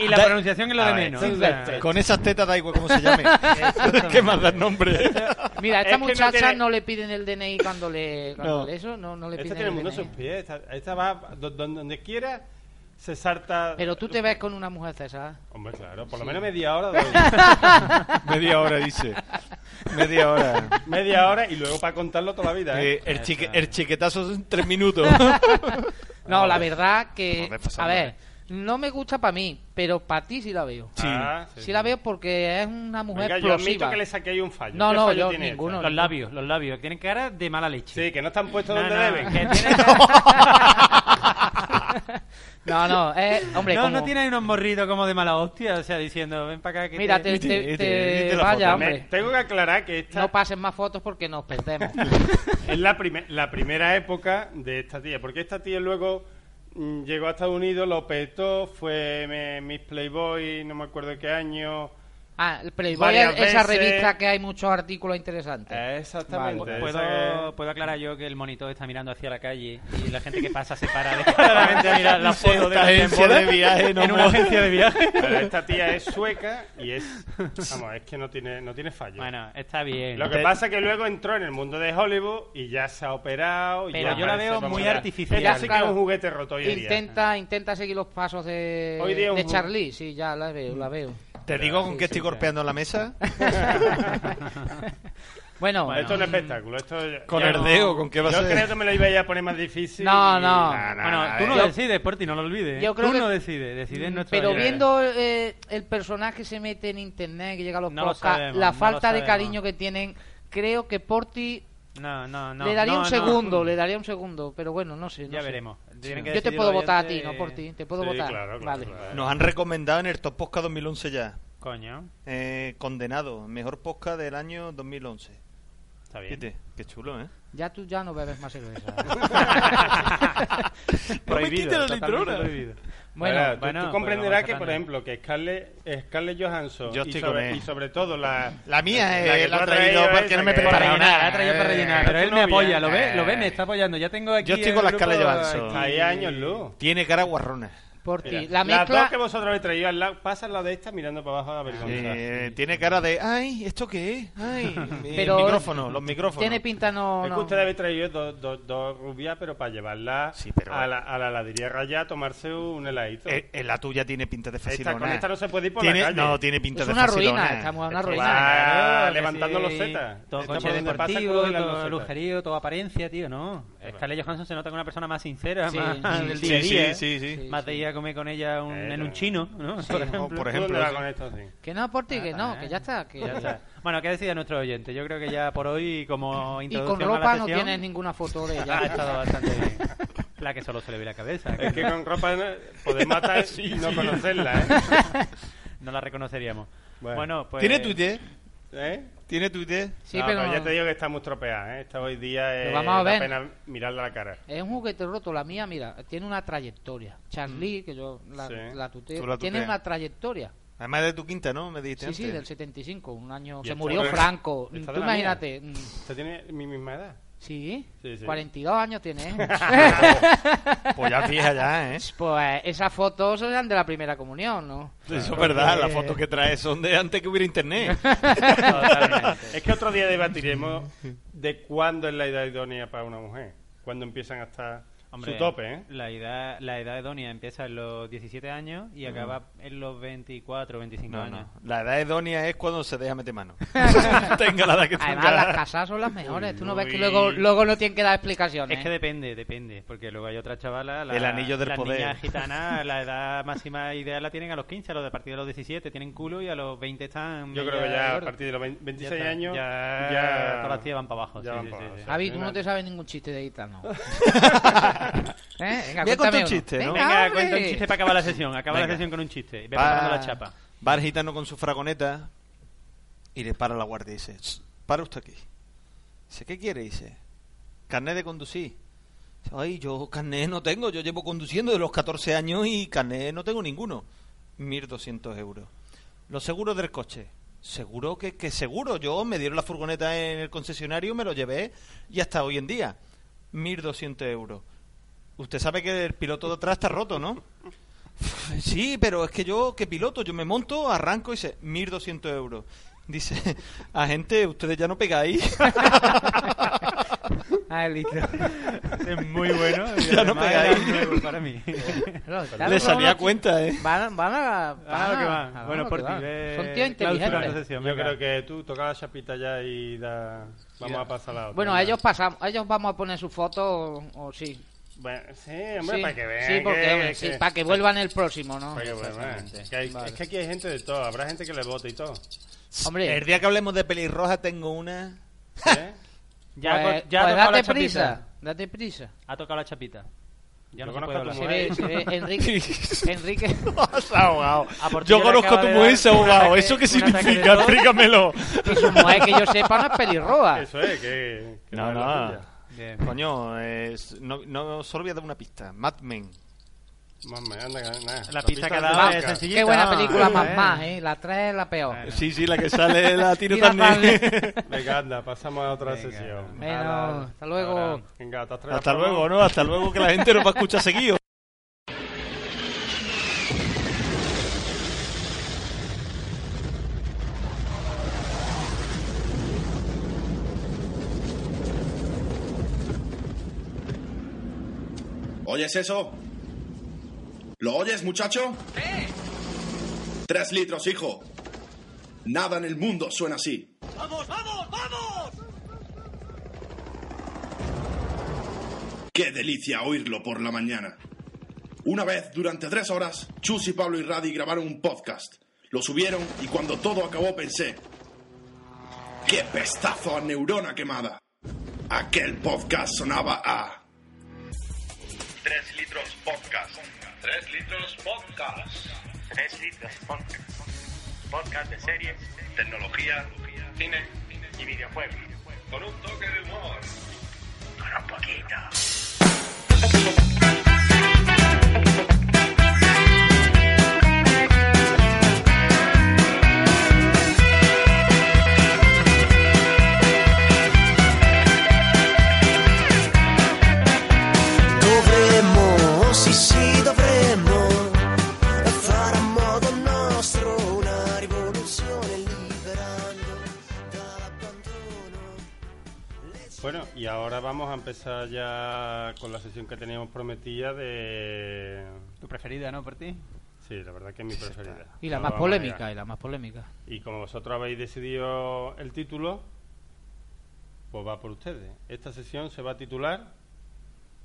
[SPEAKER 3] Y la
[SPEAKER 12] Da-
[SPEAKER 3] pronunciación es lo
[SPEAKER 12] A
[SPEAKER 3] de
[SPEAKER 12] ver,
[SPEAKER 3] menos.
[SPEAKER 12] sí,
[SPEAKER 3] o sea.
[SPEAKER 12] Con esas tetas da igual cómo se llame. ¿Qué más da el nombre?
[SPEAKER 2] Mira, a esta
[SPEAKER 1] Es que no
[SPEAKER 2] muchacha no,
[SPEAKER 1] tiene-
[SPEAKER 2] le piden el DNI cuando le. Cuando
[SPEAKER 12] No.
[SPEAKER 2] le- eso, no, no le
[SPEAKER 1] Esta
[SPEAKER 2] piden
[SPEAKER 1] tiene el
[SPEAKER 2] el
[SPEAKER 1] mundo en
[SPEAKER 2] DNI.
[SPEAKER 1] sus pies. Esta, esta va do- do- donde quiera, se salta.
[SPEAKER 2] Pero tú te ves con una mujer cesada.
[SPEAKER 1] Hombre, claro, por lo
[SPEAKER 2] Sí.
[SPEAKER 1] menos media hora. doy.
[SPEAKER 12] Media hora, dice. Media hora.
[SPEAKER 1] media hora y luego para contarlo toda la vida. ¿eh?
[SPEAKER 12] Eh, el, chique- el chiquetazo en tres minutos.
[SPEAKER 2] No, la verdad que.
[SPEAKER 12] Joder, pues,
[SPEAKER 2] a
[SPEAKER 12] hombre.
[SPEAKER 2] ver, no me gusta para mí, pero para ti sí la veo.
[SPEAKER 12] Sí.
[SPEAKER 1] Ah,
[SPEAKER 2] Sí la veo porque es una mujer
[SPEAKER 1] Venga, yo admito
[SPEAKER 2] explosiva.
[SPEAKER 1] que le saquéis un fallo.
[SPEAKER 2] No,
[SPEAKER 1] ¿Qué
[SPEAKER 2] no,
[SPEAKER 1] fallo
[SPEAKER 2] yo
[SPEAKER 1] tiene
[SPEAKER 2] ninguno.
[SPEAKER 1] esta?
[SPEAKER 3] Los labios, los labios. que Tienen cara de mala leche.
[SPEAKER 1] Sí, que no están puestos
[SPEAKER 3] No,
[SPEAKER 1] donde
[SPEAKER 3] no,
[SPEAKER 1] deben.
[SPEAKER 3] que tiene-
[SPEAKER 2] No, no, eh, hombre,
[SPEAKER 3] no,
[SPEAKER 2] como-
[SPEAKER 3] no tiene ahí unos morritos como de mala hostia, o sea, diciendo, ven para acá que
[SPEAKER 2] Mira, te,
[SPEAKER 3] te...
[SPEAKER 2] te-
[SPEAKER 12] Vete,
[SPEAKER 2] te-
[SPEAKER 12] vete la
[SPEAKER 2] vaya,
[SPEAKER 12] foto.
[SPEAKER 1] Me-
[SPEAKER 2] hombre.
[SPEAKER 1] tengo que aclarar que esta
[SPEAKER 2] No pasen más fotos porque nos perdemos.
[SPEAKER 1] es la, prime- la primera época de esta tía. Porque esta tía luego mm, llegó a Estados Unidos, lo petó, fue me- Miss Playboy, no me acuerdo qué año.
[SPEAKER 2] Ah, el Playboy
[SPEAKER 1] Varias
[SPEAKER 2] es esa
[SPEAKER 1] veces.
[SPEAKER 2] revista que hay muchos artículos interesantes.
[SPEAKER 1] Eh, Exactamente.
[SPEAKER 3] Pu-
[SPEAKER 1] esa
[SPEAKER 3] ¿Puedo,
[SPEAKER 1] que-
[SPEAKER 3] puedo aclarar yo que el monitor está mirando hacia la calle y la gente que pasa se para descaradamente a mirar la foto de
[SPEAKER 12] Esta
[SPEAKER 3] la
[SPEAKER 12] agencia de viaje, no
[SPEAKER 3] en una
[SPEAKER 12] mola.
[SPEAKER 3] agencia de viaje.
[SPEAKER 1] Pero esta tía es sueca y es. Vamos, es que no tiene, no tiene fallo.
[SPEAKER 3] Bueno, está bien.
[SPEAKER 1] Lo que pasa es que luego entró en el mundo de Hollywood y ya se ha operado. y
[SPEAKER 3] Pero
[SPEAKER 1] ya
[SPEAKER 3] yo la
[SPEAKER 1] parece,
[SPEAKER 3] veo
[SPEAKER 1] vamos,
[SPEAKER 3] muy
[SPEAKER 1] ya-
[SPEAKER 3] artificial.
[SPEAKER 1] Esta sí que
[SPEAKER 2] Claro.
[SPEAKER 1] es un juguete roto hoy en día.
[SPEAKER 2] Intenta, intenta seguir los pasos de,
[SPEAKER 1] Hoy día
[SPEAKER 2] de
[SPEAKER 1] un-
[SPEAKER 2] Charlie, sí, ya la veo, la veo.
[SPEAKER 12] Te digo con qué estoy golpeando la mesa.
[SPEAKER 2] Bueno,
[SPEAKER 1] Bueno, esto es un
[SPEAKER 2] mm,
[SPEAKER 1] espectáculo. Esto
[SPEAKER 12] Con
[SPEAKER 1] ya
[SPEAKER 12] el
[SPEAKER 1] no-
[SPEAKER 12] dedo, ¿con qué va a
[SPEAKER 1] Yo
[SPEAKER 12] ser?
[SPEAKER 1] creo que me lo ibais a poner más difícil.
[SPEAKER 2] No,
[SPEAKER 1] y-
[SPEAKER 2] no.
[SPEAKER 1] Nah, nah,
[SPEAKER 3] Bueno,
[SPEAKER 1] nah,
[SPEAKER 3] tú
[SPEAKER 1] eh.
[SPEAKER 3] no decides, Porti, no lo olvides. ¿eh?
[SPEAKER 2] Yo creo
[SPEAKER 3] tú
[SPEAKER 2] que- Mm,
[SPEAKER 3] no decides, decides nuestro...
[SPEAKER 2] Pero
[SPEAKER 3] oyente.
[SPEAKER 2] viendo eh, el personaje que se mete en internet, que llega a los
[SPEAKER 3] No lo
[SPEAKER 2] podcasts,
[SPEAKER 3] sabemos, no
[SPEAKER 2] la
[SPEAKER 3] lo
[SPEAKER 2] falta de
[SPEAKER 3] sabemos.
[SPEAKER 2] cariño que tienen, creo que Porti
[SPEAKER 3] No, no, no.
[SPEAKER 2] le daría
[SPEAKER 3] no,
[SPEAKER 2] un
[SPEAKER 3] no.
[SPEAKER 2] segundo, le daría un segundo, pero bueno, no sé. no
[SPEAKER 3] Ya
[SPEAKER 2] sé.
[SPEAKER 3] veremos. Tienen que
[SPEAKER 2] Yo te
[SPEAKER 3] decidir
[SPEAKER 2] puedo
[SPEAKER 3] los
[SPEAKER 2] votar a ti,
[SPEAKER 3] oyentes,
[SPEAKER 2] no por ti, te puedo
[SPEAKER 1] Sí,
[SPEAKER 2] votar.
[SPEAKER 1] claro, claro,
[SPEAKER 2] vale.
[SPEAKER 1] claro.
[SPEAKER 12] Nos han recomendado en el Top Posca 2011 ya.
[SPEAKER 3] Coño.
[SPEAKER 12] Eh, condenado, mejor posca del año 2011.
[SPEAKER 1] Está bien.
[SPEAKER 4] Fíjate, qué chulo, ¿eh?
[SPEAKER 2] Ya tú ya no bebes más cerveza.
[SPEAKER 4] quites la litrona.
[SPEAKER 1] Bueno,
[SPEAKER 4] Ahora,
[SPEAKER 1] tú,
[SPEAKER 4] bueno,
[SPEAKER 1] tú comprenderás
[SPEAKER 4] bueno,
[SPEAKER 1] que, por
[SPEAKER 4] Fernando.
[SPEAKER 1] ejemplo, que Scarlett, Scarlett Johansson
[SPEAKER 4] Yo
[SPEAKER 1] y,
[SPEAKER 4] estoy con
[SPEAKER 1] sobre,
[SPEAKER 4] él.
[SPEAKER 1] y sobre todo la...
[SPEAKER 4] La mía es-
[SPEAKER 1] que tú
[SPEAKER 4] la ha
[SPEAKER 1] has
[SPEAKER 4] traído porque
[SPEAKER 1] esa
[SPEAKER 4] no me he
[SPEAKER 1] que- Para
[SPEAKER 4] preparado nada,
[SPEAKER 1] rellenar,
[SPEAKER 4] ha traído
[SPEAKER 1] eh,
[SPEAKER 4] para rellenar.
[SPEAKER 1] es
[SPEAKER 3] Pero él
[SPEAKER 1] tu
[SPEAKER 3] me
[SPEAKER 1] novia.
[SPEAKER 3] apoya, lo ve, lo ve, me está apoyando. Ya tengo aquí.
[SPEAKER 4] Yo estoy con las Scarlett Johansson.
[SPEAKER 1] Está ahí años luz.
[SPEAKER 4] Tiene cara guarrona.
[SPEAKER 2] Por
[SPEAKER 1] Mira,
[SPEAKER 2] ti. La
[SPEAKER 1] Las dos
[SPEAKER 2] mezcla.
[SPEAKER 1] que vosotros habéis traído al lado, pasan la de esta mirando para abajo a ver cómo está.
[SPEAKER 4] Eh, tiene cara de, ay, ¿esto qué es? Ay, eh,
[SPEAKER 2] Pero-
[SPEAKER 4] micrófono, los micrófonos.
[SPEAKER 2] Tiene pinta no.
[SPEAKER 1] Es que
[SPEAKER 2] no.
[SPEAKER 1] usted debe traer dos dos- dos rubias, pero para llevarla a, la, a la heladería Raya a tomarse un heladito.
[SPEAKER 4] Eh, eh, la tuya tiene pinta de
[SPEAKER 1] esta,
[SPEAKER 4] facilona. eh.
[SPEAKER 1] con esta no se puede ir por
[SPEAKER 4] tiene,
[SPEAKER 1] la calle.
[SPEAKER 4] No, tiene pinta
[SPEAKER 2] Es
[SPEAKER 4] de
[SPEAKER 2] una
[SPEAKER 4] facilona.
[SPEAKER 2] ruina, estamos en una
[SPEAKER 4] Es
[SPEAKER 2] ruina.
[SPEAKER 1] Ah,
[SPEAKER 3] Claro,
[SPEAKER 1] levantando
[SPEAKER 3] que
[SPEAKER 1] los
[SPEAKER 3] sí.
[SPEAKER 1] zetas.
[SPEAKER 3] Todo
[SPEAKER 1] Está
[SPEAKER 3] coche
[SPEAKER 1] por donde pasa,
[SPEAKER 3] deportivo,
[SPEAKER 1] culo de las
[SPEAKER 3] todo
[SPEAKER 1] losetas.
[SPEAKER 3] lujerío, toda apariencia, tío, ¿no? Scarlett Johansson se nota que es una persona más sincera,
[SPEAKER 4] Sí,
[SPEAKER 3] más
[SPEAKER 4] sí,
[SPEAKER 3] del
[SPEAKER 4] sí,
[SPEAKER 3] día a
[SPEAKER 4] sí,
[SPEAKER 2] ¿eh?
[SPEAKER 3] día. ¿eh?
[SPEAKER 4] sí, sí, sí.
[SPEAKER 3] Más de ir a comer con ella un-
[SPEAKER 4] Eh,
[SPEAKER 3] en un
[SPEAKER 4] no.
[SPEAKER 3] chino, ¿no?
[SPEAKER 4] Sí, o por
[SPEAKER 1] ¿Tú dónde
[SPEAKER 4] ejemplo,
[SPEAKER 1] vas
[SPEAKER 4] sí.
[SPEAKER 1] con esto así?
[SPEAKER 2] Que no, por ti, que no, que ya está. Que...
[SPEAKER 3] Ah, Ya está. Bueno, ¿qué decía nuestro oyente? Yo creo que ya por hoy, como
[SPEAKER 2] Y con
[SPEAKER 3] introducción a la
[SPEAKER 2] ropa no
[SPEAKER 3] sesión,
[SPEAKER 2] tienes ninguna foto de ella.
[SPEAKER 3] Ha estado bastante bien. La que solo se le ve la cabeza.
[SPEAKER 1] Es que con ropa no- podemos matar y no conocerla, ¿eh?
[SPEAKER 3] No la reconoceríamos.
[SPEAKER 1] Bueno.
[SPEAKER 3] Bueno, pues...
[SPEAKER 4] ¿Tiene Twitter?
[SPEAKER 1] ¿Eh?
[SPEAKER 4] ¿Tiene Twitter?
[SPEAKER 2] Sí,
[SPEAKER 1] No,
[SPEAKER 2] pero-
[SPEAKER 1] ya te digo que está muy tropeada, ¿eh? Esta hoy día es
[SPEAKER 2] Lo vamos a
[SPEAKER 1] da
[SPEAKER 2] ver.
[SPEAKER 1] pena mirarla a la cara.
[SPEAKER 2] Es un juguete roto. La mía, mira, tiene una trayectoria. Charlie, que yo la,
[SPEAKER 1] Sí.
[SPEAKER 2] la tuteo,
[SPEAKER 4] Tú la
[SPEAKER 2] tiene
[SPEAKER 4] tuteas.
[SPEAKER 2] una trayectoria.
[SPEAKER 4] Además de tu quinta, ¿no? Me dijiste
[SPEAKER 2] Sí, sí,
[SPEAKER 4] antes.
[SPEAKER 2] del 75, un año.
[SPEAKER 1] Y
[SPEAKER 2] Se
[SPEAKER 1] esta
[SPEAKER 2] murió
[SPEAKER 1] de-
[SPEAKER 2] Franco.
[SPEAKER 1] esta de
[SPEAKER 2] Tú
[SPEAKER 1] la mía.
[SPEAKER 2] imagínate. mm,
[SPEAKER 1] Esta tiene mi misma edad.
[SPEAKER 2] Sí,
[SPEAKER 1] Sí, sí.
[SPEAKER 2] 42 años tiene. ¿eh?
[SPEAKER 4] Pues ya fija ya, ¿eh?
[SPEAKER 2] Pues esas fotos eran de la primera comunión, ¿no?
[SPEAKER 4] Eso es verdad, las fotos que traes son de antes que hubiera internet.
[SPEAKER 1] Es que otro día debatiremos de cuándo es la edad idónea para una mujer. Cuándo empiezan a estar
[SPEAKER 3] Hombre, mm,
[SPEAKER 1] su tope, ¿eh?
[SPEAKER 3] La edad, la edad edonia empieza en los 17 años y acaba
[SPEAKER 1] Mm.
[SPEAKER 3] en los 24 25
[SPEAKER 4] No,
[SPEAKER 3] años.
[SPEAKER 4] no. La edad hedonia es cuando se deja meter mano. tenga la edad que tenga.
[SPEAKER 2] Además, las casas son las mejores. Tú no ves que luego,
[SPEAKER 4] uy.
[SPEAKER 2] luego no tienen que dar explicaciones. ¿eh?
[SPEAKER 3] Es que depende, depende, porque luego hay otra chavala, la,
[SPEAKER 4] El anillo del
[SPEAKER 3] las
[SPEAKER 4] poder.
[SPEAKER 3] niñas gitanas, la edad máxima ideal la tienen a los 15, a los de a partir de los 17 tienen culo y a los 20 están...
[SPEAKER 1] Yo creo que
[SPEAKER 3] media
[SPEAKER 1] ya a
[SPEAKER 3] gordas.
[SPEAKER 1] partir de los 20
[SPEAKER 3] Ya
[SPEAKER 1] 26
[SPEAKER 3] está,
[SPEAKER 1] años
[SPEAKER 3] ya,
[SPEAKER 1] ya-
[SPEAKER 3] todas las tías van para abajo.
[SPEAKER 1] ya
[SPEAKER 3] sí,
[SPEAKER 1] van
[SPEAKER 3] sí,
[SPEAKER 1] para
[SPEAKER 3] sí,
[SPEAKER 1] abajo.
[SPEAKER 3] sí.
[SPEAKER 2] Javi, tú no te sabes ningún chiste de gitano. ¿Eh? Venga,
[SPEAKER 4] Voy a contar
[SPEAKER 2] cuéntame
[SPEAKER 4] un
[SPEAKER 2] uno.
[SPEAKER 4] chiste, ¿no?
[SPEAKER 2] Venga,
[SPEAKER 3] Venga,
[SPEAKER 2] hombre.
[SPEAKER 3] cuenta un chiste para acabar la sesión, acaba la
[SPEAKER 4] Venga.
[SPEAKER 3] sesión con un chiste y ve preparando
[SPEAKER 4] Va,
[SPEAKER 3] la chapa.
[SPEAKER 4] va el gitano con su fragoneta y le para la guardia y dice, "Ch, para usted aquí. Dice, ¿qué quiere? Dice, carnet de conducir. Dice, Ay, yo carnet no tengo, yo llevo conduciendo de los 14 años y carnet no tengo ninguno. 1.200 euros. Los seguros del coche. Seguro que, que seguro. Yo me dieron la furgoneta en el concesionario, me lo llevé y hasta hoy en día. 1.200 euros. Usted sabe que el piloto de atrás está roto, ¿no? Sí, pero es que yo, que piloto, yo me monto, arranco y se 1.200 euros. Dice, agente, ustedes ya no pegáis.
[SPEAKER 2] Ah, listo.
[SPEAKER 3] este Es muy bueno. y
[SPEAKER 4] Ya no
[SPEAKER 3] además
[SPEAKER 4] pegáis.
[SPEAKER 3] era nuevo para mí.
[SPEAKER 2] Claro, está
[SPEAKER 4] Le
[SPEAKER 2] bueno,
[SPEAKER 4] salía
[SPEAKER 2] no,
[SPEAKER 4] cuenta, ¿eh?
[SPEAKER 2] Van, van a... Van
[SPEAKER 3] Ah, lo que va.
[SPEAKER 2] a-
[SPEAKER 3] Bueno,
[SPEAKER 2] lo
[SPEAKER 3] por
[SPEAKER 2] que
[SPEAKER 3] ti,
[SPEAKER 2] va.
[SPEAKER 3] ve
[SPEAKER 2] Son tíos
[SPEAKER 3] clausurando
[SPEAKER 2] inteligentes.
[SPEAKER 3] sesión,
[SPEAKER 1] Yo
[SPEAKER 3] venga.
[SPEAKER 1] creo que tú toca la chapita ya y da... vamos a pasar a la otra.
[SPEAKER 2] Bueno,
[SPEAKER 1] ¿no?
[SPEAKER 2] a ellos pasamos, a ellos vamos a poner su foto o, o sí.
[SPEAKER 1] Bueno, sí, hombre,
[SPEAKER 2] sí,
[SPEAKER 1] para que vean.
[SPEAKER 2] sí, porque,
[SPEAKER 1] que-
[SPEAKER 2] hombre, sí,
[SPEAKER 1] que-
[SPEAKER 2] para que vuelvan el próximo, ¿no? Pues,
[SPEAKER 1] para que vuelvan.
[SPEAKER 2] Exactamente.
[SPEAKER 1] Que hay-
[SPEAKER 2] Vale.
[SPEAKER 1] Es que aquí hay gente de todo. Habrá gente que le vote y todo.
[SPEAKER 2] Hombre,
[SPEAKER 4] El día que hablemos de pelirroja tengo una...
[SPEAKER 1] ¿eh?
[SPEAKER 3] Ya,
[SPEAKER 2] pues-
[SPEAKER 3] co- ya
[SPEAKER 2] pues
[SPEAKER 3] ha tocado la
[SPEAKER 2] date
[SPEAKER 3] chapita.
[SPEAKER 2] prisa, date prisa.
[SPEAKER 3] Ha tocado la chapita. Ya no
[SPEAKER 1] Yo
[SPEAKER 3] se
[SPEAKER 1] conozco
[SPEAKER 3] puede
[SPEAKER 1] a tu
[SPEAKER 3] hablar.
[SPEAKER 2] Se
[SPEAKER 1] mujer.
[SPEAKER 2] ve, se ve Enrique, Enrique,
[SPEAKER 4] Se ha ahogado.
[SPEAKER 3] A Portillo
[SPEAKER 4] Yo
[SPEAKER 3] le
[SPEAKER 4] conozco
[SPEAKER 3] acaba
[SPEAKER 4] a tu
[SPEAKER 3] de
[SPEAKER 4] mujer,
[SPEAKER 3] dar
[SPEAKER 4] se ha
[SPEAKER 3] un
[SPEAKER 4] ahogado.
[SPEAKER 3] ataque-
[SPEAKER 4] ¿Eso qué
[SPEAKER 3] un ataque de
[SPEAKER 4] significa?
[SPEAKER 3] tos.
[SPEAKER 4] Explícamelo.
[SPEAKER 2] y su mujer que yo sepa no es pelirroja.
[SPEAKER 1] Eso es, que... que
[SPEAKER 4] No,
[SPEAKER 1] es la
[SPEAKER 4] no.
[SPEAKER 1] tuya.
[SPEAKER 3] Bien.
[SPEAKER 4] Coño, es- no, no solo voy a dar una pista. Mad Men.
[SPEAKER 1] Más me anda que nada.
[SPEAKER 3] La pista que ha dado
[SPEAKER 2] Va,
[SPEAKER 3] es sencillita.
[SPEAKER 2] Qué buena
[SPEAKER 3] vamos.
[SPEAKER 2] película más
[SPEAKER 3] Eh.
[SPEAKER 2] más, ¿eh? La 3 es la peor.
[SPEAKER 4] Sí, sí, la que sale la tiro
[SPEAKER 2] Tira
[SPEAKER 4] también.
[SPEAKER 2] también.
[SPEAKER 1] Venga, anda, pasamos a otra
[SPEAKER 3] Venga.
[SPEAKER 1] sesión.
[SPEAKER 2] Bueno,
[SPEAKER 1] Ahora-
[SPEAKER 2] hasta luego.
[SPEAKER 1] ahora- Venga, hasta, otra-
[SPEAKER 4] Hasta luego, ¿no? Hasta luego que la gente nos va a escuchar seguido.
[SPEAKER 20] ¿Oyes eso? ¿Lo oyes, muchacho?
[SPEAKER 19] Eh.
[SPEAKER 20] Tres litros, hijo. Nada en el mundo suena así.
[SPEAKER 19] ¡Vamos, vamos, vamos!
[SPEAKER 20] Qué delicia oírlo por la mañana. Una vez, durante tres horas, Chus y Pablo y Radi grabaron un podcast. Lo subieron y cuando todo acabó pensé... ¡Qué pestazo a neurona quemada! Aquel podcast sonaba a... Tres litros podcast.
[SPEAKER 21] Tres litros podcast. Tres litros podcast. Podcast de series, tecnología, cine y videojuegos. con un toque de humor. Con un poquito.
[SPEAKER 19] Dovremmo, sì sì dovremmo, fare a modo nostro una rivoluzione liberando dall'abbandono.
[SPEAKER 1] Bueno, y ahora vamos a empezar ya con la sesión que teníamos prometida de...
[SPEAKER 3] ¿Tu preferida, no, por ti?
[SPEAKER 1] Sí, la verdad que es mi preferida.
[SPEAKER 2] Y la
[SPEAKER 1] No
[SPEAKER 2] más
[SPEAKER 1] vamos a
[SPEAKER 2] polémica,
[SPEAKER 1] negar.
[SPEAKER 2] y la más polémica.
[SPEAKER 1] Y como vosotros habéis decidido el título, pues va por ustedes. Esta sesión se va a titular...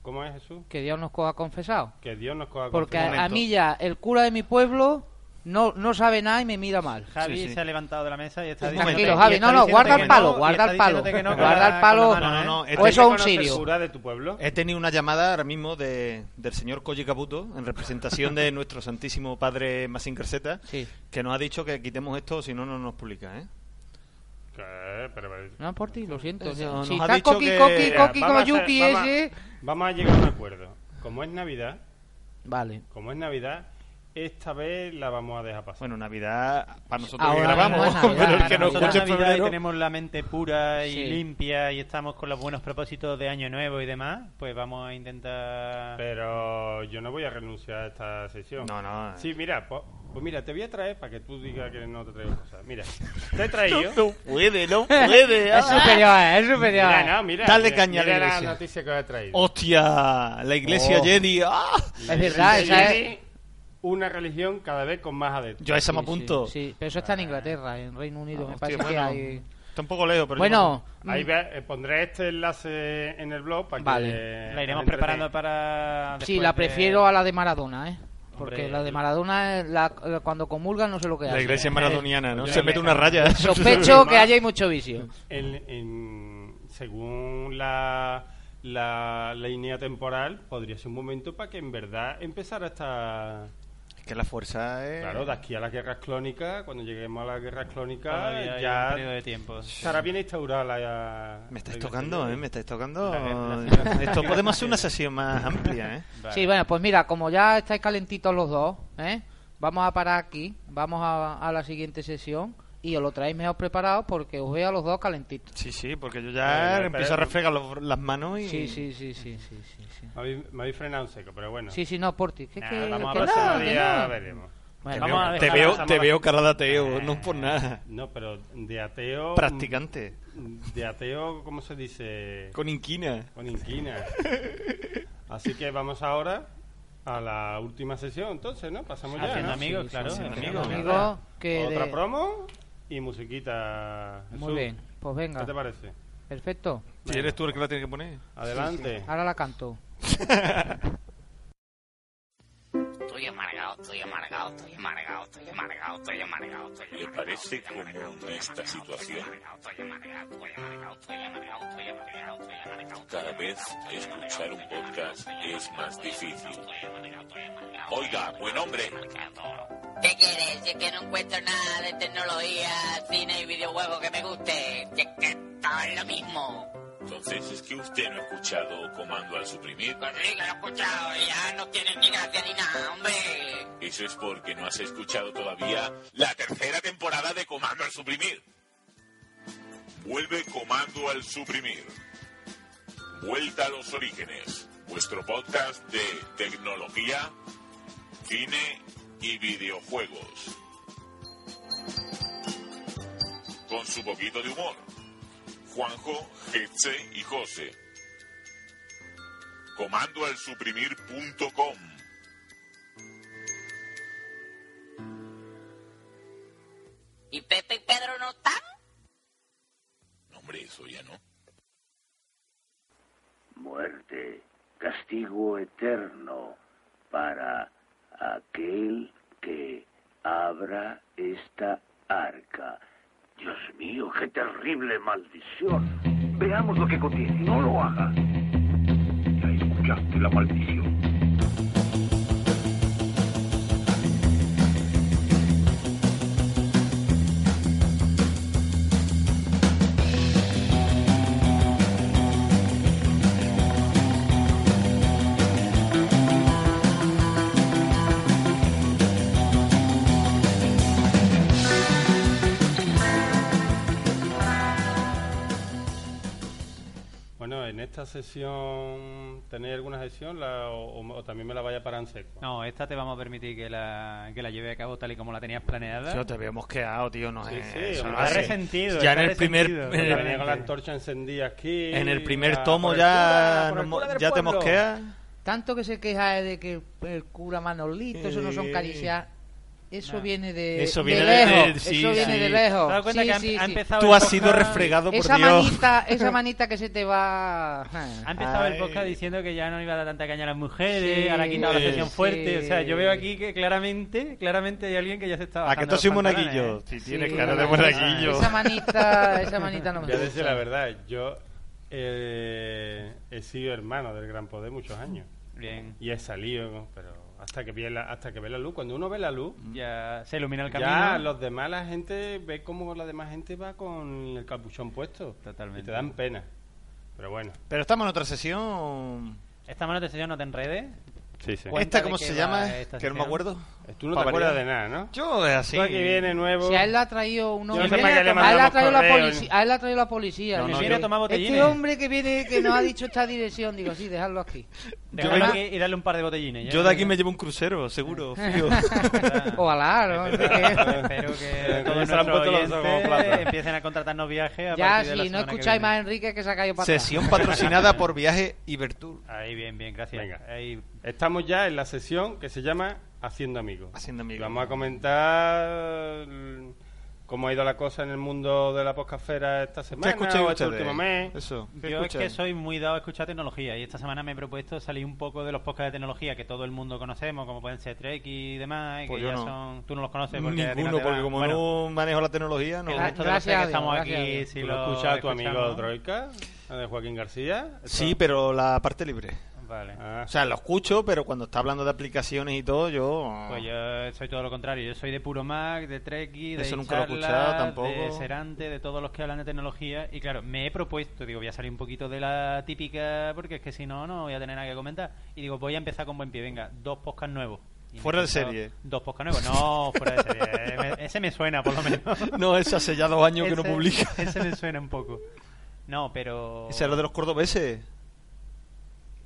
[SPEAKER 1] ¿Cómo es, Jesús?
[SPEAKER 2] Que Dios nos coja confesado.
[SPEAKER 1] Que Dios nos coja
[SPEAKER 2] Porque
[SPEAKER 1] confesado.
[SPEAKER 2] a, a mí ya, el cura de mi pueblo no, no sabe nada y me mira mal.
[SPEAKER 3] Javi se ha levantado de la mesa y está
[SPEAKER 2] Tranquilo,
[SPEAKER 3] diciendo-
[SPEAKER 2] Javi,
[SPEAKER 3] y está
[SPEAKER 2] no, no,
[SPEAKER 3] diciéndote
[SPEAKER 2] guarda el
[SPEAKER 3] que
[SPEAKER 2] palo,
[SPEAKER 3] y
[SPEAKER 2] guarda
[SPEAKER 3] está
[SPEAKER 2] el palo,
[SPEAKER 3] diciéndote que no,
[SPEAKER 2] guarda
[SPEAKER 3] con la-
[SPEAKER 2] el palo.
[SPEAKER 3] con la mano, ¿eh?
[SPEAKER 2] O eso es un sirio.
[SPEAKER 1] cura de tu pueblo?
[SPEAKER 4] He tenido una llamada ahora mismo de, del señor Colle Caputo, en representación de nuestro santísimo padre Massin Carceta, que nos ha dicho que quitemos esto, si no, no nos publica, ¿eh?
[SPEAKER 1] ¿Qué? Eh, Pero, pero-
[SPEAKER 2] No, por ti, lo siento.
[SPEAKER 4] Eso, nos
[SPEAKER 2] si
[SPEAKER 4] ha
[SPEAKER 2] está
[SPEAKER 4] dicho
[SPEAKER 2] coqui,
[SPEAKER 4] que-
[SPEAKER 2] coqui,
[SPEAKER 1] Mira,
[SPEAKER 2] coqui,
[SPEAKER 1] vamos
[SPEAKER 2] como
[SPEAKER 1] a hacer-
[SPEAKER 2] Yuki
[SPEAKER 1] vamos a-
[SPEAKER 2] ese...
[SPEAKER 1] Vamos a llegar a un acuerdo. Como es Navidad,
[SPEAKER 2] Vale.
[SPEAKER 1] como es Navidad, esta vez la vamos a dejar pasar.
[SPEAKER 4] Bueno, Navidad para nosotros
[SPEAKER 3] Ahora
[SPEAKER 4] que grabamos,
[SPEAKER 3] mismo es Navidad,
[SPEAKER 4] pero el que nos
[SPEAKER 3] nosotros
[SPEAKER 4] escuche en
[SPEAKER 3] Navidad
[SPEAKER 4] febrero...
[SPEAKER 3] y tenemos la mente pura y
[SPEAKER 4] Sí.
[SPEAKER 3] limpia y estamos con los buenos propósitos de año nuevo y demás, pues vamos a intentar
[SPEAKER 1] Pero yo no voy a renunciar a esta sesión.
[SPEAKER 4] No, no.
[SPEAKER 1] Sí, mira, po- pues, mira, te voy a traer para que tú digas que no te traigo cosas. Mira, te he traído.
[SPEAKER 4] No, no puede, no puede.
[SPEAKER 2] Ah,
[SPEAKER 1] Es superior,
[SPEAKER 2] es superior.
[SPEAKER 1] Mira, no, mira.
[SPEAKER 4] Dale
[SPEAKER 1] mira,
[SPEAKER 4] caña a la
[SPEAKER 1] mira
[SPEAKER 4] iglesia. Oh,
[SPEAKER 1] noticia que os he traído.
[SPEAKER 4] ¡Hostia! La iglesia
[SPEAKER 1] Oh.
[SPEAKER 4] Jedi. ¡ah!
[SPEAKER 1] La
[SPEAKER 2] verdad,
[SPEAKER 1] iglesia
[SPEAKER 2] esa es-
[SPEAKER 1] Jedi, Una religión cada vez con más adeptos.
[SPEAKER 4] Yo a esa me apunto.
[SPEAKER 2] Sí, sí, pero eso
[SPEAKER 3] Ah.
[SPEAKER 2] está en Inglaterra, en Reino Unido, me
[SPEAKER 4] hostia,
[SPEAKER 2] parece que
[SPEAKER 4] bueno.
[SPEAKER 2] hay...
[SPEAKER 4] Tampoco leo, pero... yo
[SPEAKER 2] Bueno, mm,
[SPEAKER 4] me apunto.
[SPEAKER 1] Ahí ve- eh, pondré este enlace en el blog para
[SPEAKER 2] Vale.
[SPEAKER 1] que...
[SPEAKER 3] la iremos
[SPEAKER 1] gente
[SPEAKER 3] preparando
[SPEAKER 1] tenga-
[SPEAKER 3] para
[SPEAKER 2] Sí,
[SPEAKER 3] después
[SPEAKER 2] la
[SPEAKER 3] de-
[SPEAKER 2] prefiero a la de Maradona, ¿eh? Porque
[SPEAKER 3] Hombre,
[SPEAKER 2] la de Maradona, eh, la- la- cuando comulgan, no sé lo que hace.
[SPEAKER 4] La iglesia es maradoniana, ¿no?
[SPEAKER 1] Yo
[SPEAKER 4] Se
[SPEAKER 1] le-
[SPEAKER 4] mete una raya.
[SPEAKER 2] Sospecho que haya mucho vicio.
[SPEAKER 1] En- en- según la, la línea temporal, podría ser un momento para que en verdad empezara esta...
[SPEAKER 4] Es que la fuerza es...
[SPEAKER 1] Claro, de aquí a las guerras clónicas, cuando lleguemos a las guerras clónicas,
[SPEAKER 3] Todavía hay
[SPEAKER 1] ya
[SPEAKER 3] un periodo de tiempo.
[SPEAKER 1] estará bien instaurada la...
[SPEAKER 4] Me estáis
[SPEAKER 1] la-
[SPEAKER 4] tocando, ¿eh? Me estáis tocando.
[SPEAKER 1] La- la-
[SPEAKER 4] Esto podemos hacer una sesión más amplia, ¿eh?
[SPEAKER 2] Sí, bueno, pues mira, como ya estáis calentitos los dos, ¿eh? Vamos a parar aquí, vamos a, a la siguiente sesión y os lo traéis mejor preparado porque os veo a los dos calentitos.
[SPEAKER 4] Sí, sí, porque yo ya
[SPEAKER 1] Vale, vale,
[SPEAKER 4] empiezo a
[SPEAKER 1] pero-
[SPEAKER 4] refregar los- las manos y...
[SPEAKER 2] Sí, sí, sí, sí, sí, sí. sí.
[SPEAKER 1] Me habéis, me habéis frenado en seco, pero bueno.
[SPEAKER 2] Sí, sí, no, por ti. Que,
[SPEAKER 1] Nah,
[SPEAKER 2] que-
[SPEAKER 1] vamos
[SPEAKER 2] que
[SPEAKER 1] a
[SPEAKER 2] no,
[SPEAKER 1] pasar
[SPEAKER 2] que
[SPEAKER 1] día,
[SPEAKER 2] no.
[SPEAKER 1] veremos.
[SPEAKER 2] Bueno,
[SPEAKER 4] Te
[SPEAKER 2] vamos a
[SPEAKER 4] veo-
[SPEAKER 2] ver.
[SPEAKER 4] te
[SPEAKER 1] dejar-
[SPEAKER 4] veo,
[SPEAKER 1] vamos
[SPEAKER 4] te
[SPEAKER 1] a-
[SPEAKER 4] veo cara de
[SPEAKER 2] Eh.
[SPEAKER 4] ateo, no por nada.
[SPEAKER 1] No, pero de ateo...
[SPEAKER 4] Practicante.
[SPEAKER 1] De ateo, ¿cómo se dice?
[SPEAKER 4] Con inquina.
[SPEAKER 1] Con inquina. Así que vamos ahora a la última sesión, entonces, ¿no? Pasamos ya.
[SPEAKER 3] Haciendo
[SPEAKER 1] ¿no?
[SPEAKER 3] amigos, claro,
[SPEAKER 1] haciendo
[SPEAKER 3] haciendo
[SPEAKER 2] amigos.
[SPEAKER 1] ¿verdad?
[SPEAKER 2] que
[SPEAKER 1] Otra
[SPEAKER 2] Eh, de-
[SPEAKER 1] promo y musiquita.
[SPEAKER 2] Muy
[SPEAKER 1] Jesús.
[SPEAKER 2] bien, pues venga.
[SPEAKER 1] ¿Qué te parece?
[SPEAKER 2] Perfecto.
[SPEAKER 4] Si eres tú el que la tienes que poner.
[SPEAKER 1] Adelante.
[SPEAKER 2] Ahora la canto.
[SPEAKER 22] Estoy amargado, estoy amargado, estoy amargado, estoy amargado, estoy amargado, estoy amargado. Me parece común esta situación. Cada vez escuchar un podcast es más difícil.
[SPEAKER 21] Oiga, buen hombre.
[SPEAKER 22] ¿Qué quieres? Si es que no encuentro nada de tecnología, cine y videojuegos que me guste. Si es que todo es lo mismo.
[SPEAKER 21] Entonces es que usted no ha escuchado comando al suprimir.
[SPEAKER 22] Pues sí, que lo he escuchado y ya no tiene ni gracia ni nada, hombre.
[SPEAKER 21] Eso es porque no has escuchado todavía la tercera temporada de Comando al Suprimir. Vuelve Comando al Suprimir. Vuelta a los orígenes. Vuestro podcast de tecnología, cine y videojuegos. Con su poquito de humor. Juanjo, Getse y José. Comando al suprimir.com
[SPEAKER 22] ¿Y Pepe y Pedro no están?
[SPEAKER 21] No, hombre, eso ya no.
[SPEAKER 5] muerte, castigo eterno para aquel que abra esta arca. Dios mío, qué terrible maldición. Veamos lo que contiene. No lo hagas. Ya escuchaste la maldición.
[SPEAKER 1] en esta sesión tenéis alguna sesión la- o, o- o también me la vaya para en seco.
[SPEAKER 3] No, esta te vamos a permitir que la, que la lleve a cabo tal y como la tenías planeada.
[SPEAKER 4] Tío, te habíamos quedado, tío. No
[SPEAKER 3] Sí,
[SPEAKER 4] es,
[SPEAKER 3] sí,
[SPEAKER 4] eso
[SPEAKER 3] hombre,
[SPEAKER 4] no es
[SPEAKER 3] está
[SPEAKER 4] así.
[SPEAKER 3] resentido,
[SPEAKER 4] Ah, Ya
[SPEAKER 3] está
[SPEAKER 4] en el primer.
[SPEAKER 3] resentido,
[SPEAKER 4] en el-
[SPEAKER 1] Venía con la antorcha encendida aquí.
[SPEAKER 4] En el primer
[SPEAKER 1] la-
[SPEAKER 4] tomo
[SPEAKER 1] por el
[SPEAKER 4] ya
[SPEAKER 1] cura, por el
[SPEAKER 4] no-
[SPEAKER 1] cura del
[SPEAKER 4] ya te
[SPEAKER 1] pueblo.
[SPEAKER 4] mosqueas.
[SPEAKER 2] Tanto que se queja de que el, el cura Manolito, eso no son caricias. Eso viene de,
[SPEAKER 4] Eso
[SPEAKER 2] de
[SPEAKER 4] viene de-
[SPEAKER 2] lejos.
[SPEAKER 4] de- sí,
[SPEAKER 2] eso viene
[SPEAKER 4] sí.
[SPEAKER 2] de
[SPEAKER 4] ¿Te has
[SPEAKER 2] lejos.
[SPEAKER 4] dado cuenta
[SPEAKER 2] Sí,
[SPEAKER 4] que ha-
[SPEAKER 2] sí,
[SPEAKER 4] ha
[SPEAKER 2] sí.
[SPEAKER 4] empezado Tú el has sido podcast- refregado por
[SPEAKER 2] esa
[SPEAKER 4] Dios. Ah,
[SPEAKER 2] Manita, esa manita que se te va. eh,
[SPEAKER 3] Ha empezado el podcast diciendo que ya no iba a dar tanta caña a las mujeres,
[SPEAKER 2] Sí,
[SPEAKER 3] ahora ha quitado la sesión
[SPEAKER 2] sí.
[SPEAKER 3] fuerte. O sea, yo veo aquí que claramente, claramente hay alguien que ya se está
[SPEAKER 4] ¿A que
[SPEAKER 3] bajando
[SPEAKER 4] tú soy
[SPEAKER 3] los pantalones,
[SPEAKER 4] monaguillo?
[SPEAKER 3] ¿eh?
[SPEAKER 4] Sí, tienes cara de monaguillo.
[SPEAKER 2] Esa manita, esa manita no me
[SPEAKER 1] Voy a decir
[SPEAKER 2] gusta.
[SPEAKER 1] la verdad, yo eh, he sido hermano del Gran Poder muchos años.
[SPEAKER 3] Bien.
[SPEAKER 1] Y he salido, pero hasta que, vi la, hasta que ve la luz, cuando uno ve la luz,
[SPEAKER 4] Mm.
[SPEAKER 3] Ya se ilumina el
[SPEAKER 1] ya
[SPEAKER 3] camino.
[SPEAKER 1] los demás, la gente ve cómo la demás gente va con el capuchón puesto. Totalmente. Y te dan pena. Pero bueno.
[SPEAKER 4] Pero estamos en otra sesión.
[SPEAKER 3] Esta mano te enseñó no te enredes.
[SPEAKER 1] Sí, sí.
[SPEAKER 3] Cuenta
[SPEAKER 4] ¿Esta
[SPEAKER 3] de
[SPEAKER 4] cómo
[SPEAKER 3] qué
[SPEAKER 4] se
[SPEAKER 3] va
[SPEAKER 4] llama?
[SPEAKER 3] esta
[SPEAKER 4] Que no me
[SPEAKER 3] sesión.
[SPEAKER 4] acuerdo.
[SPEAKER 1] Eh, Tú no te
[SPEAKER 4] Pa'
[SPEAKER 1] acuerdas de
[SPEAKER 4] variar.
[SPEAKER 1] nada, ¿no?
[SPEAKER 4] Yo es así.
[SPEAKER 1] Tú aquí viene nuevo.
[SPEAKER 2] Si a él la ha traído uno.
[SPEAKER 1] Yo
[SPEAKER 2] de-
[SPEAKER 1] no sé para qué le
[SPEAKER 2] a él la ha
[SPEAKER 1] mandamos
[SPEAKER 2] traído la
[SPEAKER 1] correo,
[SPEAKER 2] policía. A él la ha traído la policía.
[SPEAKER 4] No, no,
[SPEAKER 2] Digo,
[SPEAKER 4] Viene a
[SPEAKER 3] tomar
[SPEAKER 2] este
[SPEAKER 3] botellines.
[SPEAKER 2] hombre que viene, que nos ha dicho esta dirección, digo, sí, dejadlo aquí.
[SPEAKER 3] Déjalo aquí y darle un par de botellines. ¿eh? ya.
[SPEAKER 4] Yo de aquí me llevo un crucero, seguro. fijo.
[SPEAKER 2] Ojalá, ¿no?
[SPEAKER 3] Espero que todos
[SPEAKER 4] Se le han
[SPEAKER 3] nuestros
[SPEAKER 4] puesto los ojos como
[SPEAKER 3] oyentes
[SPEAKER 4] plata.
[SPEAKER 3] empiecen a contratarnos viajes. a
[SPEAKER 2] Ya,
[SPEAKER 3] partir de la
[SPEAKER 2] si no
[SPEAKER 3] semana que
[SPEAKER 2] escucháis
[SPEAKER 3] viene.
[SPEAKER 2] más a Enrique, que se ha caído para atrás.
[SPEAKER 4] Sesión patrocinada por Viaje Ibertur.
[SPEAKER 3] Ahí, bien, bien, gracias.
[SPEAKER 1] Venga.
[SPEAKER 3] Ahí.
[SPEAKER 1] Estamos ya en la sesión que se llama Haciendo Amigos.
[SPEAKER 4] Haciendo Amigos.
[SPEAKER 1] Y Vamos a comentar mm, cómo ha ido la cosa en el mundo de la poscafera esta semana
[SPEAKER 4] escucháis
[SPEAKER 1] o este
[SPEAKER 4] ustedes?
[SPEAKER 1] último mes.
[SPEAKER 4] Eso. ¿Qué
[SPEAKER 3] Yo es
[SPEAKER 4] escuchan?
[SPEAKER 3] que soy muy dado a escuchar tecnología y esta semana me he propuesto salir un poco de los podcasts de tecnología que todo el mundo conocemos, como pueden ser Trek y demás, y
[SPEAKER 4] Pues
[SPEAKER 3] que
[SPEAKER 4] yo
[SPEAKER 3] ya
[SPEAKER 4] no.
[SPEAKER 3] son... Tú no los conoces porque... a ti no
[SPEAKER 4] Ninguno,
[SPEAKER 3] te
[SPEAKER 4] porque
[SPEAKER 3] va.
[SPEAKER 4] como
[SPEAKER 3] Bueno,
[SPEAKER 4] no manejo la tecnología, no.
[SPEAKER 3] el resto de los que estamos aquí, si
[SPEAKER 1] ¿Tú lo has
[SPEAKER 3] lo
[SPEAKER 1] escuchado a tu amigo
[SPEAKER 3] escuchamos.
[SPEAKER 1] Troika, la de Joaquín García? Eso-
[SPEAKER 4] Sí, pero la parte libre.
[SPEAKER 3] Vale.
[SPEAKER 1] Ah,
[SPEAKER 4] O sea, lo escucho, pero cuando está hablando de aplicaciones y todo, yo.
[SPEAKER 3] Pues yo soy todo lo contrario, yo soy de puro Mac, de Trekkie, de
[SPEAKER 4] Eso nunca lo he
[SPEAKER 3] Icharla,
[SPEAKER 4] escuchado tampoco.
[SPEAKER 3] de Serante, de todos los que hablan de tecnología y claro, me he propuesto, digo, voy a salir un poquito de la típica porque es que si no, no voy a tener nada que comentar y digo, voy a empezar con buen pie, venga, dos podcasts nuevos. Y me he
[SPEAKER 4] Fuera de
[SPEAKER 3] escuchado
[SPEAKER 4] serie.
[SPEAKER 3] Dos podcasts nuevos, no, fuera de serie, eh, me- ese me suena por lo menos.
[SPEAKER 4] No, ese hace ya dos años que no
[SPEAKER 3] Ese-
[SPEAKER 4] publica.
[SPEAKER 3] Ese me suena un poco. No, pero...
[SPEAKER 4] Ese era de los cordobeses.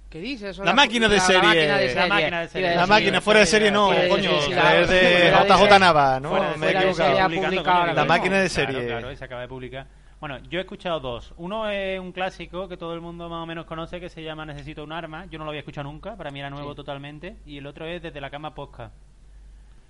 [SPEAKER 2] ¿Qué dices? Eso
[SPEAKER 4] La
[SPEAKER 2] era-
[SPEAKER 4] máquina de
[SPEAKER 2] la-
[SPEAKER 4] serie.
[SPEAKER 2] La máquina de
[SPEAKER 4] La
[SPEAKER 2] serie.
[SPEAKER 3] máquina de serie.
[SPEAKER 2] Iba a
[SPEAKER 4] La
[SPEAKER 2] decir-
[SPEAKER 4] máquina, fuera de serie no,
[SPEAKER 2] Fuera de
[SPEAKER 4] coño.
[SPEAKER 2] serie,
[SPEAKER 4] la es de
[SPEAKER 2] fuera
[SPEAKER 4] JJ
[SPEAKER 2] serie.
[SPEAKER 3] Fuera
[SPEAKER 4] Nava, ¿no?
[SPEAKER 3] de
[SPEAKER 4] Me he
[SPEAKER 3] serie,
[SPEAKER 4] equivocado.
[SPEAKER 3] se ha
[SPEAKER 2] publicado
[SPEAKER 3] publicado
[SPEAKER 2] ahora
[SPEAKER 3] con
[SPEAKER 4] La
[SPEAKER 3] el mismo.
[SPEAKER 4] máquina de
[SPEAKER 3] Claro,
[SPEAKER 4] serie.
[SPEAKER 3] Claro, se acaba de publicar. Bueno, yo he escuchado dos. Uno es un clásico que todo el mundo más o menos conoce que se llama Necesito un arma. Yo no lo había escuchado nunca, para mí era nuevo
[SPEAKER 2] Sí.
[SPEAKER 3] totalmente. Y el otro es Desde la cama posca.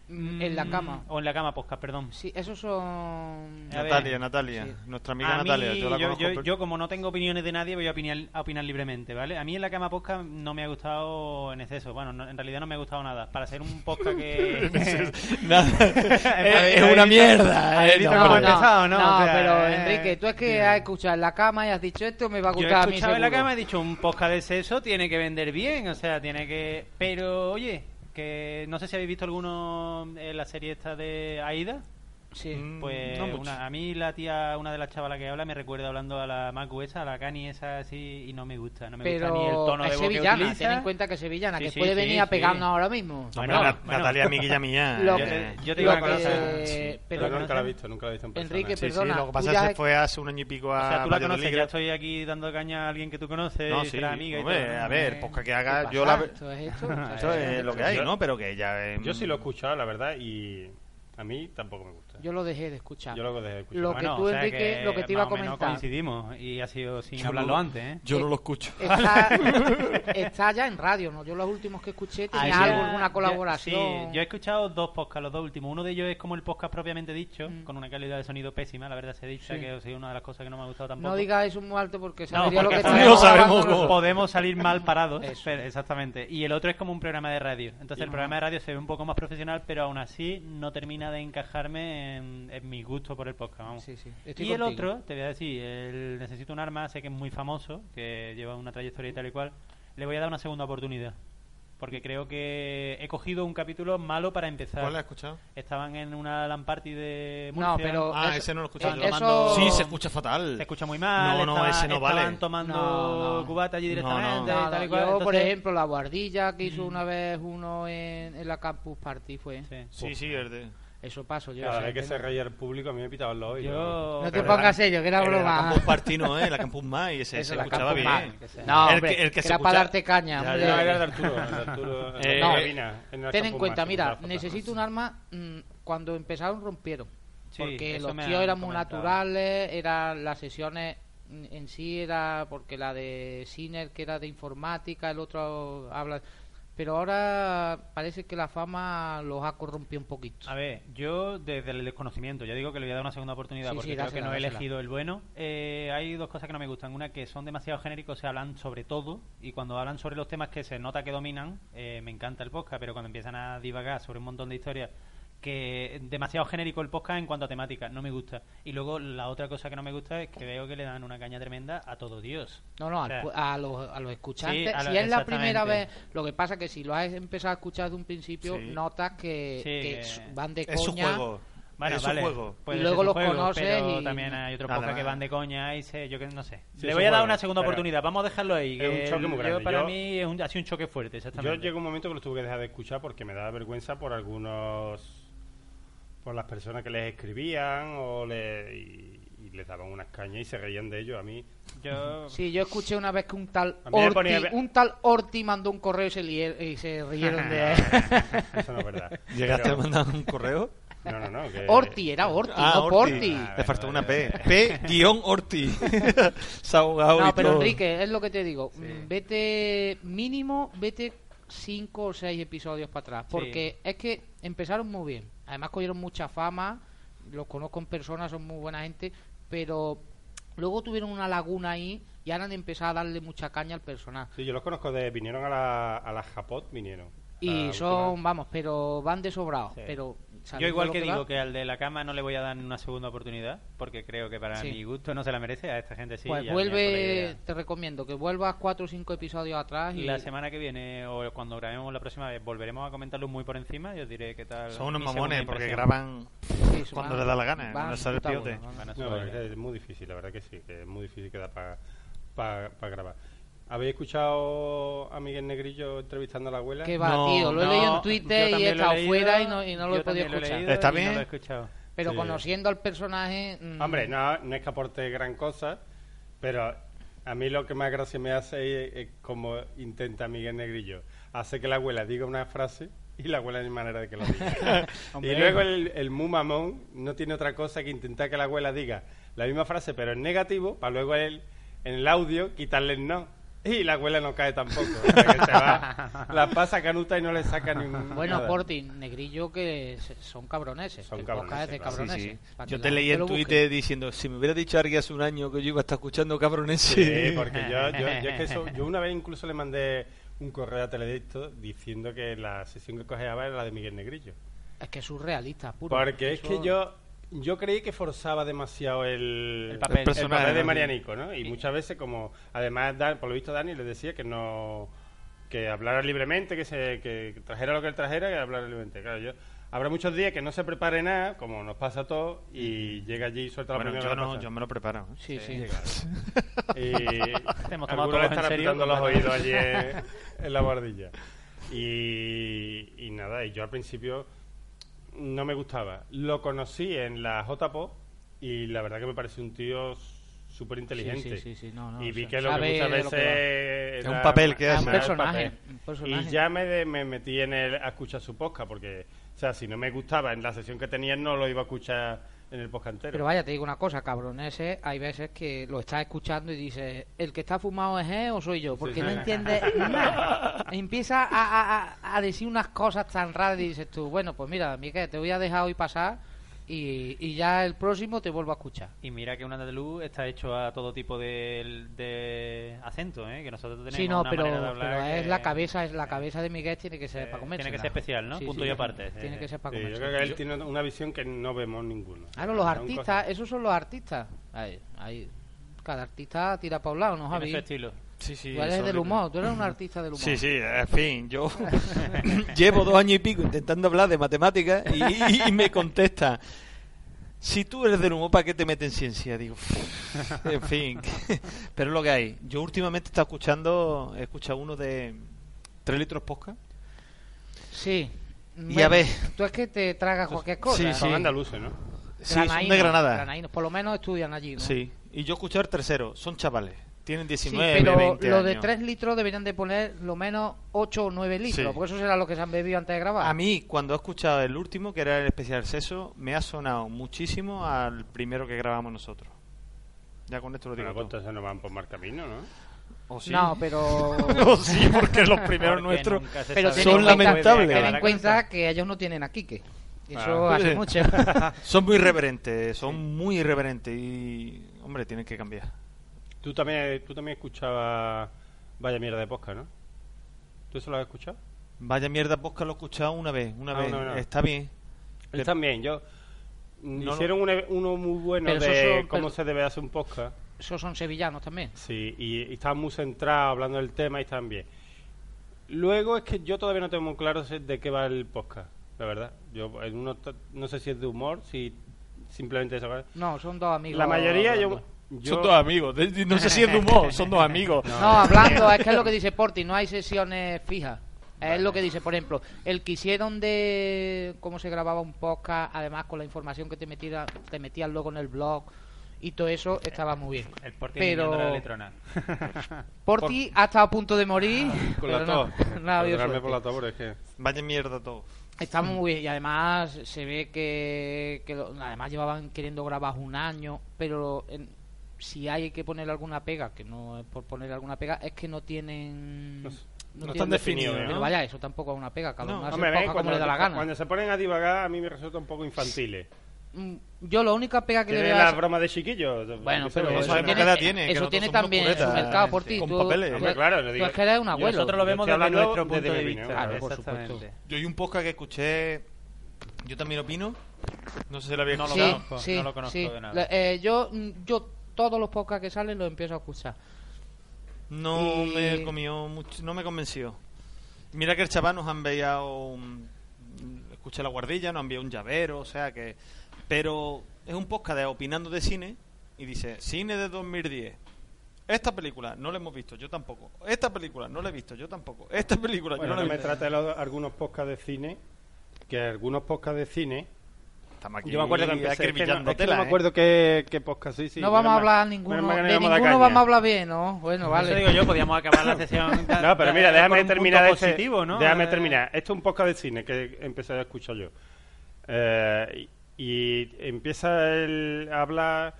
[SPEAKER 2] Mm, En la cama.
[SPEAKER 3] O en la cama posca, perdón.
[SPEAKER 2] Sí, esos son.
[SPEAKER 3] A ver.
[SPEAKER 4] Natalia, Natalia.
[SPEAKER 2] Sí.
[SPEAKER 4] Nuestra amiga
[SPEAKER 3] A mí,
[SPEAKER 4] Natalia. Yo la conozco.
[SPEAKER 3] yo- yo, como no tengo opiniones de nadie, voy a opinar, a opinar libremente, ¿vale? A mí en la cama posca no me ha gustado en exceso. Bueno, no- en realidad no me ha gustado nada. Para ser un posca que...
[SPEAKER 4] Es- es una mierda, eh,
[SPEAKER 3] Ahí
[SPEAKER 4] no,
[SPEAKER 3] estamos
[SPEAKER 4] pero-
[SPEAKER 3] empezados, ¿no? O sea,
[SPEAKER 2] pero
[SPEAKER 3] eh,
[SPEAKER 2] Enrique, tú es que has escuchado en la cama y has dicho esto me va a
[SPEAKER 3] Yo
[SPEAKER 2] gustar
[SPEAKER 3] he
[SPEAKER 2] a mí.
[SPEAKER 3] escuchado en la
[SPEAKER 2] seguro.
[SPEAKER 3] cama y he dicho, un podcast de sexo tiene que vender bien, o sea, tiene que... Pero, oye, que no sé si habéis visto alguno en la serie esta de Aida.
[SPEAKER 2] Sí.
[SPEAKER 3] Pues
[SPEAKER 4] Mm, no mucho.
[SPEAKER 3] una- a mí la tía, una de las chavalas que habla, me recuerda hablando a la Macu esa, a la Cani esa así, y no me gusta, no me
[SPEAKER 2] Pero
[SPEAKER 3] gusta ni el tono de
[SPEAKER 2] es
[SPEAKER 3] voz que
[SPEAKER 2] sevillana,
[SPEAKER 3] utiliza.
[SPEAKER 2] ten en cuenta que es sevillana,
[SPEAKER 3] Sí,
[SPEAKER 2] que
[SPEAKER 3] sí,
[SPEAKER 2] puede
[SPEAKER 3] sí,
[SPEAKER 2] venir
[SPEAKER 3] sí.
[SPEAKER 2] a pegarnos ahora mismo.
[SPEAKER 4] No,
[SPEAKER 3] Bueno,
[SPEAKER 4] pero Na-
[SPEAKER 3] bueno.
[SPEAKER 4] Natalia, amiguilla mía.
[SPEAKER 2] Lo
[SPEAKER 4] yo
[SPEAKER 2] que-
[SPEAKER 4] te-
[SPEAKER 3] Yo te
[SPEAKER 2] lo
[SPEAKER 3] digo una
[SPEAKER 2] que-
[SPEAKER 3] cosa.
[SPEAKER 2] eh,
[SPEAKER 1] Pero
[SPEAKER 2] pero
[SPEAKER 1] nunca la he
[SPEAKER 2] conocen-
[SPEAKER 1] visto, nunca la he visto en persona.
[SPEAKER 2] Enrique,
[SPEAKER 4] Sí, sí,
[SPEAKER 2] perdona.
[SPEAKER 4] lo que
[SPEAKER 2] tú
[SPEAKER 4] pasa
[SPEAKER 2] ya
[SPEAKER 4] es que
[SPEAKER 2] has-
[SPEAKER 4] se fue hace un año y pico
[SPEAKER 3] O
[SPEAKER 4] a
[SPEAKER 3] sea, tú la
[SPEAKER 4] Ah, Valladolid,
[SPEAKER 3] conoces, ya
[SPEAKER 4] creo.
[SPEAKER 3] estoy aquí dando caña a alguien que tú conoces,
[SPEAKER 4] No,
[SPEAKER 3] que
[SPEAKER 4] sí,
[SPEAKER 3] era amiga y
[SPEAKER 4] hombre,
[SPEAKER 3] todo, ¿no?
[SPEAKER 4] a ver, posca que haga,
[SPEAKER 2] ¿Qué
[SPEAKER 4] yo
[SPEAKER 2] pasa?
[SPEAKER 4] la...
[SPEAKER 2] Esto es esto.
[SPEAKER 4] Eso es lo que hay,
[SPEAKER 1] Yo-
[SPEAKER 4] ¿no? Pero que ya... eh,
[SPEAKER 1] Yo sí lo he escuchado, la verdad, y a mí tampoco me gusta.
[SPEAKER 2] Yo lo dejé de escuchar.
[SPEAKER 1] Yo lo dejé de escuchar.
[SPEAKER 2] Lo- que tú,
[SPEAKER 3] o sea
[SPEAKER 2] Enrique, lo que te iba
[SPEAKER 3] más
[SPEAKER 2] a
[SPEAKER 3] o menos
[SPEAKER 2] comentar.
[SPEAKER 3] coincidimos y ha sido sin
[SPEAKER 4] Yo
[SPEAKER 3] hablarlo
[SPEAKER 4] no-
[SPEAKER 3] antes, ¿eh?
[SPEAKER 4] Yo no lo escucho.
[SPEAKER 2] Está, está ya en radio, ¿no? Yo los últimos que escuché tenía
[SPEAKER 3] Ayer-
[SPEAKER 2] algo, alguna
[SPEAKER 3] yo-
[SPEAKER 2] colaboración.
[SPEAKER 3] sí, yo he escuchado dos podcasts, los dos últimos. Uno de ellos es como el podcast propiamente dicho,
[SPEAKER 2] Mm.
[SPEAKER 3] con una calidad de sonido pésima, la verdad se dicha,
[SPEAKER 2] Sí.
[SPEAKER 3] que ha sido una de las cosas que no me ha gustado tampoco.
[SPEAKER 2] No digas eso muy alto porque
[SPEAKER 3] No,
[SPEAKER 2] sabría
[SPEAKER 3] porque
[SPEAKER 2] lo que
[SPEAKER 3] podemos-
[SPEAKER 2] estaríamos
[SPEAKER 4] sabemos
[SPEAKER 2] hablando
[SPEAKER 4] cómo.
[SPEAKER 3] podemos salir mal parados.
[SPEAKER 2] Eso.
[SPEAKER 3] pero- exactamente. Y el otro es como un programa de radio. Entonces el
[SPEAKER 2] Ajá.
[SPEAKER 3] programa de radio se ve un poco más profesional, pero aún así no termina de encajarme en, en mi gusto por el podcast. Vamos.
[SPEAKER 2] Sí, sí.
[SPEAKER 3] Y
[SPEAKER 2] Estoy
[SPEAKER 3] el
[SPEAKER 2] contigo.
[SPEAKER 3] otro, te voy a decir, el Necesito un arma, sé que es muy famoso, que lleva una trayectoria y tal y cual. Le voy a dar una segunda oportunidad. Porque creo que he cogido un capítulo malo para empezar.
[SPEAKER 4] ¿Cuál la has escuchado?
[SPEAKER 3] Estaban en una LAN party de Murcia.
[SPEAKER 2] No, pero.
[SPEAKER 4] Ah,
[SPEAKER 2] eso-
[SPEAKER 4] ese no lo escuché.
[SPEAKER 2] eh,
[SPEAKER 4] Lo
[SPEAKER 2] Eso...
[SPEAKER 4] Sí, se escucha fatal.
[SPEAKER 3] Se escucha muy mal.
[SPEAKER 4] No, no,
[SPEAKER 3] estaba-
[SPEAKER 4] ese no
[SPEAKER 3] estaban
[SPEAKER 4] vale.
[SPEAKER 3] tomando
[SPEAKER 2] No, no.
[SPEAKER 3] cubata allí
[SPEAKER 4] No,
[SPEAKER 3] directamente.
[SPEAKER 2] Nada,
[SPEAKER 3] y tal y cual.
[SPEAKER 2] yo, por
[SPEAKER 3] Entonces,
[SPEAKER 2] ejemplo, la
[SPEAKER 4] Mm.
[SPEAKER 2] guardilla que hizo una vez uno en, en la Campus Party fue.
[SPEAKER 3] sí.
[SPEAKER 4] Sí, sí, es de...
[SPEAKER 2] Eso paso yo.
[SPEAKER 1] Cada
[SPEAKER 2] eso
[SPEAKER 1] vez que
[SPEAKER 2] no
[SPEAKER 1] se
[SPEAKER 2] tengo-
[SPEAKER 1] reía el público, a mí me pitaban los oídos.
[SPEAKER 2] Yo- No te pongas ello, que era
[SPEAKER 4] Era
[SPEAKER 2] broma.
[SPEAKER 4] la Campus Partino, ¿eh? La Campus Más, y ese
[SPEAKER 2] Eso,
[SPEAKER 4] se
[SPEAKER 2] la
[SPEAKER 4] escuchaba
[SPEAKER 2] Campus
[SPEAKER 4] bien.
[SPEAKER 2] Mar, que sea. No,
[SPEAKER 4] El
[SPEAKER 2] hombre,
[SPEAKER 4] el
[SPEAKER 2] que
[SPEAKER 4] se
[SPEAKER 2] era para
[SPEAKER 4] escucha-
[SPEAKER 2] darte caña,
[SPEAKER 4] Ya,
[SPEAKER 2] hombre.
[SPEAKER 4] ya, ya.
[SPEAKER 1] era de Arturo, de Arturo, en la cabina, en la
[SPEAKER 2] ten en
[SPEAKER 1] Campo
[SPEAKER 2] cuenta,
[SPEAKER 1] Mar,
[SPEAKER 2] mira,
[SPEAKER 1] estaba
[SPEAKER 2] necesito un arma. mm, cuando empezaron, rompieron.
[SPEAKER 3] Sí,
[SPEAKER 2] Porque
[SPEAKER 3] eso
[SPEAKER 2] los
[SPEAKER 3] me
[SPEAKER 2] tíos
[SPEAKER 3] han
[SPEAKER 2] eran muy
[SPEAKER 3] comentado.
[SPEAKER 2] naturales, eran las sesiones mm, en sí, era porque la de Sinner, que era de informática, el otro habla. Pero ahora parece que la fama los ha corrompido un poquito.
[SPEAKER 3] A ver, yo desde el desconocimiento, yo digo que le voy a dar una segunda oportunidad
[SPEAKER 2] Sí,
[SPEAKER 3] porque
[SPEAKER 2] sí,
[SPEAKER 3] creo
[SPEAKER 2] dásela,
[SPEAKER 3] que no he
[SPEAKER 2] dásela.
[SPEAKER 3] elegido el bueno. Eh, hay dos cosas que no me gustan. Una, que son demasiado genéricos, se hablan sobre todo y cuando hablan sobre los temas que se nota que dominan, eh, me encanta el podcast, pero cuando empiezan a divagar sobre un montón de historias que demasiado genérico el podcast en cuanto a temática, no me gusta. Y luego la otra cosa que no me gusta es que veo que le dan una caña tremenda a todo Dios.
[SPEAKER 2] No, no,
[SPEAKER 3] O sea,
[SPEAKER 2] al pu- a, los, a los escuchantes.
[SPEAKER 3] a los-
[SPEAKER 2] si es la primera vez,
[SPEAKER 3] exactamente.
[SPEAKER 2] lo que pasa que si lo has empezado a escuchar desde un principio,
[SPEAKER 3] Sí.
[SPEAKER 2] notas que,
[SPEAKER 3] Sí,
[SPEAKER 2] que
[SPEAKER 3] que-
[SPEAKER 2] s- van de
[SPEAKER 3] es su
[SPEAKER 2] coña.
[SPEAKER 3] juego. Bueno,
[SPEAKER 4] Es su
[SPEAKER 3] vale.
[SPEAKER 4] juego.
[SPEAKER 3] puede
[SPEAKER 2] Y luego
[SPEAKER 3] ser su
[SPEAKER 2] los
[SPEAKER 3] juego,
[SPEAKER 2] conoces
[SPEAKER 3] pero
[SPEAKER 2] y-
[SPEAKER 3] también hay otros
[SPEAKER 4] Nada
[SPEAKER 3] pocas que
[SPEAKER 4] más.
[SPEAKER 3] van de coña y se, yo que no sé.
[SPEAKER 1] Sí,
[SPEAKER 3] Le
[SPEAKER 1] es
[SPEAKER 3] voy
[SPEAKER 1] un
[SPEAKER 3] a dar
[SPEAKER 1] juego,
[SPEAKER 3] una segunda
[SPEAKER 1] pero-
[SPEAKER 3] oportunidad. Vamos a dejarlo ahí.
[SPEAKER 1] Es un
[SPEAKER 3] que
[SPEAKER 1] choque
[SPEAKER 3] el-
[SPEAKER 1] muy
[SPEAKER 3] yo
[SPEAKER 1] grande.
[SPEAKER 3] para
[SPEAKER 1] Yo-
[SPEAKER 3] mí es un, ha sido un choque fuerte,
[SPEAKER 1] Yo
[SPEAKER 3] exactamente.
[SPEAKER 1] llegó un momento que lo tuve que dejar de escuchar porque me daba vergüenza por algunos. por las personas que les escribían o le, y, y les daban unas cañas y se reían de ellos. A mí.
[SPEAKER 3] Yo.
[SPEAKER 2] Sí, yo escuché una vez que un tal
[SPEAKER 1] A mí me
[SPEAKER 2] Orti,
[SPEAKER 1] ponía-
[SPEAKER 2] un tal Orti mandó un correo y se, lier- y se rieron de él.
[SPEAKER 3] Eh.
[SPEAKER 1] Eso no es verdad.
[SPEAKER 4] ¿Llegaste
[SPEAKER 1] Pero-
[SPEAKER 4] a mandar un correo?
[SPEAKER 1] No, no, no. que-
[SPEAKER 2] Orti, era Orti,
[SPEAKER 3] Ah,
[SPEAKER 2] no Porti.
[SPEAKER 4] Ah, Le faltó una P. P-Orti. Se ha ahogado y
[SPEAKER 2] No, pero
[SPEAKER 4] todo.
[SPEAKER 2] Enrique, es lo que te digo. Mm, Vete mínimo, vete cinco o seis episodios para atrás.
[SPEAKER 3] Sí.
[SPEAKER 2] Porque es que empezaron muy bien. Además cogieron mucha fama. Los conozco en persona, son muy buena gente. Pero luego tuvieron una laguna ahí y ahora han empezado a darle mucha caña al personaje.
[SPEAKER 1] Sí, yo los conozco de. vinieron a la, a la Japot, vinieron.
[SPEAKER 2] Y
[SPEAKER 1] La
[SPEAKER 2] son, vamos, pero van de sobrado.
[SPEAKER 3] Ah, Sí.
[SPEAKER 2] Pero,
[SPEAKER 3] Yo
[SPEAKER 2] sabiendo
[SPEAKER 3] igual
[SPEAKER 2] lo
[SPEAKER 3] que
[SPEAKER 2] va-
[SPEAKER 3] digo que al de la cama no le voy a dar una segunda oportunidad, porque creo que para
[SPEAKER 2] Sí.
[SPEAKER 3] mi gusto no se la merece, a esta gente sí.
[SPEAKER 2] pues
[SPEAKER 3] ya venía con la
[SPEAKER 2] vuelve,
[SPEAKER 3] idea.
[SPEAKER 2] te recomiendo que vuelvas cuatro o cinco episodios atrás. Y
[SPEAKER 3] La semana que viene, o cuando grabemos la próxima vez, volveremos a comentarlo muy por encima y os diré qué tal.
[SPEAKER 4] Son unos
[SPEAKER 3] mi segunda
[SPEAKER 4] mamones porque
[SPEAKER 3] impresión.
[SPEAKER 4] graban
[SPEAKER 2] se
[SPEAKER 4] cuando
[SPEAKER 2] van-
[SPEAKER 4] les da la gana.
[SPEAKER 2] van
[SPEAKER 4] Van a saber
[SPEAKER 2] puta bola,
[SPEAKER 4] piote.
[SPEAKER 2] van a-
[SPEAKER 1] No, pero que es muy difícil, la verdad que sí, que es muy difícil que da para grabar. ¿Habéis escuchado a Miguel Negrillo entrevistando a la abuela?
[SPEAKER 2] Qué va, tío. Lo he leído en Twitter y he estado fuera y no, y no lo he podido escuchar.
[SPEAKER 4] Está
[SPEAKER 3] bien.
[SPEAKER 4] bien.
[SPEAKER 2] Pero
[SPEAKER 1] Sí.
[SPEAKER 2] conociendo al personaje. mm,
[SPEAKER 1] Hombre, no, no es que aporte gran cosa, pero a mí lo que más gracia me hace es, es como intenta Miguel Negrillo. Hace que la abuela diga una frase y la abuela ni manera de que lo diga. y
[SPEAKER 3] Hombre.
[SPEAKER 1] luego el, el mu mamón no tiene otra cosa que intentar que la abuela diga la misma frase, pero en negativo, para luego él, en el audio, quitarle el no. Y la abuela no cae tampoco. O sea que se va, la pasa canuta y no le saca ni un-
[SPEAKER 2] Bueno,
[SPEAKER 1] nada.
[SPEAKER 2] Portin, Negrillo, que se- son cabroneses. Son cabroneses. De cabroneses
[SPEAKER 4] Sí, sí.
[SPEAKER 2] Para que
[SPEAKER 4] Yo
[SPEAKER 2] la
[SPEAKER 4] te leí
[SPEAKER 2] gente
[SPEAKER 4] en
[SPEAKER 2] lo busque.
[SPEAKER 4] Twitter diciendo, si me hubiera dicho alguien hace un año que yo iba a estar escuchando cabrones.
[SPEAKER 1] Sí, porque yo, yo, yo es que eso- yo una vez incluso le mandé un correo a Teledicto diciendo que la sesión que cojeaba era la de Miguel Negrillo.
[SPEAKER 2] Es que es surrealista, puro.
[SPEAKER 1] Porque es
[SPEAKER 2] Eso-
[SPEAKER 1] que yo yo creí que forzaba demasiado el,
[SPEAKER 3] El papel. El personaje,
[SPEAKER 1] papel de
[SPEAKER 3] ¿no?
[SPEAKER 1] Marianico, ¿no? Y muchas veces como además Dan- por lo visto Dani le decía que no que hablara libremente, que se que trajera lo que él trajera, que hablara libremente. Claro, yo habrá muchos días que no se prepare nada, como nos pasa a todos y llega allí y suelta la
[SPEAKER 4] Bueno,
[SPEAKER 1] primera
[SPEAKER 4] yo
[SPEAKER 1] que le
[SPEAKER 4] no,
[SPEAKER 1] pasa.
[SPEAKER 4] yo me lo preparo. ¿eh?
[SPEAKER 2] Sí, sí.
[SPEAKER 1] Y
[SPEAKER 3] Te hemos tomado
[SPEAKER 1] algunos
[SPEAKER 3] todos en
[SPEAKER 1] están
[SPEAKER 3] serio,
[SPEAKER 1] apretando los
[SPEAKER 3] compadre.
[SPEAKER 1] oídos allí en, en la bordilla. Y, y nada, y yo al principio no me gustaba. Lo conocí en la JPO y la verdad que me pareció un tío súper inteligente.
[SPEAKER 2] Sí, sí, sí, sí, no, no,
[SPEAKER 1] y vi
[SPEAKER 2] o sea,
[SPEAKER 1] que lo
[SPEAKER 2] sabe
[SPEAKER 1] que muchas
[SPEAKER 2] de
[SPEAKER 1] veces...
[SPEAKER 2] lo que va.
[SPEAKER 4] Es un papel que
[SPEAKER 1] era
[SPEAKER 4] hace.
[SPEAKER 1] un
[SPEAKER 2] personaje,
[SPEAKER 1] papel.
[SPEAKER 2] un personaje.
[SPEAKER 1] Y ya me, de- me metí en el, a escuchar su podcast porque, o sea, si no me gustaba en la sesión que tenía no lo iba a escuchar en el podcast entero.
[SPEAKER 2] Pero vaya, te digo una cosa, cabroneses. Hay veces que lo estás escuchando y dices, ¿el que está fumado es él o soy yo? Porque
[SPEAKER 1] Sí.
[SPEAKER 2] no entiendes nada. Empieza a, a- a- a decir unas cosas tan raras y dices tú, bueno, pues mira, Miguel, te voy a dejar hoy pasar y, y ya el próximo te vuelvo a escuchar.
[SPEAKER 3] Y mira que un andaluz está hecho a todo tipo de, de acento, ¿eh? que nosotros tenemos
[SPEAKER 2] Sí, no,
[SPEAKER 3] una
[SPEAKER 2] pero,
[SPEAKER 3] manera de hablar
[SPEAKER 2] pero es
[SPEAKER 3] que- Eh,
[SPEAKER 2] la cabeza, es la cabeza de Miguel tiene que ser para comer.
[SPEAKER 3] tiene que ser especial, ¿no? Punto y aparte. eh.
[SPEAKER 2] Tiene que ser para
[SPEAKER 1] Sí,
[SPEAKER 2] comer.
[SPEAKER 1] yo creo que él tiene una visión que no vemos ninguno.
[SPEAKER 2] Claro, Ah, los
[SPEAKER 1] Son
[SPEAKER 2] artistas, eh, esos son los artistas. Ahí, ahí. Cada artista tira para un lado, ¿no, Javi?
[SPEAKER 3] Tiene su estilo.
[SPEAKER 4] Sí, sí,
[SPEAKER 2] Tú eres
[SPEAKER 4] eso
[SPEAKER 2] del
[SPEAKER 4] lo-
[SPEAKER 2] humor, tú eres un artista del humor.
[SPEAKER 4] Sí, sí, en fin, yo llevo dos años y pico intentando hablar de matemáticas y, y- y me contesta, si tú eres del humor, ¿para qué te metes en ciencia? Digo, en fin, pero es lo que hay. Yo últimamente he estado escuchando, he escuchado uno de 3 litros podcast
[SPEAKER 2] Sí.
[SPEAKER 4] Y a ver.
[SPEAKER 2] Tú es que te tragas cualquier cosa.
[SPEAKER 4] Pues Sí, sí. Son andaluces, ¿no? Sí, son de Granada.
[SPEAKER 2] granadinos, por lo menos estudian allí. ¿no?
[SPEAKER 4] Sí, y yo escuché al tercero, son chavales. Tienen
[SPEAKER 2] Sí,
[SPEAKER 4] 19,
[SPEAKER 2] pero
[SPEAKER 4] 20
[SPEAKER 2] lo
[SPEAKER 4] años.
[SPEAKER 2] de 3 litros deberían de poner lo menos 8 o 9 litros,
[SPEAKER 4] Sí.
[SPEAKER 2] porque eso será lo que se han bebido antes de grabar.
[SPEAKER 4] A mí, cuando he escuchado el último, que era el especial seso, me ha sonado muchísimo al primero que grabamos nosotros. Ya con esto lo digo.
[SPEAKER 1] Bueno, pues entonces no van por mal camino, ¿no?
[SPEAKER 4] O sí.
[SPEAKER 2] No, pero.
[SPEAKER 4] O sí, porque los primeros nuestros
[SPEAKER 2] Pero ten en
[SPEAKER 4] son
[SPEAKER 2] cuenta-
[SPEAKER 4] lamentables.
[SPEAKER 2] Ten en cuenta que ellos no tienen a Quique. Eso
[SPEAKER 4] Ah.
[SPEAKER 2] hace mucho.
[SPEAKER 4] son muy irreverentes, son muy irreverentes y, hombre, tienen que cambiar.
[SPEAKER 1] Tú también, tú también escuchabas Vaya Mierda de Posca, ¿no? ¿Tú eso lo has escuchado?
[SPEAKER 4] Vaya mierda, podcast lo he escuchado una vez, una
[SPEAKER 1] Ah,
[SPEAKER 4] vez.
[SPEAKER 1] una vez.
[SPEAKER 4] Está bien. Pero-
[SPEAKER 1] Están bien, yo...
[SPEAKER 4] No,
[SPEAKER 1] hicieron un e- uno muy bueno
[SPEAKER 2] Pero
[SPEAKER 1] de
[SPEAKER 2] esos son-
[SPEAKER 1] cómo
[SPEAKER 2] pero-
[SPEAKER 1] se debe hacer un podcast.
[SPEAKER 2] Esos son sevillanos también.
[SPEAKER 1] Sí, y, y estaban muy centrados hablando del tema y están bien. Luego es que yo todavía no tengo muy claro si- de qué va el podcast, la verdad. Yo en uno ta- no sé si es de humor, si simplemente eso. ¿vale?
[SPEAKER 2] No, son dos amigos.
[SPEAKER 1] La mayoría yo,
[SPEAKER 2] hablando.
[SPEAKER 1] yo-
[SPEAKER 4] Son dos amigos. de- No sé si es de humor, son dos amigos.
[SPEAKER 2] No, hablando, es que es lo que dice Porti, no hay sesiones fijas. Es lo que dice, por ejemplo, el que hicieron de cómo se grababa un podcast, además con la información que te metía, te metían luego en el blog y todo eso, estaba muy bien.
[SPEAKER 3] El Porti
[SPEAKER 2] pero
[SPEAKER 3] viniendo de la letrona.
[SPEAKER 2] Porti ha estado a punto de morir.
[SPEAKER 1] Ah, Con la
[SPEAKER 2] pero no,
[SPEAKER 1] tos.
[SPEAKER 2] no ha habido
[SPEAKER 1] Perdonadme por la
[SPEAKER 2] suerte.
[SPEAKER 1] tos, pero es que...
[SPEAKER 4] Vaya mierda todo.
[SPEAKER 2] Está muy bien y además se ve que, que lo- además llevaban queriendo grabar un año, pero en- si hay que poner alguna pega, que no es por poner alguna pega, es que no tienen no,
[SPEAKER 4] no
[SPEAKER 2] tienen
[SPEAKER 4] están definidos, ¿no?
[SPEAKER 2] Pero vaya, eso tampoco es una pega, cada
[SPEAKER 1] No,
[SPEAKER 2] uno hace
[SPEAKER 1] hombre,
[SPEAKER 2] poca
[SPEAKER 1] ven,
[SPEAKER 2] como
[SPEAKER 1] cuando,
[SPEAKER 2] le da la gana.
[SPEAKER 1] cuando se ponen a divagar a mí me resulta un poco infantiles.
[SPEAKER 2] Mm, Yo la única pega que le
[SPEAKER 1] Tiene
[SPEAKER 2] veo a
[SPEAKER 1] la
[SPEAKER 2] esa-
[SPEAKER 1] broma de chiquillos.
[SPEAKER 2] Bueno,
[SPEAKER 1] Eso
[SPEAKER 2] pero
[SPEAKER 1] no
[SPEAKER 2] eso
[SPEAKER 1] sabemos
[SPEAKER 2] tiene,
[SPEAKER 1] qué edad
[SPEAKER 2] eso
[SPEAKER 1] que nosotros
[SPEAKER 2] tiene
[SPEAKER 1] somos
[SPEAKER 2] también
[SPEAKER 1] puretas,
[SPEAKER 2] su mercado por ti.
[SPEAKER 1] con
[SPEAKER 2] tú-
[SPEAKER 1] papeles.
[SPEAKER 2] tú-
[SPEAKER 1] Hombre, claro,
[SPEAKER 2] tú
[SPEAKER 1] le digo,
[SPEAKER 2] es que eres un abuelo.
[SPEAKER 1] nosotros lo vemos
[SPEAKER 4] Estoy
[SPEAKER 1] desde
[SPEAKER 4] hablando
[SPEAKER 1] nuestro punto
[SPEAKER 4] desde
[SPEAKER 1] de
[SPEAKER 4] mi
[SPEAKER 1] vista.
[SPEAKER 4] opinión.
[SPEAKER 1] Claro, por
[SPEAKER 4] Exactamente.
[SPEAKER 1] supuesto.
[SPEAKER 4] Yo hay un podcast que escuché, yo también opino. No sé si lo había
[SPEAKER 3] No lo
[SPEAKER 4] escuchado.
[SPEAKER 3] conozco,
[SPEAKER 2] sí,
[SPEAKER 3] no lo conozco
[SPEAKER 2] sí.
[SPEAKER 3] de nada.
[SPEAKER 2] La- eh, yo, yo todos los podcasts que salen los empiezo a escuchar.
[SPEAKER 4] No
[SPEAKER 2] Y-
[SPEAKER 4] me comió mucho, no me convenció. Mira que el chaval nos ha enviado un, escuché la guardilla, nos ha enviado un llavero, o sea que pero es un podcast de opinando de cine y dice, cine de 2010. Esta película no la hemos visto, yo tampoco. Esta película no la he visto, yo tampoco. Esta película
[SPEAKER 1] Bueno, no
[SPEAKER 4] yo no la he
[SPEAKER 1] me
[SPEAKER 4] visto.
[SPEAKER 1] trate de los- algunos podcasts de cine, que algunos podcasts de cine...
[SPEAKER 4] aquí
[SPEAKER 1] yo me acuerdo que empecé, es que no,
[SPEAKER 4] acribillando
[SPEAKER 1] es que no
[SPEAKER 4] tela,
[SPEAKER 1] me
[SPEAKER 4] ¿eh?
[SPEAKER 1] acuerdo qué, qué podcast, sí, sí.
[SPEAKER 2] no
[SPEAKER 1] menos
[SPEAKER 2] vamos a
[SPEAKER 1] mal-
[SPEAKER 2] hablar ninguno,
[SPEAKER 1] menos mal que no
[SPEAKER 2] de
[SPEAKER 1] íbamos a dar
[SPEAKER 2] ninguno
[SPEAKER 1] caña.
[SPEAKER 2] vamos a hablar bien, ¿no? Bueno, vale.
[SPEAKER 3] Eso digo yo, podíamos acabar la sesión.
[SPEAKER 1] No, pero mira, déjame
[SPEAKER 3] con un
[SPEAKER 1] terminar.
[SPEAKER 3] punto
[SPEAKER 1] ese-
[SPEAKER 3] positivo, ¿no?
[SPEAKER 1] Déjame
[SPEAKER 3] Eh,
[SPEAKER 1] terminar. Esto es un podcast de cine que empecé a escuchar yo. Eh, y y empieza el, a hablar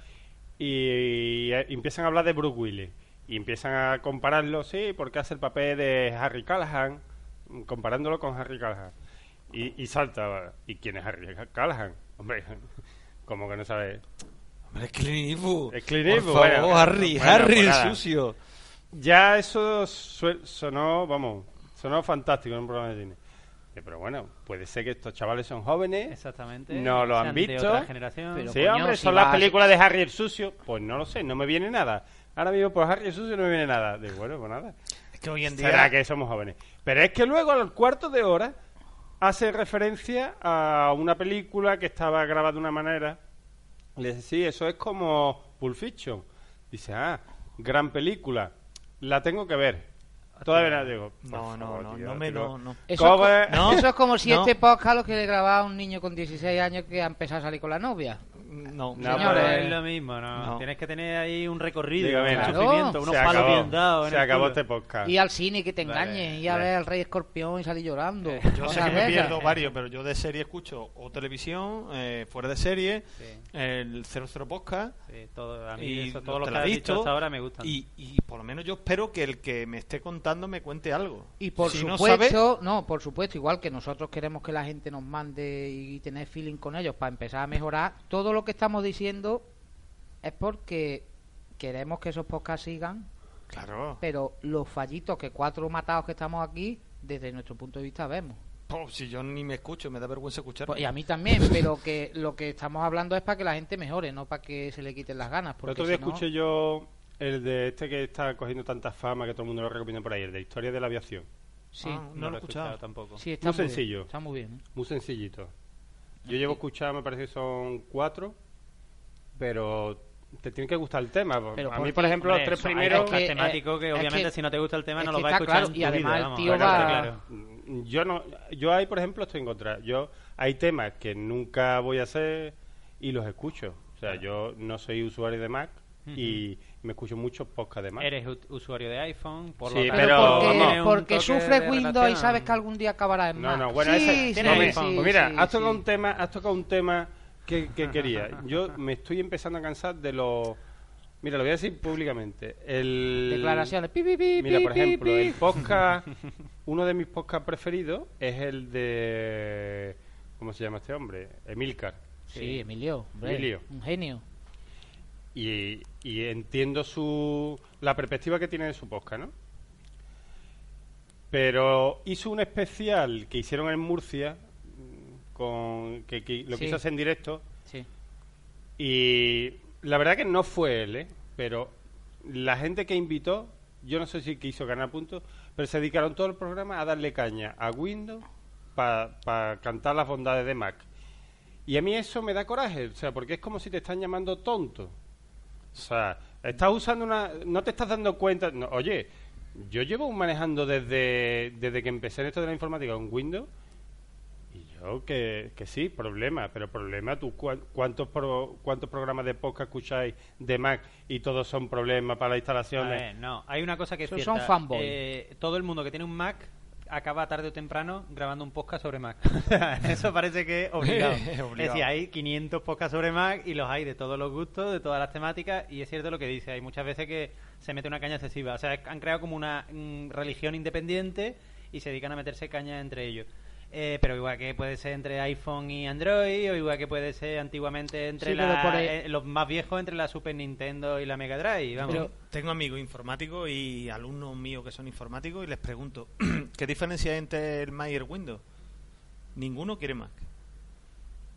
[SPEAKER 1] y, eh, y empiezan a hablar de Bruce Willis. Y empiezan a compararlo, sí, porque hace el papel de Harry Callahan, comparándolo con Harry Callahan. Y, y salta, ¿y quién es Harry Callahan? Hombre, como que no sabe.
[SPEAKER 4] Hombre, es Clint Eastwood.
[SPEAKER 1] Es Clint
[SPEAKER 4] Por
[SPEAKER 1] Eastwood,
[SPEAKER 4] favor,
[SPEAKER 1] bueno.
[SPEAKER 4] Harry,
[SPEAKER 1] Bueno,
[SPEAKER 4] Harry
[SPEAKER 1] pues
[SPEAKER 4] el
[SPEAKER 1] nada.
[SPEAKER 4] sucio.
[SPEAKER 1] Ya eso sue- sonó, vamos, sonó fantástico en un programa de cine. Eh, Pero bueno, puede ser que estos chavales son jóvenes.
[SPEAKER 3] Exactamente.
[SPEAKER 1] No lo
[SPEAKER 3] Sean
[SPEAKER 1] han
[SPEAKER 3] de
[SPEAKER 1] visto.
[SPEAKER 3] otra generación. Pero,
[SPEAKER 1] sí,
[SPEAKER 3] coño,
[SPEAKER 1] hombre,
[SPEAKER 3] si
[SPEAKER 1] son las
[SPEAKER 3] vas-
[SPEAKER 1] películas de Harry el Sucio. Pues no lo sé, no me viene nada. Ahora mismo por Harry el Sucio no me viene nada. De bueno, pues nada.
[SPEAKER 4] Es que hoy en día
[SPEAKER 1] Será que somos jóvenes. Pero es que luego al cuarto de hora hace referencia a una película que estaba grabada de una manera. Le dice, sí, eso es como Pulp Fiction. Dice, ah, gran película. La tengo que ver. Todavía no la digo. por
[SPEAKER 4] No, no,
[SPEAKER 1] favor,
[SPEAKER 4] no,
[SPEAKER 1] tío,
[SPEAKER 4] no me-
[SPEAKER 1] tío.
[SPEAKER 4] no, no.
[SPEAKER 2] Eso,
[SPEAKER 1] ¿Cómo
[SPEAKER 2] es
[SPEAKER 1] es?
[SPEAKER 2] co- eso es como si este podcast lo que grababa un niño con 16 años que ha empezado a salir con la novia.
[SPEAKER 1] No,
[SPEAKER 4] No,
[SPEAKER 1] pues
[SPEAKER 3] No,
[SPEAKER 1] pero-
[SPEAKER 3] es lo mismo, ¿no?
[SPEAKER 1] No.
[SPEAKER 3] Tienes que tener ahí un recorrido,
[SPEAKER 1] Dígame,
[SPEAKER 3] un
[SPEAKER 1] claro.
[SPEAKER 3] sufrimiento, unos
[SPEAKER 1] Se
[SPEAKER 3] palos
[SPEAKER 1] acabó.
[SPEAKER 3] bien dados. en
[SPEAKER 1] Se
[SPEAKER 3] el
[SPEAKER 1] acabó
[SPEAKER 3] culo.
[SPEAKER 1] este podcast.
[SPEAKER 2] Y al cine que te engañen, y a
[SPEAKER 1] vale.
[SPEAKER 2] ver al Rey Escorpión y salir llorando.
[SPEAKER 4] Yo sé
[SPEAKER 2] Cosas
[SPEAKER 4] que
[SPEAKER 2] de
[SPEAKER 4] me
[SPEAKER 2] esas.
[SPEAKER 4] pierdo varios, pero yo de serie escucho o televisión, eh, fuera de serie, el 00 Podcast.
[SPEAKER 3] Sí, todo- a mí
[SPEAKER 4] y
[SPEAKER 3] eso, todo lo
[SPEAKER 4] te
[SPEAKER 3] que
[SPEAKER 4] la
[SPEAKER 3] has
[SPEAKER 4] he
[SPEAKER 3] dicho hasta ahora me gustan.
[SPEAKER 4] Y, y por lo menos yo espero que el que me esté contando me cuente algo.
[SPEAKER 2] Y por
[SPEAKER 4] si no sabe,
[SPEAKER 2] supuesto, no, por supuesto, igual que nosotros queremos que la gente nos mande y tener feeling con ellos para empezar a mejorar, todo lo que estamos diciendo es porque queremos que esos podcasts sigan,
[SPEAKER 4] claro.
[SPEAKER 2] pero los fallitos que cuatro matados que estamos aquí, desde nuestro punto de vista vemos.
[SPEAKER 4] po, Oh, si yo ni me escucho, me da vergüenza escuchar.
[SPEAKER 2] Pues, y a mí también, pero que lo que estamos hablando es para que la gente mejore, no para que se le quiten las ganas.
[SPEAKER 1] El
[SPEAKER 2] Porque
[SPEAKER 1] otro día
[SPEAKER 2] si no-
[SPEAKER 1] escuché yo el de este que está cogiendo tanta fama que todo el mundo lo recomienda por ahí, el de Historia de la Aviación.
[SPEAKER 2] Sí.
[SPEAKER 4] Ah, no, lo he escuchado tampoco.
[SPEAKER 2] Sí, está
[SPEAKER 1] muy
[SPEAKER 2] muy bien,
[SPEAKER 1] sencillo.
[SPEAKER 2] está muy bien.
[SPEAKER 1] Muy sencillito. Yo llevo escuchado, me parece que son cuatro, pero te tiene que gustar el tema.
[SPEAKER 2] Pero
[SPEAKER 1] a mí,
[SPEAKER 2] porque-
[SPEAKER 1] por ejemplo, los
[SPEAKER 3] Hombre,
[SPEAKER 1] tres
[SPEAKER 3] eso, hay
[SPEAKER 1] primeros...
[SPEAKER 3] podcasts temáticos que,
[SPEAKER 2] eh, es
[SPEAKER 3] obviamente
[SPEAKER 2] que-
[SPEAKER 3] si no te gusta el tema
[SPEAKER 2] es
[SPEAKER 3] no
[SPEAKER 2] que
[SPEAKER 3] lo vas a
[SPEAKER 2] está
[SPEAKER 3] escuchar
[SPEAKER 2] claro,
[SPEAKER 3] en
[SPEAKER 2] y
[SPEAKER 3] tu
[SPEAKER 2] además
[SPEAKER 3] vida,
[SPEAKER 2] el
[SPEAKER 3] vamos,
[SPEAKER 2] tío
[SPEAKER 3] está
[SPEAKER 2] va-
[SPEAKER 3] claro.
[SPEAKER 1] Mm, yo no, yo ahí por ejemplo estoy en contra. Yo hay temas que nunca voy a hacer y los escucho. O sea, yo no soy usuario de Mac y me escucho muchos podcasts de Mac.
[SPEAKER 3] Eres ut- usuario de iPhone, por
[SPEAKER 1] Sí,
[SPEAKER 3] lo tanto...
[SPEAKER 1] pero
[SPEAKER 3] tiene
[SPEAKER 1] vamos.
[SPEAKER 3] un
[SPEAKER 2] Porque
[SPEAKER 3] toque
[SPEAKER 2] sufres
[SPEAKER 3] de
[SPEAKER 2] Windows y
[SPEAKER 3] relación.
[SPEAKER 2] sabes que algún día acabará en
[SPEAKER 1] No,
[SPEAKER 2] Mac.
[SPEAKER 1] no, bueno,
[SPEAKER 2] Sí,
[SPEAKER 1] ese-
[SPEAKER 2] sí,
[SPEAKER 1] Hombre,
[SPEAKER 2] sí,
[SPEAKER 1] pues mira,
[SPEAKER 2] sí,
[SPEAKER 1] has tocado
[SPEAKER 2] sí.
[SPEAKER 1] un tema, has tocado un tema que, que quería. Yo me estoy empezando a cansar de los Mira, lo voy a decir públicamente. El...
[SPEAKER 2] Declaraciones. Pi, pi, pi,
[SPEAKER 1] Mira,
[SPEAKER 2] pi,
[SPEAKER 1] por
[SPEAKER 2] pi,
[SPEAKER 1] ejemplo,
[SPEAKER 2] pi.
[SPEAKER 1] el podcast, uno de mis podcasts preferidos es el de ¿cómo se llama este hombre? Emilcar.
[SPEAKER 2] Sí, Emilio, hombre,
[SPEAKER 1] Emilio.
[SPEAKER 2] un genio.
[SPEAKER 1] y, y entiendo su la perspectiva que tiene de su posca, ¿no? Pero hizo un especial que hicieron en Murcia, mm, con que, que lo
[SPEAKER 2] Sí.
[SPEAKER 1] quiso hacer en directo,
[SPEAKER 2] Sí.
[SPEAKER 1] y la verdad que no fue él, ¿eh? pero la gente que invitó, yo no sé si quiso ganar puntos, pero se dedicaron todo el programa a darle caña a Windows para cantar las bondades de Mac. Y a mí eso me da coraje, o sea, porque es como si te están llamando tonto. O sea, estás usando una... No te estás dando cuenta... no, oye, yo llevo manejando desde, desde que empecé en esto de la informática con Windows yo que, que sí, problema, pero problema, ¿tú cuán- cuántos, pro- cuántos programas de podcast escucháis de Mac y todos son problemas para las
[SPEAKER 3] A
[SPEAKER 1] instalaciones?
[SPEAKER 3] ver, no, hay una cosa que es
[SPEAKER 2] Son-
[SPEAKER 3] cierta.
[SPEAKER 2] son fanboy.
[SPEAKER 3] Eh, todo el mundo que tiene un Mac acaba tarde o temprano grabando un podcast sobre Mac. Eso parece que es obligado.
[SPEAKER 4] Es obligado.
[SPEAKER 3] Es decir, hay 500 podcasts sobre Mac y los hay de todos los gustos, de todas las temáticas, y es cierto lo que dice, hay muchas veces que se mete una caña excesiva. O sea, es- han creado como una mm, religión independiente y se dedican a meterse caña entre ellos. Eh, pero igual que puede ser entre iPhone y Android, o igual que puede ser antiguamente entre
[SPEAKER 4] Sí, pero
[SPEAKER 3] la-
[SPEAKER 4] por el-
[SPEAKER 3] eh, los más viejos, entre la Super Nintendo y la Mega Drive. Vamos.
[SPEAKER 4] Pero tengo amigos informáticos y alumnos míos que son informáticos y les pregunto, ¿qué diferencia hay entre el Mac y el Windows? Ninguno quiere Mac.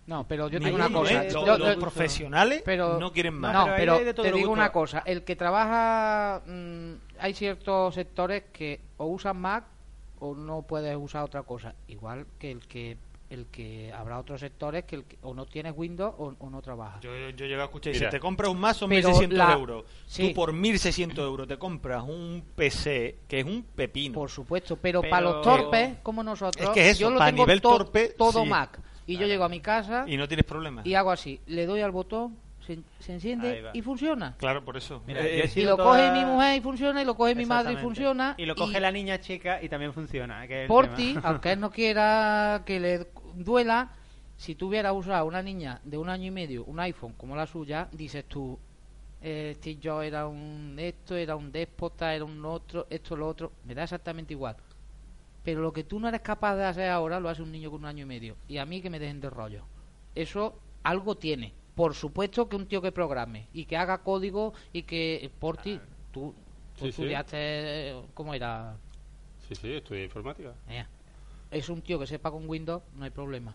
[SPEAKER 2] No, pero yo
[SPEAKER 4] Ni
[SPEAKER 2] te digo una
[SPEAKER 4] uno,
[SPEAKER 2] cosa.
[SPEAKER 4] ¿eh?
[SPEAKER 2] yo-
[SPEAKER 4] Los-
[SPEAKER 2] yo-
[SPEAKER 4] los profesionales
[SPEAKER 2] pero,
[SPEAKER 4] no quieren más.
[SPEAKER 2] No,
[SPEAKER 4] Pero hay
[SPEAKER 2] pero,
[SPEAKER 4] de- de todo
[SPEAKER 2] te
[SPEAKER 4] lo
[SPEAKER 2] digo
[SPEAKER 4] gusto.
[SPEAKER 2] una cosa. El que trabaja... mm, hay ciertos sectores que o usan Mac o no puedes usar otra cosa. Igual que el que el que habrá otros sectores que, el que- o no tienes Windows o, o no trabajas.
[SPEAKER 4] Yo, yo llego a escuchar, y si
[SPEAKER 2] Mira.
[SPEAKER 4] te compras un Mac son
[SPEAKER 2] Pero
[SPEAKER 4] 1.600
[SPEAKER 2] la-
[SPEAKER 4] euros.
[SPEAKER 2] sí.
[SPEAKER 4] Tú por 1.600 euros te compras un PC que es un pepino. Por
[SPEAKER 2] supuesto, Pero, para los torpes, como nosotros,
[SPEAKER 4] Es que eso,
[SPEAKER 2] yo lo
[SPEAKER 4] para
[SPEAKER 2] tengo
[SPEAKER 4] nivel
[SPEAKER 2] to-
[SPEAKER 4] torpe,
[SPEAKER 2] todo
[SPEAKER 4] sí.
[SPEAKER 2] Mac. Y yo llego a mi casa
[SPEAKER 4] Y no tienes problema.
[SPEAKER 2] y hago así. Le doy al botón, se, se
[SPEAKER 4] Ahí
[SPEAKER 2] enciende
[SPEAKER 4] va.
[SPEAKER 2] y funciona.
[SPEAKER 4] Claro, por eso. Eh,
[SPEAKER 3] Mira, yo he
[SPEAKER 2] Eh, Y
[SPEAKER 3] sido
[SPEAKER 2] lo
[SPEAKER 3] toda-
[SPEAKER 2] coge mi mujer y funciona, y lo coge mi madre y
[SPEAKER 3] Exactamente.
[SPEAKER 2] funciona.
[SPEAKER 3] Y lo coge la niña chica y también funciona. eh, que es el tema.
[SPEAKER 2] Porti, aunque él no quiera que le duela, si tuviera usado una niña de un año y medio un iPhone como la suya, dices tú, eh, Steve Jobs era un esto, era un déspota, era un otro, esto, lo otro, me da exactamente igual. Pero lo que tú no eres capaz de hacer ahora lo hace un niño con un año y medio. Y a mí que me dejen de rollo. Eso algo tiene. Por supuesto que un tío que programe y que haga código y que Porti, tú, tú
[SPEAKER 1] Sí, sí.
[SPEAKER 2] estudiaste, eh, ¿cómo era?
[SPEAKER 1] Sí, sí, estudié informática.
[SPEAKER 2] Eh, Es un tío que sepa con Windows, no hay problema.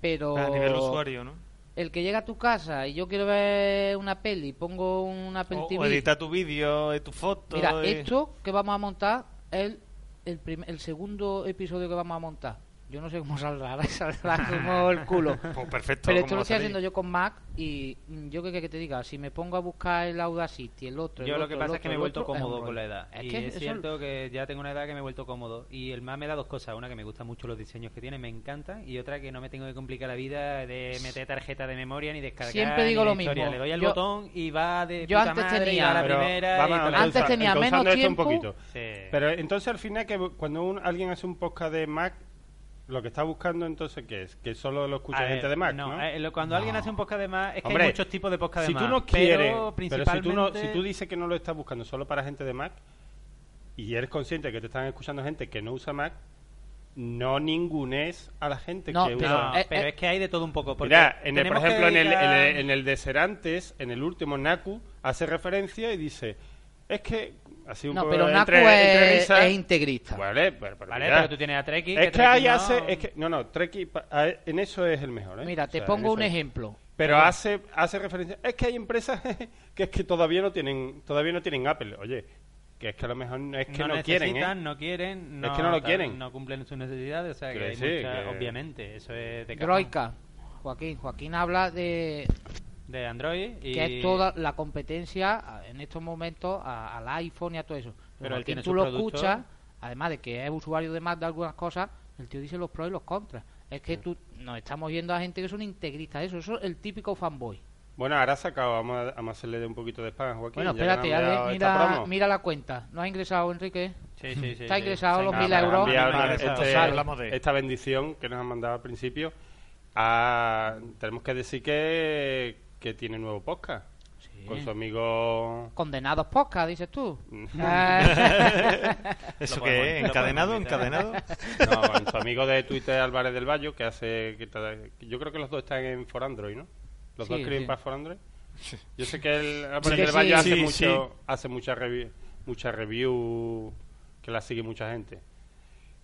[SPEAKER 2] Pero.
[SPEAKER 4] A nivel usuario, ¿no?
[SPEAKER 2] El que llega a tu casa y yo quiero ver una peli, pongo una peli
[SPEAKER 4] O,
[SPEAKER 2] TV.
[SPEAKER 4] o Oh, edita tu vídeo, eh, tu foto.
[SPEAKER 2] Mira,
[SPEAKER 4] eh.
[SPEAKER 2] esto que vamos a montar es el, el, prim- el segundo episodio que vamos a montar. Yo no sé cómo saldrá, ahora saldrá como el culo.
[SPEAKER 4] Pues perfecto,
[SPEAKER 2] Pero
[SPEAKER 4] ¿cómo
[SPEAKER 2] esto
[SPEAKER 4] va
[SPEAKER 2] lo
[SPEAKER 4] a
[SPEAKER 2] estoy
[SPEAKER 4] salir?
[SPEAKER 2] haciendo yo con Mac y mm, yo que, que te diga, si me pongo a buscar el Audacity, el otro. el
[SPEAKER 3] Yo lo
[SPEAKER 2] otro,
[SPEAKER 3] que
[SPEAKER 2] el
[SPEAKER 3] pasa es que
[SPEAKER 2] otro,
[SPEAKER 3] me he
[SPEAKER 2] el
[SPEAKER 3] vuelto
[SPEAKER 2] otro, es un
[SPEAKER 3] cómodo
[SPEAKER 2] rollo.
[SPEAKER 3] con la edad.
[SPEAKER 2] Es
[SPEAKER 3] y
[SPEAKER 2] que
[SPEAKER 3] es
[SPEAKER 2] eso-
[SPEAKER 3] cierto que ya tengo una edad que me he vuelto cómodo. Y el más me da dos cosas. Una que me gustan mucho los diseños que tiene, me encantan. Y otra que no me tengo que complicar la vida de meter tarjeta de memoria ni descargar.
[SPEAKER 2] Siempre
[SPEAKER 3] ni
[SPEAKER 2] digo lo
[SPEAKER 3] historia.
[SPEAKER 2] mismo.
[SPEAKER 3] Le doy al
[SPEAKER 2] Yo-
[SPEAKER 3] botón y va de.
[SPEAKER 2] yo
[SPEAKER 3] puta
[SPEAKER 2] antes
[SPEAKER 3] madre, y
[SPEAKER 2] tenía-
[SPEAKER 3] va a la
[SPEAKER 2] Pero
[SPEAKER 3] primera.
[SPEAKER 2] vamos a
[SPEAKER 3] y todo
[SPEAKER 2] ver, Antes tenía
[SPEAKER 1] encauzando esto
[SPEAKER 2] menos
[SPEAKER 1] un
[SPEAKER 2] tiempo.
[SPEAKER 1] poquito.
[SPEAKER 3] Sí.
[SPEAKER 1] Pero entonces al final que cuando un- alguien hace un podcast de Mac, lo que está buscando entonces qué es, que solo lo escucha
[SPEAKER 3] A ver,
[SPEAKER 1] gente de Mac,
[SPEAKER 3] no,
[SPEAKER 1] ¿no?
[SPEAKER 3] eh, lo- cuando alguien hace un podcast de más, es que
[SPEAKER 1] Hombre,
[SPEAKER 3] hay muchos tipos de podcast
[SPEAKER 1] si
[SPEAKER 3] de
[SPEAKER 1] tú
[SPEAKER 3] más,
[SPEAKER 1] no
[SPEAKER 3] pero
[SPEAKER 1] quieres, si tú no,
[SPEAKER 3] principalmente-
[SPEAKER 1] si tú dices que no lo estás buscando solo para gente de Mac y eres consciente que te están escuchando gente que no usa Mac, no ningunes a la gente
[SPEAKER 3] No,
[SPEAKER 1] que
[SPEAKER 3] pero,
[SPEAKER 1] usa.
[SPEAKER 3] eh, pero eh, es que hay de todo un poco. porque
[SPEAKER 1] Mira, en el- por
[SPEAKER 3] tenemos que
[SPEAKER 1] ejemplo, en el, en,
[SPEAKER 3] dedicar-
[SPEAKER 1] el, en el de Serantes, en el último Naku hace referencia y dice, es que así un
[SPEAKER 2] No,
[SPEAKER 1] poco
[SPEAKER 2] pero Naku
[SPEAKER 1] entre- entre
[SPEAKER 2] es-
[SPEAKER 1] risas.
[SPEAKER 2] es integrista.
[SPEAKER 1] Vale, pero, pero
[SPEAKER 3] Vale,
[SPEAKER 1] mira.
[SPEAKER 3] pero tú tienes a Treki, que
[SPEAKER 1] Es que
[SPEAKER 3] Treki
[SPEAKER 1] ahí
[SPEAKER 3] no-
[SPEAKER 1] hace, es que no, no, Treki pa- a- en eso es el mejor. ¿eh?
[SPEAKER 2] Mira, te
[SPEAKER 1] en
[SPEAKER 2] pongo
[SPEAKER 1] eso
[SPEAKER 2] un
[SPEAKER 1] es.
[SPEAKER 2] ejemplo.
[SPEAKER 1] Pero
[SPEAKER 2] Perdón.
[SPEAKER 1] hace hace referencia, es que hay empresas que es que todavía no tienen todavía no tienen Apple. Oye, que es que a lo mejor no- es que
[SPEAKER 3] no,
[SPEAKER 1] no, quieren,
[SPEAKER 3] necesitan,
[SPEAKER 1] ¿eh?
[SPEAKER 3] no quieren,
[SPEAKER 1] es que no lo
[SPEAKER 3] tal,
[SPEAKER 1] quieren.
[SPEAKER 3] no cumplen sus necesidades, o sea que
[SPEAKER 1] Quiero
[SPEAKER 3] hay
[SPEAKER 1] decir
[SPEAKER 3] mucha-
[SPEAKER 1] que-
[SPEAKER 3] obviamente, eso es de, cajón.
[SPEAKER 2] Droica. Joaquín. Joaquín habla de,
[SPEAKER 3] de Android y
[SPEAKER 2] que es toda la competencia a- en estos momentos a- al iPhone y a todo eso.
[SPEAKER 3] Pero él
[SPEAKER 2] Joaquín,
[SPEAKER 3] tiene
[SPEAKER 2] tú
[SPEAKER 3] sus
[SPEAKER 2] lo
[SPEAKER 3] productos.
[SPEAKER 2] escuchas, además de que es usuario de Mac de algunas cosas, El tío dice los pros y los contras. Es que tú, nos estamos viendo a gente que son integristas, eso, eso es el típico fanboy.
[SPEAKER 1] Bueno, ahora ha sacado, vamos a, vamos a hacerle un poquito de spam, Joaquín.
[SPEAKER 2] Bueno,
[SPEAKER 1] ya que nos
[SPEAKER 2] espérate,
[SPEAKER 1] han
[SPEAKER 2] a ver,
[SPEAKER 1] dado esta
[SPEAKER 2] mira,
[SPEAKER 1] promo.
[SPEAKER 2] mira la cuenta. ¿No ha ingresado, Enrique?
[SPEAKER 1] Sí, sí, sí.
[SPEAKER 2] ¿Está
[SPEAKER 1] sí.
[SPEAKER 2] ingresado
[SPEAKER 1] Sí.
[SPEAKER 2] los
[SPEAKER 1] Ah,
[SPEAKER 2] mil
[SPEAKER 1] me han
[SPEAKER 2] euros?
[SPEAKER 1] enviado
[SPEAKER 2] Ah,
[SPEAKER 1] este-
[SPEAKER 2] esto sale.
[SPEAKER 1] Esta bendición que nos han mandado al principio. Ah, tenemos que decir que, que tiene nuevo podcast. Con su amigo...
[SPEAKER 2] Condenados podcast, dices tú. Eh,
[SPEAKER 1] Lo podemos- lo podemos quitar. No, con su amigo de Twitter Álvarez del Valle, que hace... que te- yo creo que los dos están en For Android, ¿no? Los dos
[SPEAKER 2] Sí,
[SPEAKER 1] escriben
[SPEAKER 2] sí.
[SPEAKER 1] para For Android. Yo sé que el Álvarez
[SPEAKER 2] Sí,
[SPEAKER 1] del
[SPEAKER 2] sí,
[SPEAKER 1] Valle hace,
[SPEAKER 2] sí,
[SPEAKER 1] mucho,
[SPEAKER 2] sí.
[SPEAKER 1] hace mucha, revi- mucha review que la sigue mucha gente.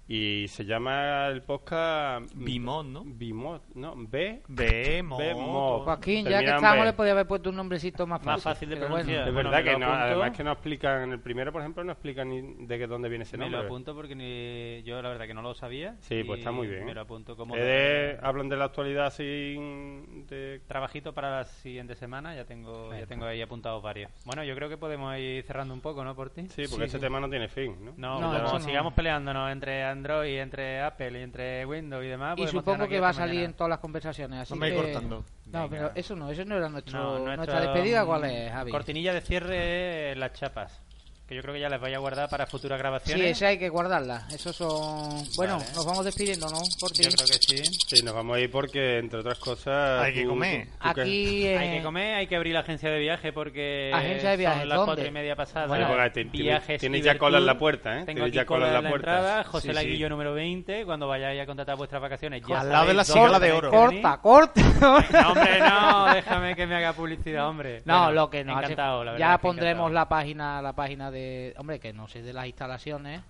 [SPEAKER 1] Y se llama el podcast... Bimod, ¿no? Bimod, ¿no, B...
[SPEAKER 4] Bemod.
[SPEAKER 1] Bemod.
[SPEAKER 2] Joaquín, ya que
[SPEAKER 1] Termina en
[SPEAKER 2] estamos,
[SPEAKER 1] B.
[SPEAKER 2] le podía haber puesto un nombrecito más fácil. pero bueno.
[SPEAKER 1] Es verdad que no, además que no explican, en el primero, por ejemplo, no explican ni de qué- dónde viene ese
[SPEAKER 3] Me lo
[SPEAKER 1] nombre.
[SPEAKER 3] apunto porque ni- yo la verdad que no lo sabía.
[SPEAKER 1] Sí, pues
[SPEAKER 3] y
[SPEAKER 1] está muy bien.
[SPEAKER 3] Me lo apunto como
[SPEAKER 1] Es de- hablan de la actualidad sin... de-
[SPEAKER 3] trabajito para la siguiente semana. Ya tengo, ya
[SPEAKER 1] Venga.
[SPEAKER 3] tengo ahí apuntados varios. Bueno, yo creo que podemos ir cerrando un poco, ¿no, por ti?
[SPEAKER 1] Sí, porque este tema no tiene fin, ¿no?
[SPEAKER 3] No,
[SPEAKER 2] No,
[SPEAKER 3] como
[SPEAKER 2] eso no.
[SPEAKER 3] sigamos peleándonos entre Android, entre Apple, y entre Windows y
[SPEAKER 2] Y
[SPEAKER 3] demás. Ah, podemos
[SPEAKER 2] supongo
[SPEAKER 3] quedarnos
[SPEAKER 2] que
[SPEAKER 3] aquí
[SPEAKER 2] va a
[SPEAKER 3] hasta
[SPEAKER 2] salir
[SPEAKER 3] mañana.
[SPEAKER 2] en todas las conversaciones. Así
[SPEAKER 3] No me
[SPEAKER 2] que-
[SPEAKER 3] cortando.
[SPEAKER 2] No, pero eso no, eso no era nuestro,
[SPEAKER 3] No,
[SPEAKER 2] nuestra
[SPEAKER 3] nuestro,
[SPEAKER 2] despedida.
[SPEAKER 3] mm,
[SPEAKER 2] ¿Cuál es, Javi?
[SPEAKER 3] Cortinilla de cierre, eh, las chapas. Que yo creo que ya las voy a guardar para futuras
[SPEAKER 2] Sí,
[SPEAKER 3] grabaciones.
[SPEAKER 2] esa hay que guardarla. Eso son. Bueno,
[SPEAKER 3] ¿eh? Vale.
[SPEAKER 2] nos vamos despidiendo, ¿no? Por ti.
[SPEAKER 3] Yo creo que sí.
[SPEAKER 1] Sí, nos vamos a ir porque, entre otras cosas...
[SPEAKER 3] Hay que comer.
[SPEAKER 2] Aquí, eh,
[SPEAKER 3] Hay que comer, hay que abrir la agencia de viaje porque
[SPEAKER 2] Agencia de viajes,
[SPEAKER 3] son las
[SPEAKER 2] ¿dónde?
[SPEAKER 3] cuatro y media pasadas.
[SPEAKER 1] Bueno, porque te- te- tienes ya cola
[SPEAKER 3] colas
[SPEAKER 1] en la puerta, ¿eh?
[SPEAKER 3] Tengo
[SPEAKER 1] Tienes
[SPEAKER 3] aquí
[SPEAKER 1] ya cola en la puerta.
[SPEAKER 3] entrada, José
[SPEAKER 1] Sí, sí.
[SPEAKER 3] Laguillo número 20. Cuando vayáis a contratar vuestras vacaciones, ya
[SPEAKER 4] Al lado de la
[SPEAKER 3] sabéis dónde
[SPEAKER 4] sigla de
[SPEAKER 3] tenéis
[SPEAKER 4] oro.
[SPEAKER 3] que venir.
[SPEAKER 2] Corta, corta.
[SPEAKER 3] No, hombre, no, déjame que me haga publicidad, hombre.
[SPEAKER 2] No,
[SPEAKER 3] Bueno,
[SPEAKER 2] lo que nos hace-
[SPEAKER 3] encantado, la verdad,
[SPEAKER 2] ya
[SPEAKER 3] que
[SPEAKER 2] pondremos
[SPEAKER 3] encantado.
[SPEAKER 2] la página, la página de, hombre, que no sé de las instalaciones.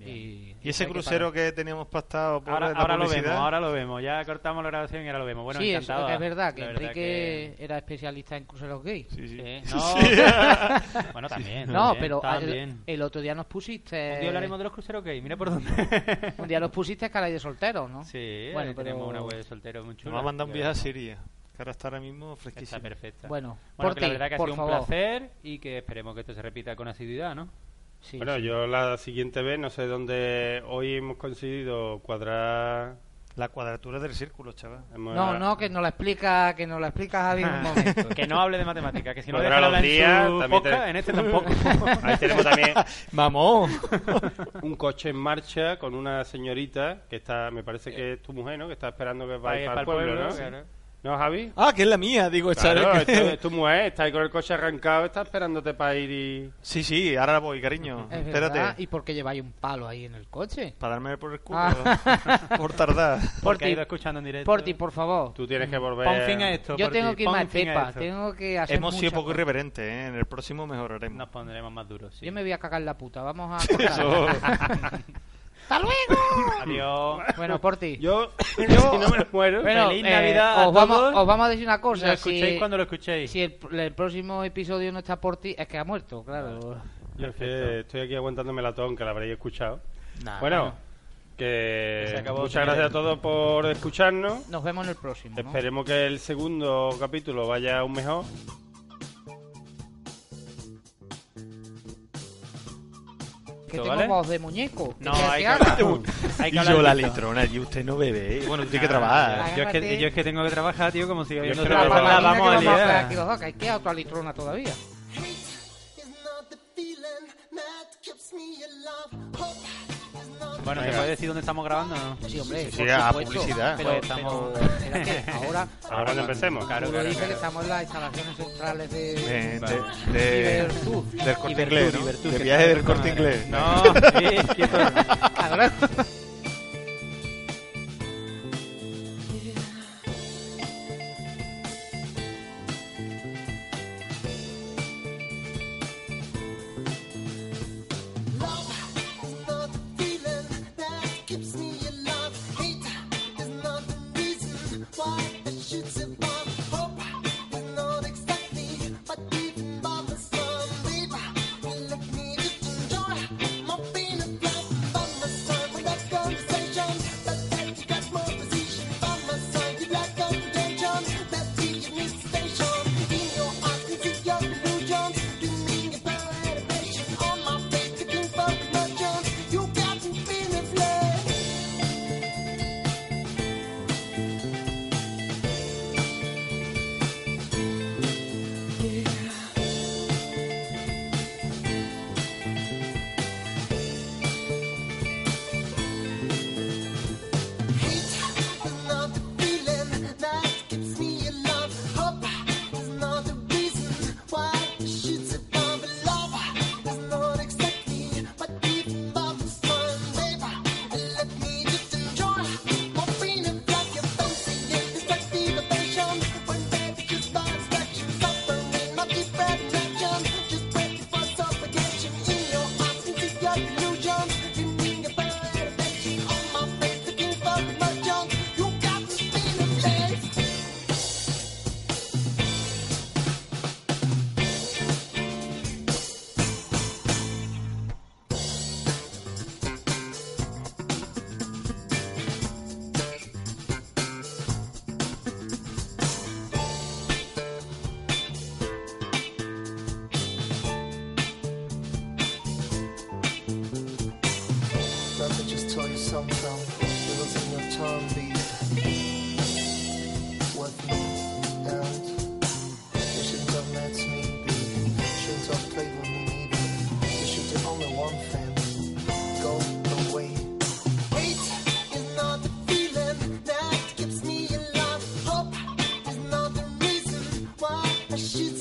[SPEAKER 2] Y,
[SPEAKER 4] ¿Y ese
[SPEAKER 2] hay que
[SPEAKER 4] crucero
[SPEAKER 2] pagar.
[SPEAKER 4] que teníamos pactado por
[SPEAKER 3] Ahora,
[SPEAKER 4] la
[SPEAKER 3] ahora lo
[SPEAKER 4] publicidad?
[SPEAKER 3] vemos, ahora lo vemos. Ya cortamos la grabación y ahora lo vemos. Bueno,
[SPEAKER 2] sí, eso,
[SPEAKER 3] encantado. ¿eh?
[SPEAKER 2] que es verdad que
[SPEAKER 3] La
[SPEAKER 2] Enrique era especialista en cruceros gay.
[SPEAKER 4] Sí, sí.
[SPEAKER 3] No. bueno, también.
[SPEAKER 2] No,
[SPEAKER 3] también,
[SPEAKER 2] pero eh,
[SPEAKER 3] también.
[SPEAKER 2] el, el otro día nos pusiste.
[SPEAKER 3] Un día hablaremos de los cruceros gay, mira por dónde.
[SPEAKER 2] Un día los pusiste cara de solteros, ¿no?
[SPEAKER 3] Sí,
[SPEAKER 2] bueno,
[SPEAKER 3] ahí
[SPEAKER 2] pero...
[SPEAKER 3] tenemos una web de soltero muy chula.
[SPEAKER 4] Nos va a mandar un
[SPEAKER 3] Ya
[SPEAKER 4] viaje a
[SPEAKER 3] veremos.
[SPEAKER 4] Siria. Que ahora está ahora mismo fresquísimo.
[SPEAKER 3] Está perfecta.
[SPEAKER 2] Bueno,
[SPEAKER 3] bueno
[SPEAKER 2] por
[SPEAKER 3] que la
[SPEAKER 2] ti,
[SPEAKER 3] verdad que ha
[SPEAKER 2] por
[SPEAKER 3] sido un
[SPEAKER 2] favor.
[SPEAKER 3] placer y que esperemos que esto se repita con asiduidad, ¿no?
[SPEAKER 2] Sí,
[SPEAKER 1] Bueno, yo la siguiente vez, no sé dónde... Hoy hemos conseguido cuadrar...
[SPEAKER 4] La cuadratura del círculo, chaval.
[SPEAKER 1] hemos-
[SPEAKER 2] No, no, que nos la explica, que nos la explica Javi en un momento.
[SPEAKER 3] Que no hable de matemáticas, que si no
[SPEAKER 1] Podrá
[SPEAKER 3] deja
[SPEAKER 1] los
[SPEAKER 3] hablar en
[SPEAKER 1] días,
[SPEAKER 3] su
[SPEAKER 1] también
[SPEAKER 3] podcast,
[SPEAKER 1] te-
[SPEAKER 3] en este tampoco.
[SPEAKER 1] Ahí tenemos también
[SPEAKER 4] Mamón.
[SPEAKER 1] un coche en marcha con una señorita que está, me parece que es tu mujer, ¿no? Que está esperando que
[SPEAKER 3] Pa'
[SPEAKER 1] vaya
[SPEAKER 3] ir
[SPEAKER 1] para,
[SPEAKER 3] pa'l
[SPEAKER 1] el pueblo,
[SPEAKER 3] pueblo,
[SPEAKER 1] ¿no?
[SPEAKER 3] claro.
[SPEAKER 1] ¿No, Javi?
[SPEAKER 4] Ah, que es la mía, digo, esta
[SPEAKER 1] Claro,
[SPEAKER 4] vez que-
[SPEAKER 1] es tu- es tu mujer, está ahí con el coche arrancado, está esperándote para ir y...
[SPEAKER 4] Sí, sí, ahora voy, cariño.
[SPEAKER 2] Es
[SPEAKER 4] Espérate.
[SPEAKER 2] verdad. ¿Y por qué lleváis un palo ahí en el coche?
[SPEAKER 4] Para darme por el culo.
[SPEAKER 2] Ah.
[SPEAKER 4] por tardar.
[SPEAKER 3] Porque ha
[SPEAKER 2] ti.
[SPEAKER 3] ido escuchando en directo.
[SPEAKER 2] Porti, por favor.
[SPEAKER 1] Tú tienes que volver...
[SPEAKER 3] Pon fin a esto.
[SPEAKER 2] Yo
[SPEAKER 3] por
[SPEAKER 2] tengo
[SPEAKER 3] ti,
[SPEAKER 2] que ir
[SPEAKER 3] pon
[SPEAKER 2] más
[SPEAKER 3] fin a
[SPEAKER 2] pepa,
[SPEAKER 3] esto.
[SPEAKER 2] tengo que hacer
[SPEAKER 4] Hemos sido
[SPEAKER 2] muchas
[SPEAKER 4] poco
[SPEAKER 2] cosas.
[SPEAKER 4] irreverentes, ¿eh? En el próximo mejoraremos.
[SPEAKER 3] Nos pondremos más duros, sí.
[SPEAKER 2] Yo me voy a cagar en la puta, vamos a... cortar.
[SPEAKER 4] Eso.
[SPEAKER 2] ¡Hasta luego!
[SPEAKER 3] Adiós.
[SPEAKER 2] Bueno, Porti.
[SPEAKER 1] Yo, si no me lo muero...
[SPEAKER 2] Bueno,
[SPEAKER 3] Feliz
[SPEAKER 2] eh,
[SPEAKER 3] Navidad a
[SPEAKER 2] os, vamos,
[SPEAKER 3] todos.
[SPEAKER 2] os vamos a decir una cosa.
[SPEAKER 3] Lo escuchéis
[SPEAKER 2] si,
[SPEAKER 3] cuando lo escuchéis.
[SPEAKER 2] si el, el próximo episodio no está Porti, es que ha muerto, claro.
[SPEAKER 1] Yo es que estoy aquí aguantándome la tos, que la habréis escuchado.
[SPEAKER 2] Nah,
[SPEAKER 1] bueno,
[SPEAKER 2] bueno.
[SPEAKER 1] que
[SPEAKER 3] Se acabó,
[SPEAKER 1] muchas
[SPEAKER 3] señores.
[SPEAKER 1] gracias a todos por escucharnos.
[SPEAKER 2] Nos vemos en el próximo. ¿no?
[SPEAKER 1] Esperemos que el segundo capítulo vaya aún mejor.
[SPEAKER 2] Que
[SPEAKER 3] ¿Tú,
[SPEAKER 2] tengo
[SPEAKER 3] vale?
[SPEAKER 2] voz de muñeco.
[SPEAKER 3] No,
[SPEAKER 2] ¿Qué
[SPEAKER 3] hay que
[SPEAKER 2] haga?
[SPEAKER 3] hablar. Hay que
[SPEAKER 4] y
[SPEAKER 3] hablar
[SPEAKER 4] yo la
[SPEAKER 3] de esto.
[SPEAKER 4] litrona, y usted no bebe, ¿eh? Bueno, tú tienes que
[SPEAKER 3] Nah,
[SPEAKER 4] trabajar.
[SPEAKER 3] Yo es, que,
[SPEAKER 2] Agárrate.
[SPEAKER 3] yo es que tengo que trabajar, tío, como siga
[SPEAKER 1] Yo
[SPEAKER 3] viendo
[SPEAKER 1] es que
[SPEAKER 3] otra
[SPEAKER 1] no
[SPEAKER 3] vez.
[SPEAKER 1] voy a
[SPEAKER 3] La
[SPEAKER 1] parar.
[SPEAKER 3] vamos a
[SPEAKER 2] que vamos a hacer
[SPEAKER 3] liar.
[SPEAKER 2] aquí los dos, que hay que otra litrona todavía.
[SPEAKER 3] Bueno, ¿te
[SPEAKER 1] Venga.
[SPEAKER 3] puedes decir dónde estamos grabando o no?
[SPEAKER 2] Sí, hombre.
[SPEAKER 4] Sí,
[SPEAKER 2] por
[SPEAKER 4] sí, a
[SPEAKER 2] supuesto.
[SPEAKER 4] publicidad.
[SPEAKER 2] Pero,
[SPEAKER 3] Pues estamos-
[SPEAKER 2] pero- pero es que ahora.
[SPEAKER 1] Ahora cuando empecemos.
[SPEAKER 3] Claro,
[SPEAKER 2] tú lo
[SPEAKER 3] claro,
[SPEAKER 2] dices
[SPEAKER 3] claro.
[SPEAKER 2] que estamos en las instalaciones centrales de.
[SPEAKER 4] Eh, de- de-
[SPEAKER 2] Libertud.
[SPEAKER 4] del
[SPEAKER 3] Libertud,
[SPEAKER 4] corte inglés, ¿no?
[SPEAKER 3] Libertud,
[SPEAKER 4] Del
[SPEAKER 3] que
[SPEAKER 4] viaje
[SPEAKER 3] está
[SPEAKER 4] del
[SPEAKER 3] de puta
[SPEAKER 4] corte
[SPEAKER 3] madre.
[SPEAKER 4] inglés.
[SPEAKER 3] No, sí, quieto.
[SPEAKER 2] Ahora-
[SPEAKER 6] Let me just enjoy my peanut butter, but my time will not go.
[SPEAKER 7] should